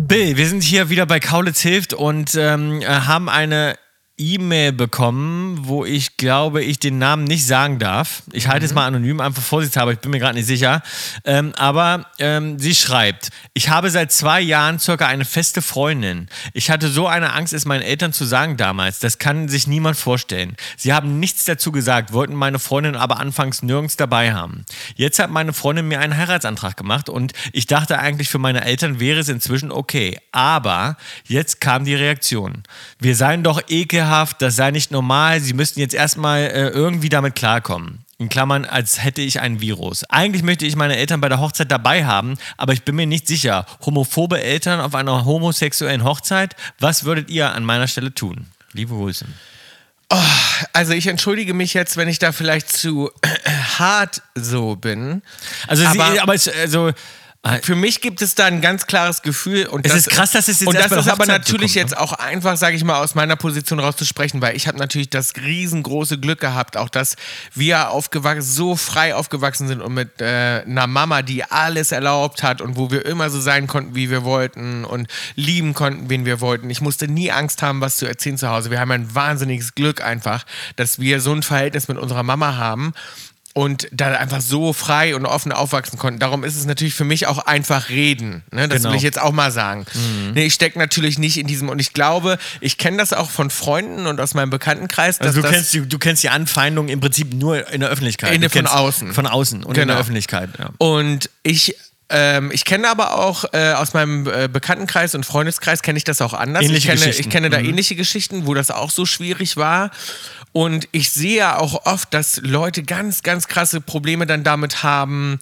Speaker 2: Bill, wir sind hier wieder bei Kaulitz Hilft und ähm, äh, haben eine E-Mail bekommen, wo ich glaube, ich den Namen nicht sagen darf. Ich halte es mal anonym, einfach vorsichtshalber, ich bin mir gerade nicht sicher. Ähm, aber ähm, sie schreibt, ich habe seit zwei Jahren circa eine feste Freundin. Ich hatte so eine Angst, es meinen Eltern zu sagen damals. Das kann sich niemand vorstellen. Sie haben nichts dazu gesagt, wollten meine Freundin aber anfangs nirgends dabei haben. Jetzt hat meine Freundin mir einen Heiratsantrag gemacht und ich dachte eigentlich, für meine Eltern wäre es inzwischen okay. Aber jetzt kam die Reaktion. Wir seien doch ekelhaft, das sei nicht normal, sie müssten jetzt erstmal äh, irgendwie damit klarkommen. In Klammern, als hätte ich ein Virus. Eigentlich möchte ich meine Eltern bei der Hochzeit dabei haben, aber ich bin mir nicht sicher. Homophobe Eltern auf einer homosexuellen Hochzeit? Was würdet ihr an meiner Stelle tun? Liebe Grüße.
Speaker 1: Also ich entschuldige mich jetzt, wenn ich da vielleicht zu hart so bin.
Speaker 2: Also, aber, sie,
Speaker 1: Aber-
Speaker 2: aber es, also,
Speaker 1: Für mich gibt es da ein ganz klares Gefühl und
Speaker 2: Es ist krass, dass es jetzt
Speaker 1: und
Speaker 2: erst
Speaker 1: das
Speaker 2: bei der
Speaker 1: ist aber
Speaker 2: Hochzeit so
Speaker 1: natürlich
Speaker 2: kommt, ne?
Speaker 1: jetzt auch einfach, sage ich mal, aus meiner Position rauszusprechen, weil ich habe natürlich das riesengroße Glück gehabt, auch dass wir aufgewachsen, so frei aufgewachsen sind und mit äh, einer Mama, die alles erlaubt hat und wo wir immer so sein konnten, wie wir wollten und lieben konnten, wen wir wollten. Ich musste nie Angst haben, was zu erzählen zu Hause. Wir haben ein wahnsinniges Glück einfach, dass wir so ein Verhältnis mit unserer Mama haben und da einfach so frei und offen aufwachsen konnten. Darum ist es natürlich für mich auch einfach reden. Ne? Das
Speaker 2: Genau.
Speaker 1: will ich jetzt auch mal sagen.
Speaker 2: Mhm.
Speaker 1: Nee, ich stecke natürlich nicht in diesem und ich glaube, ich kenne das auch von Freunden und aus meinem Bekanntenkreis. Dass
Speaker 2: Also du
Speaker 1: das,
Speaker 2: kennst, die, du kennst die Anfeindung im Prinzip nur in der Öffentlichkeit.
Speaker 1: In-
Speaker 2: Du
Speaker 1: von
Speaker 2: kennst-
Speaker 1: außen.
Speaker 2: Von außen und in
Speaker 1: Genau.
Speaker 2: der Öffentlichkeit. Ja.
Speaker 1: Und ich, ähm, ich kenne aber auch äh, aus meinem äh, Bekanntenkreis und Freundeskreis kenne ich das auch anders.
Speaker 2: Ähnliche
Speaker 1: ich kenne,
Speaker 2: Geschichten. Mhm.
Speaker 1: ich kenne da ähnliche Geschichten, wo das auch so schwierig war. Und ich sehe ja auch oft, dass Leute ganz, ganz krasse Probleme dann damit haben,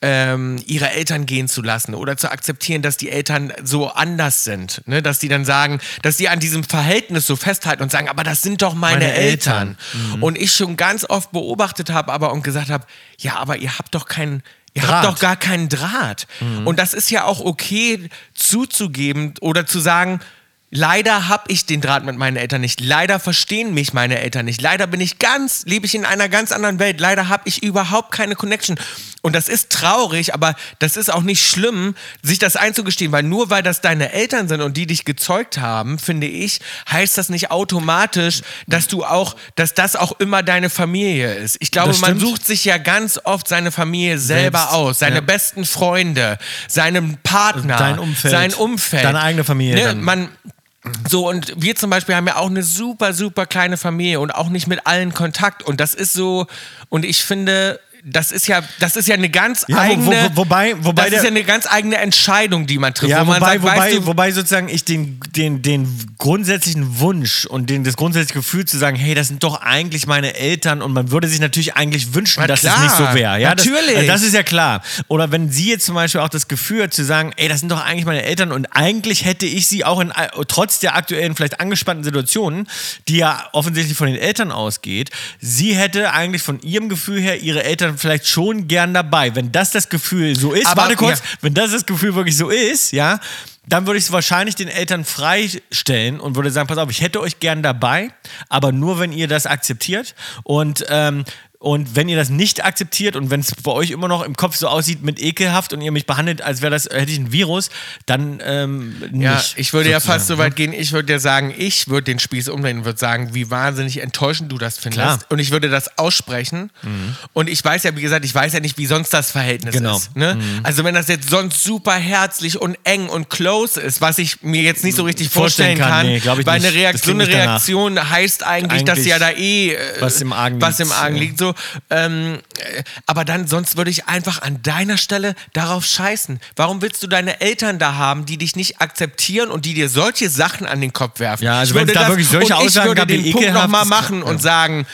Speaker 1: ähm, ihre Eltern gehen zu lassen oder zu akzeptieren, dass die Eltern so anders sind. Ne? Dass die dann sagen, dass die an diesem Verhältnis so festhalten und sagen, aber das sind doch meine,
Speaker 2: Meine Eltern.
Speaker 1: Eltern. Und ich schon ganz oft beobachtet habe, aber und gesagt habe, ja, aber ihr habt doch keinen, ihr
Speaker 2: Draht.
Speaker 1: habt doch gar keinen Draht.
Speaker 2: Mhm.
Speaker 1: Und das ist ja auch okay zuzugeben oder zu sagen, leider habe ich den Draht mit meinen Eltern nicht. Leider verstehen mich meine Eltern nicht. Leider bin ich ganz, lebe ich in einer ganz anderen Welt. Leider habe ich überhaupt keine Connection. Und das ist traurig, aber das ist auch nicht schlimm, sich das einzugestehen, weil nur weil das deine Eltern sind und die dich gezeugt haben, finde ich, heißt das nicht automatisch, dass du auch, dass das auch immer deine Familie ist. Ich glaube,
Speaker 2: Das
Speaker 1: man
Speaker 2: stimmt.
Speaker 1: sucht sich ja ganz oft seine Familie selber
Speaker 2: Selbst,
Speaker 1: aus, seine
Speaker 2: ja.
Speaker 1: besten Freunde, seinen Partner,
Speaker 2: Dein Umfeld.
Speaker 1: sein Umfeld,
Speaker 2: Deine eigene Familie
Speaker 1: Ne?
Speaker 2: dann.
Speaker 1: Man so, und wir zum Beispiel haben ja auch eine super, super kleine Familie und auch nicht mit allen Kontakt. Und das ist so, und ich finde, das ist ja, das ist ja eine ganz
Speaker 2: Ja, wo-
Speaker 1: eigene.
Speaker 2: wo- wo- wobei- wobei
Speaker 1: das
Speaker 2: der-
Speaker 1: ist ja eine ganz eigene Entscheidung, die man trifft.
Speaker 2: Ja,
Speaker 1: wo man
Speaker 2: wobei,
Speaker 1: sagt,
Speaker 2: wobei,
Speaker 1: weißt du,
Speaker 2: wobei sozusagen ich den, den, den grundsätzlichen Wunsch und den, das grundsätzliche Gefühl zu sagen, hey, das sind doch eigentlich meine Eltern und man würde sich natürlich eigentlich wünschen,
Speaker 1: Na
Speaker 2: dass
Speaker 1: klar,
Speaker 2: es nicht so wäre. Ja,
Speaker 1: natürlich.
Speaker 2: Das, äh, das ist ja klar. Oder wenn sie jetzt zum Beispiel auch das Gefühl hat, zu sagen, ey, das sind doch eigentlich meine Eltern und eigentlich hätte ich sie auch in, all- trotz der aktuellen vielleicht angespannten Situation, die ja offensichtlich von den Eltern ausgeht, sie hätte eigentlich von ihrem Gefühl her ihre Eltern dann vielleicht schon gern dabei. Wenn das das Gefühl so ist,
Speaker 1: Aber-
Speaker 2: warte kurz,
Speaker 1: ja.
Speaker 2: wenn das das Gefühl wirklich so ist, ja, dann würde ich es wahrscheinlich den Eltern freistellen und würde sagen, pass auf, ich hätte euch gern dabei, aber nur, wenn ihr das akzeptiert und ähm, und wenn ihr das nicht akzeptiert und wenn es bei euch immer noch im Kopf so aussieht mit ekelhaft und ihr mich behandelt, als wäre das, hätte ich ein Virus, dann ähm, nicht.
Speaker 1: Ja, ich würde ja fast so
Speaker 2: sozusagen, ne?
Speaker 1: weit gehen, ich würde ja sagen, ich würde den Spieß umdrehen und würde sagen, wie wahnsinnig enttäuschend du das findest.
Speaker 2: Klar. Mhm.
Speaker 1: Und ich würde das aussprechen. Und ich weiß ja, wie gesagt, ich weiß ja nicht, wie sonst das Verhältnis
Speaker 2: Genau.
Speaker 1: ist. Ne? Also wenn das jetzt sonst super herzlich und eng und close ist, was ich mir jetzt nicht so richtig vorstellen,
Speaker 2: Vorstellen kann,
Speaker 1: kann,
Speaker 2: nee, glaub ich
Speaker 1: weil
Speaker 2: nicht.
Speaker 1: eine
Speaker 2: Das klingt
Speaker 1: Reaktion, eine
Speaker 2: nicht
Speaker 1: Reaktion
Speaker 2: danach.
Speaker 1: heißt eigentlich, dass
Speaker 2: Eigentlich
Speaker 1: ja da eh äh,
Speaker 2: was im Argen
Speaker 1: was
Speaker 2: liegt,
Speaker 1: im Argen
Speaker 2: ja.
Speaker 1: liegt, so. Ähm, äh, aber dann, sonst würde ich einfach an deiner Stelle darauf scheißen. Warum willst du deine Eltern da haben, die dich nicht akzeptieren und die dir solche Sachen an den Kopf werfen?
Speaker 2: Ja, also
Speaker 1: Ich würde
Speaker 2: wenn's da wirklich solche
Speaker 1: und
Speaker 2: Aussagen
Speaker 1: ich würde
Speaker 2: gab, die
Speaker 1: den Punkt
Speaker 2: ekelhaft
Speaker 1: nochmal
Speaker 2: ist,
Speaker 1: machen und
Speaker 2: ja.
Speaker 1: sagen,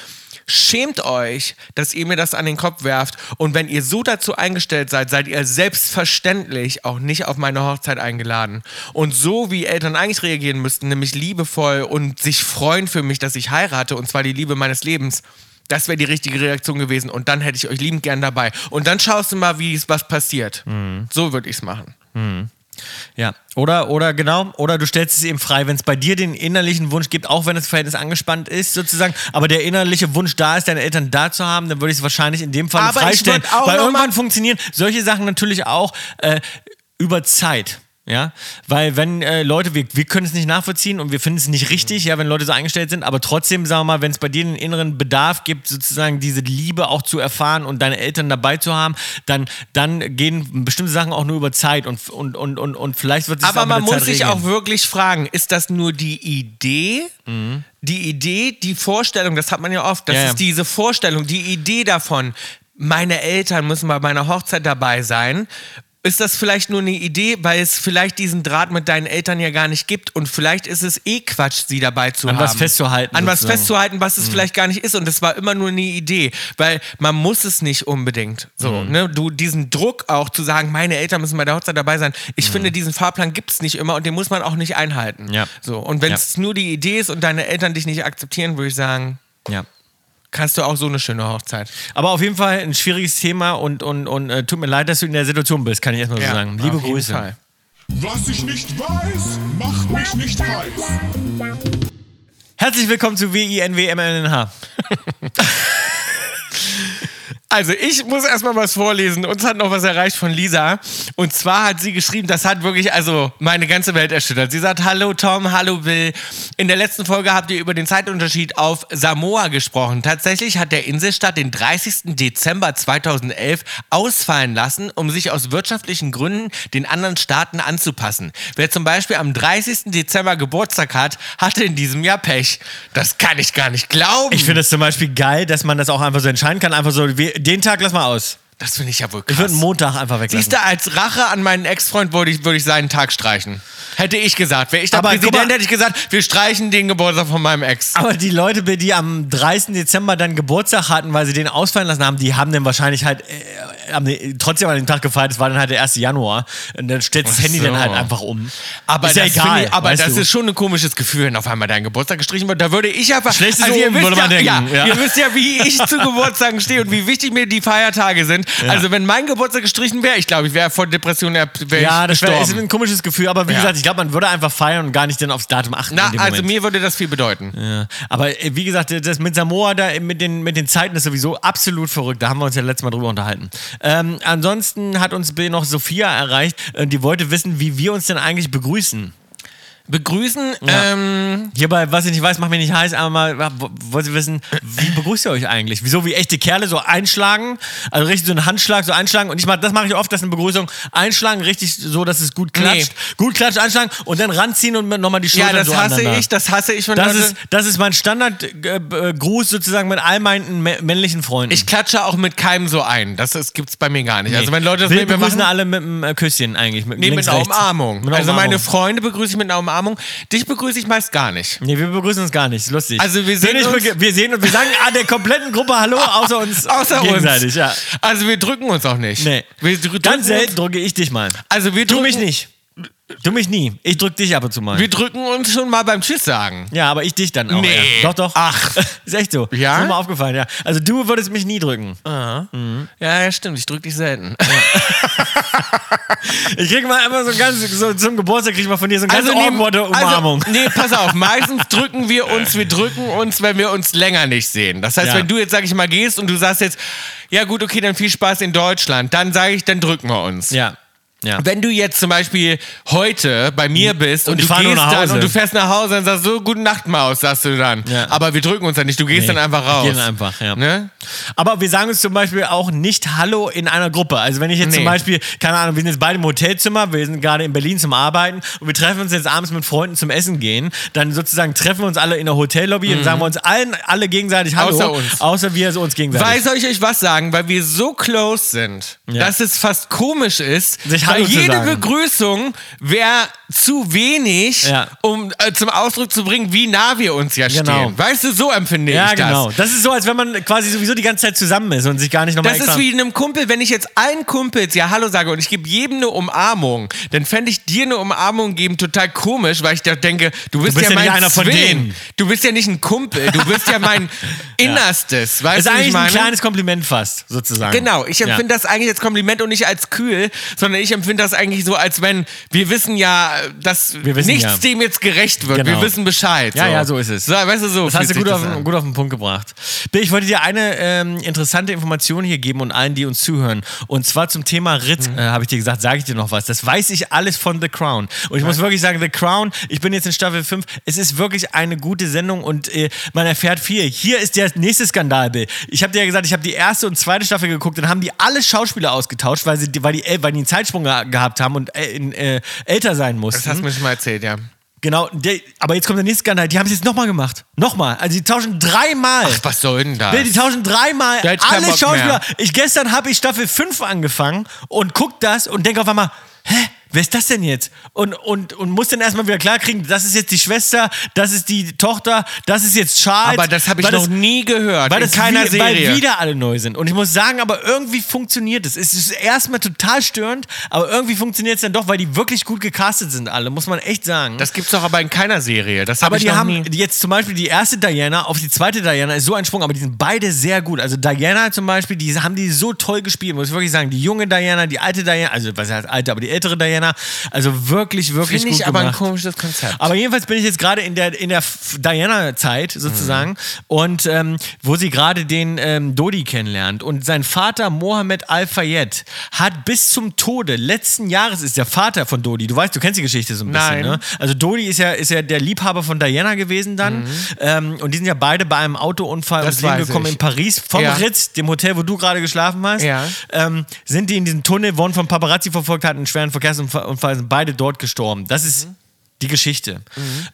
Speaker 1: schämt euch, dass ihr mir das an den Kopf werft. Und wenn ihr so dazu eingestellt seid, seid ihr selbstverständlich auch nicht auf meine Hochzeit eingeladen. Und so wie Eltern eigentlich reagieren müssten, nämlich liebevoll und sich freuen für mich, dass ich heirate, und zwar die Liebe meines Lebens. Das wäre die richtige Reaktion gewesen und dann hätte ich euch liebend gern dabei. Und dann schaust du mal, wie es was passiert.
Speaker 2: Mhm.
Speaker 1: So würde ich es machen.
Speaker 2: Ja, oder, oder genau, oder du stellst es eben frei, wenn es bei dir den innerlichen Wunsch gibt, auch wenn das Verhältnis angespannt ist, sozusagen, aber der innerliche Wunsch da ist, deine Eltern da zu haben, dann würde ich es wahrscheinlich in dem Fall
Speaker 1: Aber ich
Speaker 2: freistellen.
Speaker 1: würd auch
Speaker 2: Weil
Speaker 1: noch mal-
Speaker 2: irgendwann funktionieren solche Sachen natürlich auch äh, über Zeit. Ja, weil wenn äh, Leute, wir, wir können es nicht nachvollziehen und wir finden es nicht richtig, ja, wenn Leute so eingestellt sind, aber trotzdem, sagen wir mal, wenn es bei dir einen inneren Bedarf gibt, sozusagen diese Liebe auch zu erfahren und deine Eltern dabei zu haben, dann, dann gehen bestimmte Sachen auch nur über Zeit und, und, und, und, und vielleicht wird sich das
Speaker 1: Aber
Speaker 2: auch
Speaker 1: man
Speaker 2: mit der Zeit
Speaker 1: muss sich
Speaker 2: regeln.
Speaker 1: auch wirklich fragen, ist das nur die Idee? Die Idee, die Vorstellung, das hat man ja oft, das
Speaker 2: Ja, ja.
Speaker 1: ist diese Vorstellung, die Idee davon, meine Eltern müssen bei meiner Hochzeit dabei sein. Ist das vielleicht nur eine Idee, weil es vielleicht diesen Draht mit deinen Eltern ja gar nicht gibt und vielleicht ist es eh Quatsch, sie dabei zu
Speaker 2: An
Speaker 1: haben.
Speaker 2: was festzuhalten,
Speaker 1: An was
Speaker 2: sozusagen.
Speaker 1: festzuhalten, was
Speaker 2: Mhm.
Speaker 1: es vielleicht gar nicht ist und es war immer nur eine Idee, weil man muss es nicht unbedingt. So,
Speaker 2: Mhm.
Speaker 1: ne? Du diesen Druck auch zu sagen, meine Eltern müssen bei der Hochzeit dabei sein. Ich finde, diesen Fahrplan gibt es nicht immer und den muss man auch nicht einhalten.
Speaker 2: Mhm. Ja.
Speaker 1: So, und wenn es nur die Idee ist und deine Eltern dich nicht akzeptieren, würde ich sagen,
Speaker 2: Ja.
Speaker 1: kannst du auch so eine schöne Hochzeit.
Speaker 2: Aber auf jeden Fall ein schwieriges Thema und, und, und äh, tut mir leid, dass du in der Situation bist, kann ich erstmal so sagen. Liebe
Speaker 1: auf jeden
Speaker 2: Grüße.
Speaker 1: Fall.
Speaker 3: Was ich nicht weiß, macht mich nicht heiß.
Speaker 2: Herzlich willkommen zu WINWMNH.
Speaker 1: Also, ich muss erstmal was vorlesen. Uns hat noch was erreicht von Lisa. Und zwar hat sie geschrieben, das hat wirklich also meine ganze Welt erschüttert. Sie sagt: Hallo Tom, hallo Bill. In der letzten Folge habt ihr über den Zeitunterschied auf Samoa gesprochen. Tatsächlich hat der Inselstaat den 30. Dezember 2011 ausfallen lassen, um sich aus wirtschaftlichen Gründen den anderen Staaten anzupassen. Wer zum Beispiel am 30. Dezember Geburtstag hat, hatte in diesem Jahr Pech. Das kann ich gar nicht glauben.
Speaker 2: Ich finde es zum Beispiel geil, dass man das auch einfach so entscheiden kann. Einfach so, wir, den Tag lass mal aus.
Speaker 1: das finde ich ja wohl krass.
Speaker 2: Ich würde einen Montag einfach
Speaker 1: Siehst
Speaker 2: weglassen.
Speaker 1: du, als Rache an meinen Ex-Freund würde ich, würde ich seinen Tag streichen. Hätte ich gesagt. Wäre ich der
Speaker 2: Aber guck
Speaker 1: Präsident,
Speaker 2: mal-
Speaker 1: hätte ich gesagt, wir streichen den Geburtstag von meinem Ex.
Speaker 2: Aber die Leute, die am 30. Dezember dann Geburtstag hatten, weil sie den ausfallen lassen haben, die haben dann wahrscheinlich halt äh, haben den, trotzdem an dem Tag gefeiert. Es war dann halt der 1. Januar. Und dann stellt das
Speaker 1: Ach
Speaker 2: Handy
Speaker 1: so.
Speaker 2: dann halt einfach um.
Speaker 1: Aber
Speaker 2: ist ja
Speaker 1: das
Speaker 2: egal.
Speaker 1: finde Ich, aber
Speaker 2: weißt
Speaker 1: das
Speaker 2: du.
Speaker 1: ist schon ein komisches Gefühl, wenn auf einmal dein Geburtstag gestrichen wird. Da würde ich einfach. Also
Speaker 2: Schlechtes
Speaker 1: ihr
Speaker 2: Omen,
Speaker 1: wisst
Speaker 2: würde man
Speaker 1: ja,
Speaker 2: denken,
Speaker 1: Ja,
Speaker 2: ja.
Speaker 1: Ihr wisst ja, wie ich zu Geburtstagen stehe und wie wichtig mir die Feiertage sind. Also, wenn mein Geburtstag gestrichen wäre, ich glaube, ich wäre vor Depressionen wär
Speaker 2: ja,
Speaker 1: ich
Speaker 2: das wär,
Speaker 1: gestorben.
Speaker 2: ist ein komisches Gefühl, aber wie
Speaker 1: Ja.
Speaker 2: gesagt, ich glaube, man würde einfach feiern und gar nicht dann aufs Datum achten.
Speaker 1: Na,
Speaker 2: in dem
Speaker 1: also
Speaker 2: Moment.
Speaker 1: mir würde das viel bedeuten.
Speaker 2: Ja, aber äh, wie gesagt, das mit Samoa da äh, mit den, mit den Zeiten ist sowieso absolut verrückt. Da haben wir uns ja letztes Mal drüber unterhalten. Ähm, ansonsten hat uns Bill noch Sophia erreicht und die wollte wissen, wie wir uns denn eigentlich begrüßen.
Speaker 1: Begrüßen,
Speaker 2: Ja.
Speaker 1: ähm,
Speaker 2: Hierbei, was ich nicht weiß, macht mir nicht heiß, aber mal w- w- wollte sie wissen, wie begrüßt ihr euch eigentlich? Wieso wie echte Kerle so einschlagen, also richtig so einen Handschlag so einschlagen und ich mach, das mache ich oft, dass eine Begrüßung einschlagen, richtig so, dass es gut klatscht, gut klatscht einschlagen und dann ranziehen und nochmal die
Speaker 1: ja,
Speaker 2: Schultern
Speaker 1: das
Speaker 2: so
Speaker 1: hasse
Speaker 2: aneinander.
Speaker 1: ich, das hasse ich. wenn
Speaker 2: Das
Speaker 1: Leute-
Speaker 2: ist, das ist mein Standardgruß sozusagen mit all meinen mä- männlichen Freunden.
Speaker 1: Ich klatsche auch mit keinem so ein. Das, das gibt's bei mir gar nicht.
Speaker 2: Nee.
Speaker 1: Also wenn Leute das
Speaker 2: Wir
Speaker 1: mit mir
Speaker 2: begrüßen
Speaker 1: machen,
Speaker 2: alle mit einem äh, Küsschen eigentlich. Mit,
Speaker 1: nee, mit
Speaker 2: links,
Speaker 1: einer
Speaker 2: rechts.
Speaker 1: Umarmung.
Speaker 2: Mit einer
Speaker 1: Also meine
Speaker 2: Umarmung.
Speaker 1: Freunde begrüße ich mit einer Umarmung. Dich begrüße ich meist gar nicht.
Speaker 2: Nee, wir begrüßen uns gar nicht. Ist lustig.
Speaker 1: Also wir
Speaker 2: Bin
Speaker 1: sehen
Speaker 2: ich
Speaker 1: uns-
Speaker 2: bege- wir sehen und wir sagen an der kompletten Gruppe Hallo, außer uns
Speaker 1: Außer
Speaker 2: gegenseitig,
Speaker 1: uns.
Speaker 2: ja.
Speaker 1: Also wir drücken uns auch nicht.
Speaker 2: Nee.
Speaker 1: Wir dr- drücken
Speaker 2: Ganz selten
Speaker 1: Uns,
Speaker 2: drücke ich dich mal.
Speaker 1: also wir
Speaker 2: Du
Speaker 1: drücken,
Speaker 2: mich nicht. Du mich nie. Ich drück dich ab und zu mal.
Speaker 1: Wir drücken uns schon mal beim Tschüss sagen.
Speaker 2: Ja, aber ich dich dann auch.
Speaker 1: Nee.
Speaker 2: Ja. Doch, doch.
Speaker 1: Ach.
Speaker 2: Ist echt so.
Speaker 1: Ja?
Speaker 2: Ist mir mal aufgefallen, ja. Also du würdest mich nie drücken.
Speaker 1: Ja, ja, stimmt. Ich drück dich selten.
Speaker 2: Ich krieg mal immer so ein ganz, so zum Geburtstag krieg ich mal von dir so eine ganz
Speaker 1: nee,
Speaker 2: Also awkward Umarmung.
Speaker 1: Also, nee, pass auf. Meistens drücken wir uns, wir drücken uns, wenn wir uns länger nicht sehen. Das heißt,
Speaker 2: Ja.
Speaker 1: wenn du jetzt, sag ich mal, gehst und du sagst jetzt, ja gut, okay, dann viel Spaß in Deutschland, dann sage ich, dann drücken wir uns.
Speaker 2: ja. Ja.
Speaker 1: Wenn du jetzt zum Beispiel heute bei mir bist und,
Speaker 2: Und ich
Speaker 1: du
Speaker 2: fahr
Speaker 1: gehst
Speaker 2: nur nach
Speaker 1: dann
Speaker 2: Hause.
Speaker 1: und du fährst nach Hause und sagst so, gute Nacht, Maus, sagst du dann.
Speaker 2: Ja.
Speaker 1: Aber wir drücken uns dann nicht, du gehst
Speaker 2: Nee,
Speaker 1: dann einfach
Speaker 2: wir
Speaker 1: raus.
Speaker 2: gehen einfach, ja.
Speaker 1: Ne?
Speaker 2: Aber wir sagen uns zum Beispiel auch nicht Hallo in einer Gruppe. Also wenn ich jetzt zum
Speaker 1: Nee.
Speaker 2: Beispiel, keine Ahnung, wir sind jetzt beide im Hotelzimmer, wir sind gerade in Berlin zum Arbeiten und wir treffen uns jetzt abends mit Freunden zum Essen gehen, dann sozusagen treffen wir uns alle in der Hotellobby und sagen wir uns allen alle gegenseitig Hallo.
Speaker 1: Mhm. Außer uns.
Speaker 2: Außer wir so uns gegenseitig.
Speaker 1: Weil soll ich euch was sagen, weil wir so close sind,
Speaker 2: Ja.
Speaker 1: dass es fast komisch ist,
Speaker 2: Sich
Speaker 1: weil
Speaker 2: Hallo zu
Speaker 1: jede
Speaker 2: sagen.
Speaker 1: Begrüßung wäre zu wenig,
Speaker 2: Ja.
Speaker 1: um äh, zum Ausdruck zu bringen, wie nah wir uns ja
Speaker 2: Genau.
Speaker 1: stehen. Weißt du, so empfinde
Speaker 2: ja,
Speaker 1: ich das.
Speaker 2: genau. Das ist so, als wenn man quasi sowieso die ganze Zeit zusammen ist und sich gar nicht nochmal
Speaker 1: Das
Speaker 2: extra...
Speaker 1: ist wie einem Kumpel, wenn ich jetzt allen Kumpels ja Hallo sage und ich gebe jedem eine Umarmung, dann fände ich dir eine Umarmung geben total komisch, weil ich da denke, du bist,
Speaker 2: bist
Speaker 1: ja,
Speaker 2: ja nicht
Speaker 1: mein
Speaker 2: einer von
Speaker 1: Zwilling.
Speaker 2: denen.
Speaker 1: Du bist ja nicht ein Kumpel, du bist ja mein Innerstes. Weißt
Speaker 2: ist
Speaker 1: du, was ich
Speaker 2: eigentlich ein
Speaker 1: meine?
Speaker 2: kleines Kompliment fast, sozusagen.
Speaker 1: Genau, ich empfinde das eigentlich als Kompliment und nicht als kühl, sondern ich empfinde das eigentlich so, als wenn wir wissen ja, dass
Speaker 2: Wir wissen
Speaker 1: nichts
Speaker 2: ja.
Speaker 1: dem jetzt gerecht wird.
Speaker 2: Genau.
Speaker 1: Wir wissen Bescheid.
Speaker 2: Ja, ja, so ist es.
Speaker 1: So, weißt du, so
Speaker 2: Das hast
Speaker 1: fühlt
Speaker 2: du
Speaker 1: sich
Speaker 2: gut auf,
Speaker 1: an.
Speaker 2: gut auf den Punkt gebracht. Bill, ich wollte dir eine ähm, interessante Information hier geben und allen, die uns zuhören. Und zwar zum Thema Ritz,
Speaker 1: Mhm.
Speaker 2: äh, habe ich dir gesagt, sage ich dir noch was. Das weiß ich alles von The Crown. Und ich muss wirklich sagen, The Crown, ich bin jetzt in Staffel 5, es ist wirklich eine gute Sendung und äh, man erfährt viel. Hier ist der nächste Skandal, Bill. Ich habe dir ja gesagt, ich habe die erste und zweite Staffel geguckt, dann haben die alle Schauspieler ausgetauscht, weil, sie, weil, die, weil die einen Zeitsprung ge- gehabt haben und äh, in, äh, älter sein mussten.
Speaker 1: Das hast du mir schon mal erzählt, ja.
Speaker 2: Genau, der, aber jetzt kommt der nächste Skandal. Die haben es jetzt nochmal gemacht. Nochmal. Also die tauschen dreimal.
Speaker 1: Ach, was soll denn das?
Speaker 2: Bill, die tauschen dreimal
Speaker 1: Da hätte ich keinen
Speaker 2: alle
Speaker 1: Bock
Speaker 2: Schauspieler.
Speaker 1: mehr.
Speaker 2: Ich, gestern habe ich Staffel 5 angefangen und guck das und denke auf einmal, hä? Wer ist das denn jetzt? Und, und, und muss dann erstmal wieder klarkriegen, das ist jetzt die Schwester, das ist die Tochter, das ist jetzt Charles.
Speaker 1: Aber das habe ich
Speaker 2: Weil
Speaker 1: noch nie gehört.
Speaker 2: weil
Speaker 1: in
Speaker 2: das
Speaker 1: keiner
Speaker 2: wie,
Speaker 1: Serie.
Speaker 2: Weil wieder alle neu sind. Und ich muss sagen, aber irgendwie funktioniert es. Es ist erstmal total störend, aber irgendwie funktioniert es dann doch, weil die wirklich gut gecastet sind, alle, muss man echt sagen.
Speaker 1: das gibt's doch aber in keiner Serie. Das hab
Speaker 2: Aber
Speaker 1: ich
Speaker 2: die
Speaker 1: noch
Speaker 2: haben
Speaker 1: nie.
Speaker 2: jetzt zum Beispiel die erste Diana auf die zweite Diana ist so ein Sprung, aber die sind beide sehr gut. Also Diana zum Beispiel, die haben die so toll gespielt, muss ich wirklich sagen. Die junge Diana, die alte Diana, also was heißt alte, aber die ältere Diana, also wirklich, wirklich
Speaker 1: Finde
Speaker 2: gut
Speaker 1: ich aber ein
Speaker 2: gemacht.
Speaker 1: komisches Konzept.
Speaker 2: Aber jedenfalls bin ich jetzt gerade in der, in der F- Diana-Zeit sozusagen und ähm, wo sie gerade den ähm, Dodi kennenlernt. Und sein Vater Mohammed Al-Fayed hat bis zum Tode letzten Jahres ist der Vater von Dodi. Du weißt, du kennst die Geschichte so ein bisschen,
Speaker 1: Nein.
Speaker 2: ne? Also Dodi ist ja, ist ja der Liebhaber von Diana gewesen dann. Ähm, und die sind ja beide bei einem Autounfall
Speaker 1: Mhm. Das
Speaker 2: ums Leben
Speaker 1: weiß
Speaker 2: gekommen
Speaker 1: ich.
Speaker 2: in Paris vom
Speaker 1: Ja.
Speaker 2: Ritz, dem Hotel, wo du gerade geschlafen hast.
Speaker 1: Ja.
Speaker 2: Ähm, sind die in diesem Tunnel, wurden von Paparazzi verfolgt, hatten einen schweren Verkehrsunfall, sind beide dort gestorben. Das ist
Speaker 1: Mhm.
Speaker 2: die Geschichte.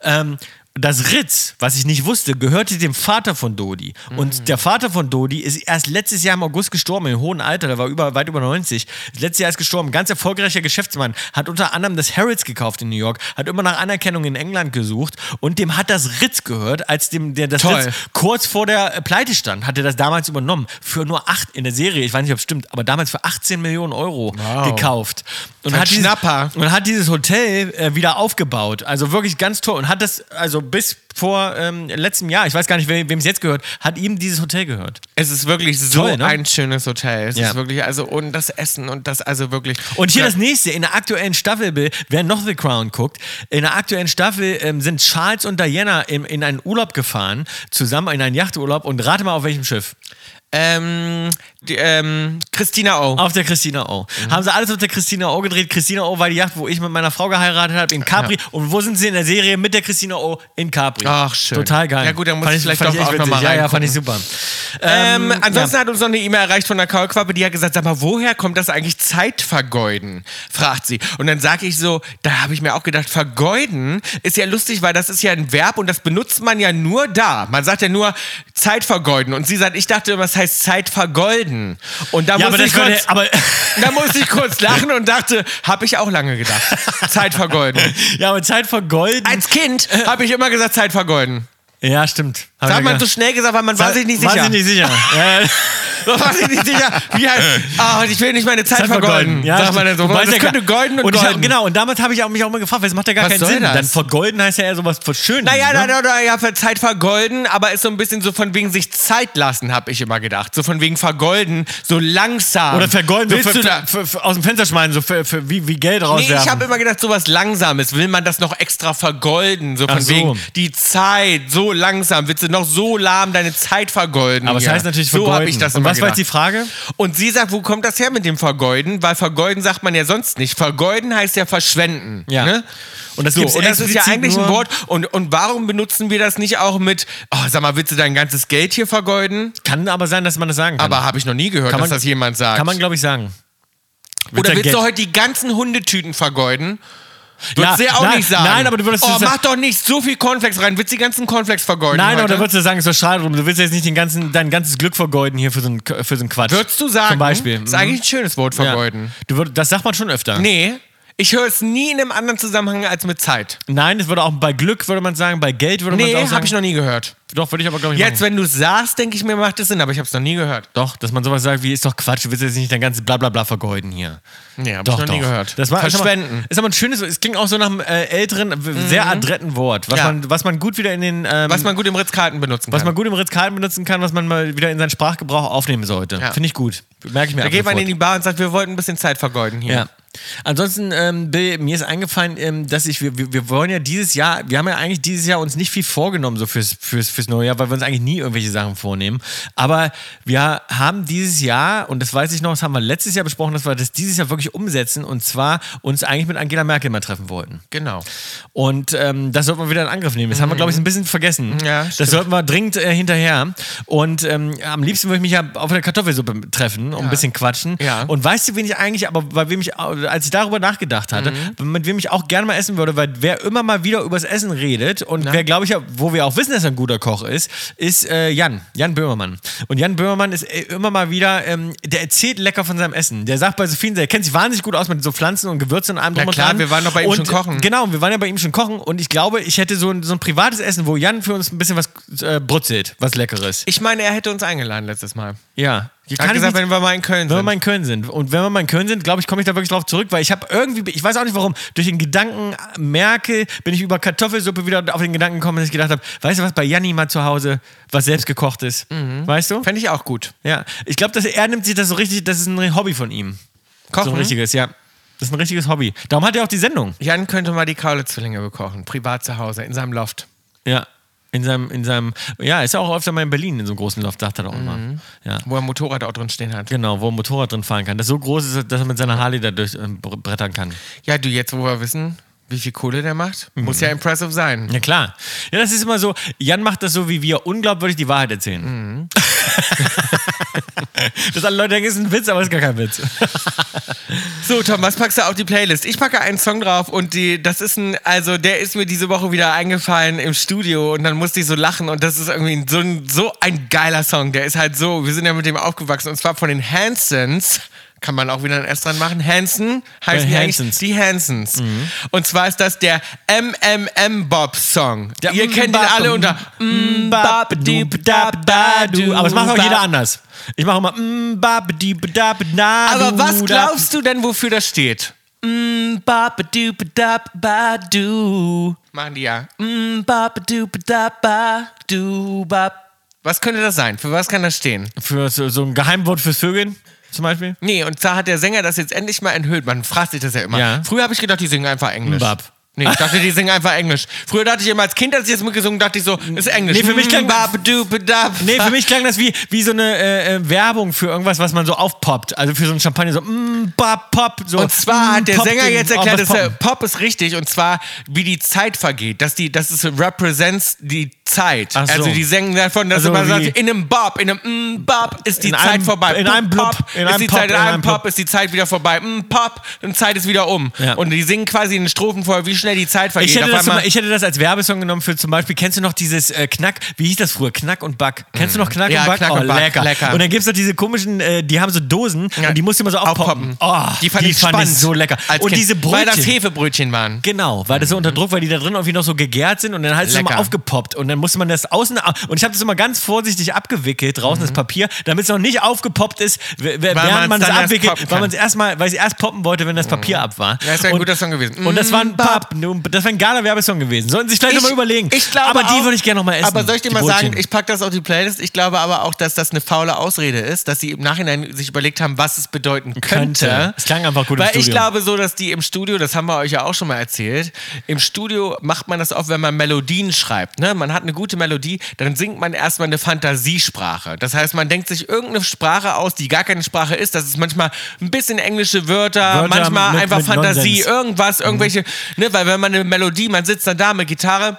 Speaker 2: Ähm, das Ritz, was ich nicht wusste, gehörte dem Vater von Dodi.
Speaker 1: Mhm.
Speaker 2: Und der Vater von Dodi ist erst letztes Jahr im August gestorben, im hohen Alter, der war über, weit über 90. Letztes Jahr ist gestorben, ganz erfolgreicher Geschäftsmann, hat unter anderem das Harrods gekauft in New York, hat immer nach Anerkennung in England gesucht und dem hat das Ritz gehört, als dem der das
Speaker 1: Toll.
Speaker 2: Ritz kurz vor der äh, Pleite stand, hat er das damals übernommen. Für nur acht in der Serie, ich weiß nicht, ob es stimmt, aber damals für 18 Millionen Euro
Speaker 1: Wow.
Speaker 2: gekauft. Und
Speaker 1: Ein
Speaker 2: hat dieses,
Speaker 1: Schnapper.
Speaker 2: und hat dieses Hotel äh, wieder aufgebaut. Also wirklich ganz toll. Und hat das, also bis vor ähm, letztem Jahr, ich weiß gar nicht, we- wem es jetzt gehört, hat ihm dieses Hotel gehört.
Speaker 1: es ist wirklich so
Speaker 2: Toll, ne?
Speaker 1: ein schönes Hotel. Es
Speaker 2: Ja.
Speaker 1: ist wirklich, also, und das Essen und das, also wirklich.
Speaker 2: Und hier
Speaker 1: Ja.
Speaker 2: das nächste, in der aktuellen Staffel, Bill, wer noch The Crown guckt, in der aktuellen Staffel ähm, sind Charles und Diana in, in einen Urlaub gefahren, zusammen in einen Yachturlaub und rate mal auf welchem Schiff.
Speaker 1: Ähm, die, ähm, Christina O.
Speaker 2: Auf der Christina O.
Speaker 1: Mhm.
Speaker 2: Haben sie alles auf der Christina O gedreht. Christina O war die Yacht, wo ich mit meiner Frau geheiratet habe, in Capri. Und wo sind sie in der Serie mit der Christina O? In Capri.
Speaker 1: Ach, schön.
Speaker 2: Total geil.
Speaker 1: Ja, gut, dann muss ich vielleicht doch
Speaker 2: echt
Speaker 1: auch noch
Speaker 2: witzig.
Speaker 1: mal
Speaker 2: Ja, ja,
Speaker 1: reingucken.
Speaker 2: fand ich super.
Speaker 1: Ähm, ansonsten hat uns noch eine E-Mail erreicht von der Kaulquappe, die hat gesagt, sag mal, woher kommt das eigentlich Zeitvergeuden? Fragt sie. Und dann sage ich so, da habe ich mir auch gedacht, vergeuden ist ja lustig, weil das ist ja ein Verb und das benutzt man ja nur da. Man sagt ja nur Zeitvergeuden. Und sie sagt, ich dachte immer, es heißt Zeitvergolden. Und da
Speaker 2: Ja, aber
Speaker 1: musste ich
Speaker 2: das würde,
Speaker 1: kurz,
Speaker 2: aber,
Speaker 1: da musste ich kurz lachen und dachte, habe ich auch lange gedacht. Zeitvergeuden.
Speaker 2: ja, aber Zeit vergolden.
Speaker 1: Als Kind habe ich immer gesagt, Zeitvergeuden.
Speaker 2: Ja, stimmt.
Speaker 1: Das hat
Speaker 2: wir
Speaker 1: man
Speaker 2: ge-
Speaker 1: so schnell gesagt, weil man war sich nicht
Speaker 2: Oh, War
Speaker 1: sicher.
Speaker 2: sich nicht sicher. ja.
Speaker 1: Man war sich nicht sicher. Wie halt, ah, ich will nicht meine Zeit, vergeuden.
Speaker 2: Äh. Ja,
Speaker 1: sagt man dann so.
Speaker 2: Wobei es
Speaker 1: Das
Speaker 2: ja gar-
Speaker 1: könnte golden und,
Speaker 2: und ich hab-
Speaker 1: golden.
Speaker 2: Genau, und damit habe ich auch mich auch immer gefragt, weil es macht ja gar
Speaker 1: Was
Speaker 2: keinen
Speaker 1: soll
Speaker 2: Sinn.
Speaker 1: das?
Speaker 2: Dann vergolden heißt ja eher sowas verschönern.
Speaker 1: Naja, na,
Speaker 2: ne?
Speaker 1: na, na, ja, für Zeit vergolden, aber ist so ein bisschen so von wegen sich Zeit lassen, habe ich immer gedacht. So von wegen vergolden, so langsam.
Speaker 2: Oder vergolden,
Speaker 1: Willst
Speaker 2: so
Speaker 1: du
Speaker 2: für,
Speaker 1: da?
Speaker 2: für, für, aus dem Fenster schmeißen, so für, für, wie, wie Geld
Speaker 1: Nee,
Speaker 2: rauswerfen.
Speaker 1: ich habe immer gedacht, sowas Langsames. Will man das noch extra vergolden? So von
Speaker 2: Ach so.
Speaker 1: wegen die Zeit, so langsam. Willst du noch so lahm deine Zeit vergolden?
Speaker 2: aber es
Speaker 1: hier?
Speaker 2: heißt natürlich
Speaker 1: So
Speaker 2: vergolden.
Speaker 1: habe ich das
Speaker 2: und
Speaker 1: immer
Speaker 2: was war
Speaker 1: gedacht.
Speaker 2: jetzt die Frage?
Speaker 1: Und sie sagt, wo kommt das her mit dem Vergeuden? Weil Vergeuden sagt man ja sonst nicht. Vergeuden heißt ja verschwenden.
Speaker 2: Ja.
Speaker 1: Ne?
Speaker 2: Und das
Speaker 1: so,
Speaker 2: gibt's
Speaker 1: und das ist ja
Speaker 2: explizit
Speaker 1: eigentlich ein
Speaker 2: nur-
Speaker 1: Wort. Und, und warum benutzen wir das nicht auch mit, oh, sag mal, willst du dein ganzes Geld hier vergeuden?
Speaker 2: Kann aber sein, dass man das sagen kann.
Speaker 1: Aber habe ich noch nie gehört,
Speaker 2: Kann man-
Speaker 1: dass das jemand sagt.
Speaker 2: kann man, glaube ich, sagen.
Speaker 1: Oder
Speaker 2: dein
Speaker 1: willst
Speaker 2: Geld-
Speaker 1: du heute die ganzen Hundetüten vergeuden?
Speaker 2: Ja,
Speaker 1: Würdest du ja auch
Speaker 2: nein,
Speaker 1: nicht sagen.
Speaker 2: nein, aber du würdest
Speaker 1: Oh,
Speaker 2: es-
Speaker 1: mach doch nicht so viel Cornflakes rein. Willst du die ganzen Cornflakes vergeuden?
Speaker 2: Nein, aber
Speaker 1: heute?
Speaker 2: da würdest du sagen, ist doch schade drum. Du willst jetzt nicht den ganzen, dein ganzes Glück vergeuden hier für so einen, für so einen Quatsch.
Speaker 1: Würdest du sagen,
Speaker 2: Zum Beispiel. Mhm.
Speaker 1: ist eigentlich ein schönes Wort,
Speaker 2: Ja.
Speaker 1: vergeuden.
Speaker 2: Du würd, das sagt man schon öfter.
Speaker 1: Nee, ich höre es nie in einem anderen Zusammenhang als mit Zeit.
Speaker 2: Nein, das würde auch bei Glück, würde man sagen, bei Geld würde man
Speaker 1: Nee,
Speaker 2: auch sagen.
Speaker 1: habe ich noch nie gehört.
Speaker 2: Doch, würde ich aber, glaube ich,
Speaker 1: Jetzt,
Speaker 2: machen.
Speaker 1: wenn du sagst, denke ich mir, macht es Sinn, aber ich habe es noch nie gehört.
Speaker 2: Doch, dass man sowas sagt wie, ist doch Quatsch, du willst jetzt nicht dein ganzes Blablabla vergeuden hier.
Speaker 1: Nee, habe ich
Speaker 2: Doch,
Speaker 1: noch
Speaker 2: doch.
Speaker 1: nie gehört.
Speaker 2: Das war, Ist
Speaker 1: Verschwenden. Mhm.
Speaker 2: aber, ist aber ein schönes, es klingt auch so nach einem äh, älteren, w- sehr adretten Wort, was,
Speaker 1: Ja.
Speaker 2: man, was man gut wieder in den, ähm,
Speaker 1: Was man gut im Ritzkarten benutzen
Speaker 2: was
Speaker 1: kann.
Speaker 2: man gut im Ritzkarten benutzen kann, was man mal wieder in seinen Sprachgebrauch aufnehmen sollte.
Speaker 1: Ja.
Speaker 2: Finde ich gut. Merke ich mir
Speaker 1: da
Speaker 2: ab
Speaker 1: geht man
Speaker 2: sofort.
Speaker 1: in die Bar und sagt, wir wollten ein bisschen Zeit vergeuden hier.
Speaker 2: Ja. Ansonsten, ähm, Bill, mir ist eingefallen, ähm, dass ich, wir, wir wir wollen ja dieses Jahr, wir haben ja eigentlich dieses Jahr uns nicht viel vorgenommen, so fürs, fürs, fürs neue Jahr, weil wir uns eigentlich nie irgendwelche Sachen vornehmen. Aber wir haben dieses Jahr, und das weiß ich noch, das haben wir letztes Jahr besprochen, dass wir das dieses Jahr wirklich umsetzen, und zwar uns eigentlich mit Angela Merkel mal treffen wollten.
Speaker 1: Genau.
Speaker 2: Und ähm, das sollten wir wieder in Angriff nehmen. Das haben wir, glaube ich, ein bisschen vergessen.
Speaker 1: Ja,
Speaker 2: das
Speaker 1: stimmt.
Speaker 2: sollten wir dringend äh, hinterher. Und ähm, am liebsten würde ich mich ja auf der Kartoffelsuppe treffen und ein bisschen quatschen.
Speaker 1: Ja.
Speaker 2: Und weißt du, wen ich eigentlich, aber bei wem ich, au- als ich darüber nachgedacht hatte,
Speaker 1: Mhm.
Speaker 2: mit wem ich auch gerne mal essen würde, weil wer immer mal wieder übers Essen redet und wer, glaube ich, ja, wo wir auch wissen, dass er ein guter Koch ist, ist äh, Jan, Jan Böhmermann. Und Jan Böhmermann ist äh, immer mal wieder, ähm, der erzählt lecker von seinem Essen. Der sagt bei so vielen, der kennt sich wahnsinnig gut aus mit so Pflanzen und Gewürzen und allem
Speaker 1: Ja,
Speaker 2: drum und
Speaker 1: klar,
Speaker 2: dran.
Speaker 1: wir waren doch bei ihm
Speaker 2: und,
Speaker 1: schon kochen.
Speaker 2: Genau, Genau, wir waren ja bei ihm schon kochen und ich glaube, ich hätte so ein, so ein privates Essen, wo Jan für uns ein bisschen was äh, brutzelt, was Leckeres.
Speaker 1: Ich meine, er hätte uns eingeladen letztes Mal.
Speaker 2: Ja.
Speaker 1: Er hat gesagt, wenn wir mal in Köln
Speaker 2: wenn wir
Speaker 1: sind.
Speaker 2: mal in Köln sind. Und wenn wir mal in Köln sind, glaube ich, komme ich da wirklich drauf zurück, weil ich habe irgendwie, ich weiß auch nicht warum, durch den Gedanken Merkel bin ich über Kartoffelsuppe wieder auf den Gedanken gekommen, dass ich gedacht habe, weißt du was, bei Janni mal zu Hause, was selbst gekocht ist.
Speaker 1: Mhm.
Speaker 2: Weißt du?
Speaker 1: Fände ich auch gut.
Speaker 2: Ja. Ich glaube, dass er nimmt sich das so richtig, das ist ein Hobby von ihm. So
Speaker 1: Kochen. ne?
Speaker 2: ein richtiges, ja. Das ist ein richtiges Hobby. Darum hat er auch die Sendung.
Speaker 1: Jan könnte mal die Kaulitz-Zwillinge bekochen. Privat zu Hause, in seinem Loft.
Speaker 2: Ja. In seinem, in seinem, ja, ist ja auch öfter mal in Berlin in so einem großen Loft, sagt er doch immer.
Speaker 1: Mhm.
Speaker 2: Ja.
Speaker 1: Wo er ein Motorrad auch drin stehen hat.
Speaker 2: Genau, wo ein Motorrad drin fahren kann. Das so groß ist, dass er mit seiner Harley da durch ähm, br- brettern kann.
Speaker 1: Ja, du, jetzt wo wir wissen, wie viel Kohle der macht,
Speaker 2: Mhm.
Speaker 1: muss ja impressive sein.
Speaker 2: Ja, klar. Ja, das ist immer so. Jan macht das so, wie wir unglaubwürdig die Wahrheit erzählen.
Speaker 1: Mhm.
Speaker 2: dass alle Leute denken, ist ein Witz, aber ist gar kein Witz.
Speaker 1: So, Tom, was packst du auf die Playlist? Ich packe einen Song drauf und die, das ist ein, also der ist mir diese Woche wieder eingefallen im Studio und dann musste ich so lachen und das ist irgendwie ein- so ein, so ein geiler Song. Der ist halt so, wir sind ja mit dem aufgewachsen und zwar von den Hansons. Kann man auch wieder ein S dran machen. Hansen heißen die eigentlich
Speaker 2: Äh, Hansons. Mhm.
Speaker 1: die Hansons. Und zwar ist das der MMM Bob Song.
Speaker 2: Der
Speaker 1: Ihr kennt ihn
Speaker 2: Mbop-
Speaker 1: alle unter
Speaker 2: Aber es macht auch jeder anders. Ich mache immer. mm, Aber
Speaker 1: Aber was glaubst du denn, wofür das steht?
Speaker 2: Mm, du?
Speaker 1: Machen die ja.
Speaker 2: Mm, Für
Speaker 1: Was könnte das sein? Für was kann das stehen?
Speaker 2: so, so ein Geheimwort fürs Vögeln zum Beispiel?
Speaker 1: Nee, und da hat der Sänger das jetzt endlich mal enthüllt. Man fragt sich das ja immer.
Speaker 2: Ja.
Speaker 1: Früher habe ich gedacht, die singen einfach Englisch.
Speaker 2: Mbab.
Speaker 1: Nee, ich dachte, die singen einfach Englisch. Früher dachte ich immer, als Kind, als ich das mitgesungen dachte ich so, ist Englisch. Mm,
Speaker 2: Mm, Nee, für mich klang-
Speaker 1: Mbab, du, bedab.
Speaker 2: Nee, für mich klang das wie, wie so eine äh, äh, Werbung für irgendwas, was man so aufpoppt. Also für so ein Champagner, so mm, bap, pop. So,
Speaker 1: Und zwar hat
Speaker 2: mm,
Speaker 1: der
Speaker 2: pop
Speaker 1: Sänger
Speaker 2: den-
Speaker 1: jetzt
Speaker 2: oh,
Speaker 1: erklärt,
Speaker 2: was
Speaker 1: dass der
Speaker 2: poppen.
Speaker 1: Pop ist richtig und zwar wie die Zeit vergeht, dass die, das ist represents die Zeit.
Speaker 2: Ach so.
Speaker 1: Also die singen davon, dass
Speaker 2: Also
Speaker 1: man
Speaker 2: wie-
Speaker 1: sagt, in einem Bob, in einem mm, Bob ist die
Speaker 2: In
Speaker 1: Zeit
Speaker 2: einem-
Speaker 1: vorbei.
Speaker 2: in
Speaker 1: Pop,
Speaker 2: einem Blub,
Speaker 1: Pop,
Speaker 2: in
Speaker 1: ist
Speaker 2: einem
Speaker 1: die
Speaker 2: Pop,
Speaker 1: Zeit, in
Speaker 2: in
Speaker 1: einem
Speaker 2: einem
Speaker 1: Pop
Speaker 2: Pop.
Speaker 1: ist die Zeit wieder vorbei. Mm, Pop und Zeit ist wieder um.
Speaker 2: Ja.
Speaker 1: Und die singen quasi in den Strophen vorher, wie schnell die Zeit vergeht.
Speaker 2: Ich hätte,
Speaker 1: Auf
Speaker 2: das zum,
Speaker 1: einmal-
Speaker 2: ich hätte das als Werbesong genommen für zum Beispiel, kennst du noch dieses äh, Knack, wie hieß das früher? Knack und Back. Kennst du noch Knack
Speaker 1: Mhm. Ja,
Speaker 2: und Back? Oh,
Speaker 1: Knack und Back, lecker.
Speaker 2: Und dann gibt es noch diese komischen, äh, die haben so Dosen und die musst du immer so aufpoppen. Oh,
Speaker 1: die fand ich spannend.
Speaker 2: so lecker.
Speaker 1: Als
Speaker 2: und
Speaker 1: Kind.
Speaker 2: diese Brötchen.
Speaker 1: Weil das Hefebrötchen waren.
Speaker 2: Genau, weil das so unter Druck, weil die da drin irgendwie noch so gegärt sind und dann halt es
Speaker 1: Mhm. Lecker.
Speaker 2: nochmal aufgepoppt und dann musste man das außen. Und ich habe das immer ganz vorsichtig abgewickelt, draußen das Papier, damit es noch nicht aufgepoppt ist, w- w- während
Speaker 1: Mhm. man's
Speaker 2: man es
Speaker 1: dann erst
Speaker 2: abwickelt,
Speaker 1: poppen
Speaker 2: weil
Speaker 1: kann. Mhm.
Speaker 2: man es erstmal, weil ich erst poppen wollte, wenn das Papier ab war.
Speaker 1: Das wäre ein
Speaker 2: und,
Speaker 1: guter Song gewesen. Mhm.
Speaker 2: Und das war ein Pap, das war ein geiler Werbesong gewesen. Sollten Sie sich vielleicht nochmal überlegen.
Speaker 1: Ich glaube
Speaker 2: aber die
Speaker 1: auch-
Speaker 2: würde ich gerne nochmal essen.
Speaker 1: Aber soll ich dir
Speaker 2: die
Speaker 1: mal sagen,
Speaker 2: Brötchen.
Speaker 1: ich packe das auf die Playlist. Ich glaube aber auch, dass das eine faule Ausrede ist, dass sie im Nachhinein sich überlegt haben, was es bedeuten könnte.
Speaker 2: Könnte. Es klang einfach gut im
Speaker 1: Weil ich
Speaker 2: Studio.
Speaker 1: glaube so, dass die im Studio, das haben wir euch ja auch schon mal erzählt, im Studio macht man das oft, wenn man Melodien schreibt. Ne? Man hat eine gute Melodie, dann singt man erstmal eine Fantasiesprache. Das heißt, man denkt sich irgendeine Sprache aus, die gar keine Sprache ist. Das ist manchmal ein bisschen englische Wörter,
Speaker 2: Wörter
Speaker 1: manchmal
Speaker 2: mit-
Speaker 1: einfach
Speaker 2: mit
Speaker 1: Fantasie,
Speaker 2: Nonsens. Mhm.
Speaker 1: irgendwas, irgendwelche, ne? Weil wenn man eine Melodie, man sitzt dann da mit Gitarre,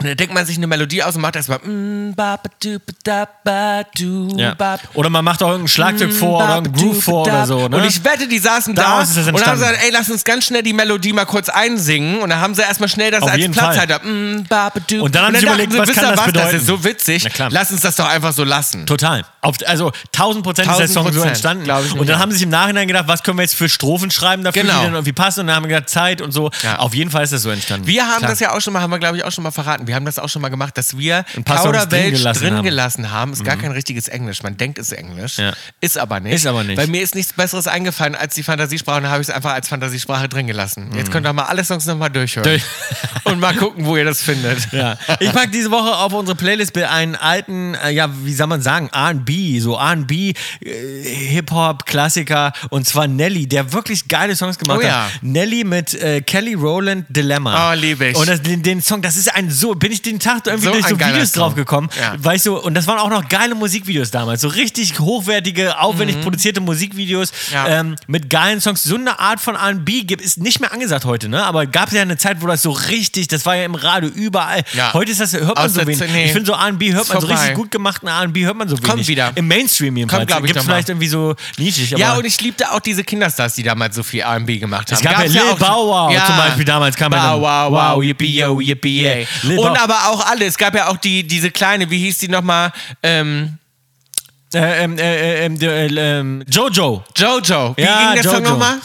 Speaker 1: und dann denkt man sich eine Melodie aus und macht erstmal mm, ba, ba, du, ba, da, ba, du,
Speaker 2: Ja.
Speaker 1: ba, ba,
Speaker 2: Oder man macht auch irgendeinen
Speaker 1: Mhm.
Speaker 2: Schlagzeug vor oder einen Groove vor oder so. Ne?
Speaker 1: Und ich wette, die saßen da
Speaker 2: Daraus ist das
Speaker 1: und haben
Speaker 2: entstanden.
Speaker 1: gesagt, ey, lass uns ganz schnell die Melodie mal kurz einsingen. Und dann haben sie erstmal schnell das
Speaker 2: Auf
Speaker 1: als
Speaker 2: jeden
Speaker 1: Platzhalter. Mm, ba, ba, du.
Speaker 2: Und dann haben sie überlegt,
Speaker 1: dachten
Speaker 2: was
Speaker 1: wisst
Speaker 2: kann
Speaker 1: ihr
Speaker 2: das
Speaker 1: Das
Speaker 2: bedeuten?
Speaker 1: ist so witzig.
Speaker 2: Na klar.
Speaker 1: Lass uns das doch einfach so lassen.
Speaker 2: Total. Auf, also 1000 Prozent ist der
Speaker 1: 1000%,
Speaker 2: Song so entstanden.
Speaker 1: glaub ich
Speaker 2: und
Speaker 1: nämlich
Speaker 2: dann
Speaker 1: auch.
Speaker 2: haben sie sich im Nachhinein gedacht, was können wir jetzt für Strophen schreiben dafür,
Speaker 1: Genau.
Speaker 2: die dann irgendwie passen. Und dann haben wir gedacht, Zeit und so.
Speaker 1: Ja.
Speaker 2: Auf jeden Fall ist das so entstanden.
Speaker 1: Wir haben
Speaker 2: Klar.
Speaker 1: das ja auch schon mal, haben wir glaube ich auch schon mal verraten. Wir haben das auch schon mal gemacht, dass wir
Speaker 2: paar Songs
Speaker 1: Kauderwelsch drin,
Speaker 2: drin
Speaker 1: gelassen,
Speaker 2: gelassen
Speaker 1: drin
Speaker 2: haben. Mhm.
Speaker 1: haben. gelassen haben. Ist gar kein richtiges Englisch. Man denkt, es ist Englisch.
Speaker 2: Ja.
Speaker 1: Ist aber nicht.
Speaker 2: Ist aber nicht.
Speaker 1: Bei mir ist nichts Besseres eingefallen als die Fantasiesprache. Und da habe ich es einfach als Fantasiesprache drin gelassen. Jetzt könnt ihr mal alle Songs nochmal durchhören.
Speaker 2: Mhm. Durch-
Speaker 1: und mal gucken, wo ihr das findet.
Speaker 2: Ja. Ich pack diese Woche auf unsere Playlist einen alten, äh, ja, wie soll man sagen, RB, so RB, äh, Hip-Hop-Klassiker und zwar Nelly, der wirklich geile Songs gemacht
Speaker 1: Oh ja.
Speaker 2: hat. Nelly mit äh, Kelly Rowland Dilemma.
Speaker 1: Oh, lieb ich.
Speaker 2: Und das, den, den Song, das ist ein so, bin ich den Tag irgendwie
Speaker 1: So
Speaker 2: durch
Speaker 1: ein
Speaker 2: so
Speaker 1: geiler
Speaker 2: Videos
Speaker 1: Song.
Speaker 2: draufgekommen,
Speaker 1: Ja.
Speaker 2: weil ich so, und das waren auch noch geile Musikvideos damals, so richtig hochwertige, aufwendig produzierte Musikvideos
Speaker 1: Mhm. Ja.
Speaker 2: ähm, mit geilen Songs. So eine Art von RB gibt ist nicht mehr angesagt heute, ne? Aber gab es ja eine Zeit, wo das so richtig, das war ja im Radio überall.
Speaker 1: Ja.
Speaker 2: Heute ist das, hört man
Speaker 1: Aus
Speaker 2: so
Speaker 1: der
Speaker 2: wenig.
Speaker 1: Szene.
Speaker 2: Ich finde so R&B hört
Speaker 1: Ist
Speaker 2: man so richtig
Speaker 1: vorbei.
Speaker 2: gut gemachten R&B hört man so wenig.
Speaker 1: Kommt wieder.
Speaker 2: Im Mainstream jedenfalls.
Speaker 1: glaub ich,
Speaker 2: Gibt's
Speaker 1: nochmal.
Speaker 2: vielleicht irgendwie so nischig, aber
Speaker 1: Ja, und ich liebte auch diese Kinderstars, die damals so viel R&B gemacht haben.
Speaker 2: es gab ja
Speaker 1: Gab's
Speaker 2: Lil
Speaker 1: auch-
Speaker 2: Bow Wow zum Beispiel damals kam er
Speaker 1: Bow
Speaker 2: dann.
Speaker 1: Wow, wow, yippie, yo, yippie, yay.
Speaker 2: Lil Bow-
Speaker 1: Und aber auch alle. Es gab ja auch die, diese kleine, wie hieß die nochmal? Ähm,
Speaker 2: Äh, ähm, äh, ähm, äh, ähm, Jojo.
Speaker 1: Jojo. Wie
Speaker 2: ja,
Speaker 1: ging der
Speaker 2: Jojo.
Speaker 1: Song nochmal?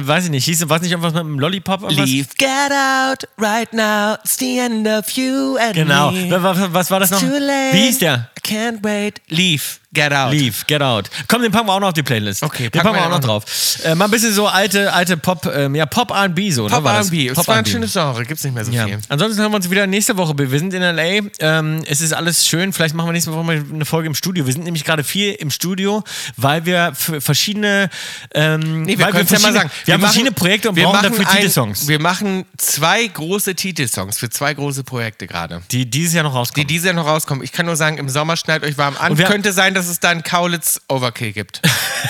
Speaker 2: Äh, weiß ich nicht. Hieß, war es nicht irgendwas mit einem Lollipop? irgendwas?
Speaker 1: get out right now. It's the end of you and
Speaker 2: Genau.
Speaker 1: me.
Speaker 2: Was, was- was war das noch?
Speaker 1: Too late.
Speaker 2: Wie hieß der?
Speaker 1: I can't wait. Leave, get out.
Speaker 2: Leave, Get Out. Komm, den packen wir auch noch auf die Playlist.
Speaker 1: Okay,
Speaker 2: den
Speaker 1: packen
Speaker 2: packen wir
Speaker 1: wir
Speaker 2: auch noch
Speaker 1: den
Speaker 2: drauf. Äh, mal ein bisschen so alte, alte Pop, ähm, ja, Pop R&B so. ne,
Speaker 1: Pop
Speaker 2: war das?
Speaker 1: R&B.
Speaker 2: Pop
Speaker 1: Es war ein
Speaker 2: R&B.
Speaker 1: schönes Genre. Gibt's nicht mehr so
Speaker 2: Ja.
Speaker 1: viel.
Speaker 2: Ansonsten hören wir uns wieder nächste Woche. Wir sind in LA. Ähm, es ist alles schön. Vielleicht machen wir nächste Woche mal eine Folge im Studio. Wir sind nämlich gerade viel im Studio, weil wir für verschiedene. Ähm,
Speaker 1: Nee, wir
Speaker 2: weil
Speaker 1: können es ja mal
Speaker 2: verschiedene-
Speaker 1: sagen.
Speaker 2: Wir, haben verschiedene Projekte und
Speaker 1: wir
Speaker 2: brauchen
Speaker 1: machen
Speaker 2: dafür
Speaker 1: ein-
Speaker 2: Titelsongs,
Speaker 1: Wir machen zwei große Titelsongs für zwei große Projekte gerade.
Speaker 2: die dieses Jahr noch rauskommen.
Speaker 1: Die dieses Jahr noch rauskommen. Ich kann nur sagen, im Sommer schneidet euch warm an.
Speaker 2: Und wir-
Speaker 1: Könnte sein, dass es dann Kaulitz Overkill gibt.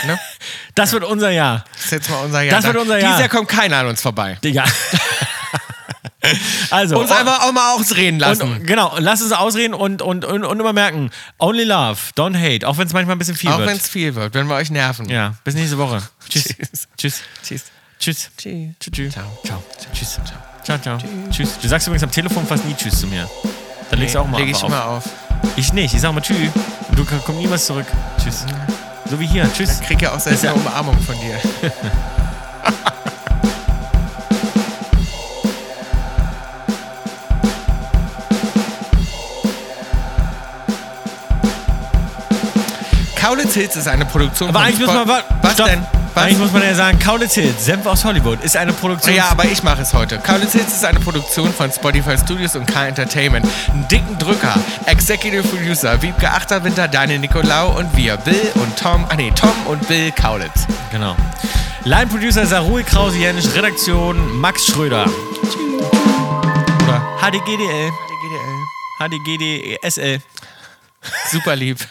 Speaker 1: ne?
Speaker 2: das wird unser Jahr.
Speaker 1: Das ist jetzt mal unser Jahr.
Speaker 2: Das wird unser Jahr.
Speaker 1: Dieses Jahr kommt keiner an uns vorbei.
Speaker 2: Digga. also.
Speaker 1: Uns einfach auch mal ausreden lassen.
Speaker 2: Und, genau, lass uns ausreden und, und, und, und immer merken, only love, don't hate, auch wenn es manchmal ein bisschen viel
Speaker 1: auch
Speaker 2: wird.
Speaker 1: wenn es viel wird, wenn wir euch nerven.
Speaker 2: ja, bis nächste Woche. Tschüss.
Speaker 1: Tschüss.
Speaker 2: Tschüss.
Speaker 1: Tschüss.
Speaker 2: Tschüss.
Speaker 1: Tschüss.
Speaker 2: Tschüss. Tschüss.
Speaker 1: Ciao.
Speaker 2: Ciao. Tschüss. Ciao, ciao. Tschüss. Du sagst übrigens am Telefon fast nie Tschüss zu mir. Dann legst du auch mal
Speaker 1: Leg
Speaker 2: einfach
Speaker 1: ich
Speaker 2: auf.
Speaker 1: immer auf.
Speaker 2: Ich nicht, ich sag mal Tschüss. Und du komm niemals zurück. Tschüss. So wie hier. Tschüss.
Speaker 1: Krieg ja auch selbst eine Umarmung von dir. Kaulitz Hills ist eine Produktion
Speaker 2: Aber
Speaker 1: von
Speaker 2: eigentlich muss
Speaker 1: Spo-
Speaker 2: man. wa-
Speaker 1: Was
Speaker 2: Stopp.
Speaker 1: denn? Was?
Speaker 2: Eigentlich muss man ja sagen, Kaulitz Hills, Senf aus Hollywood, ist eine Produktion.
Speaker 1: Ja, aber ich mache es heute. Kaulitz Hits ist eine Produktion von Spotify Studios und K Entertainment. Einen dicken Drücker, Executive Producer, Wiebke Achterwinter, Daniel Nicolau und wir, Bill und Tom, ah nee, Tom und Bill Kaulitz.
Speaker 2: Genau. Line-Producer Sarul Krause-Janisch, Redaktion Max Schröder. Oder HDGDL, HDGDSL.
Speaker 1: Super lieb.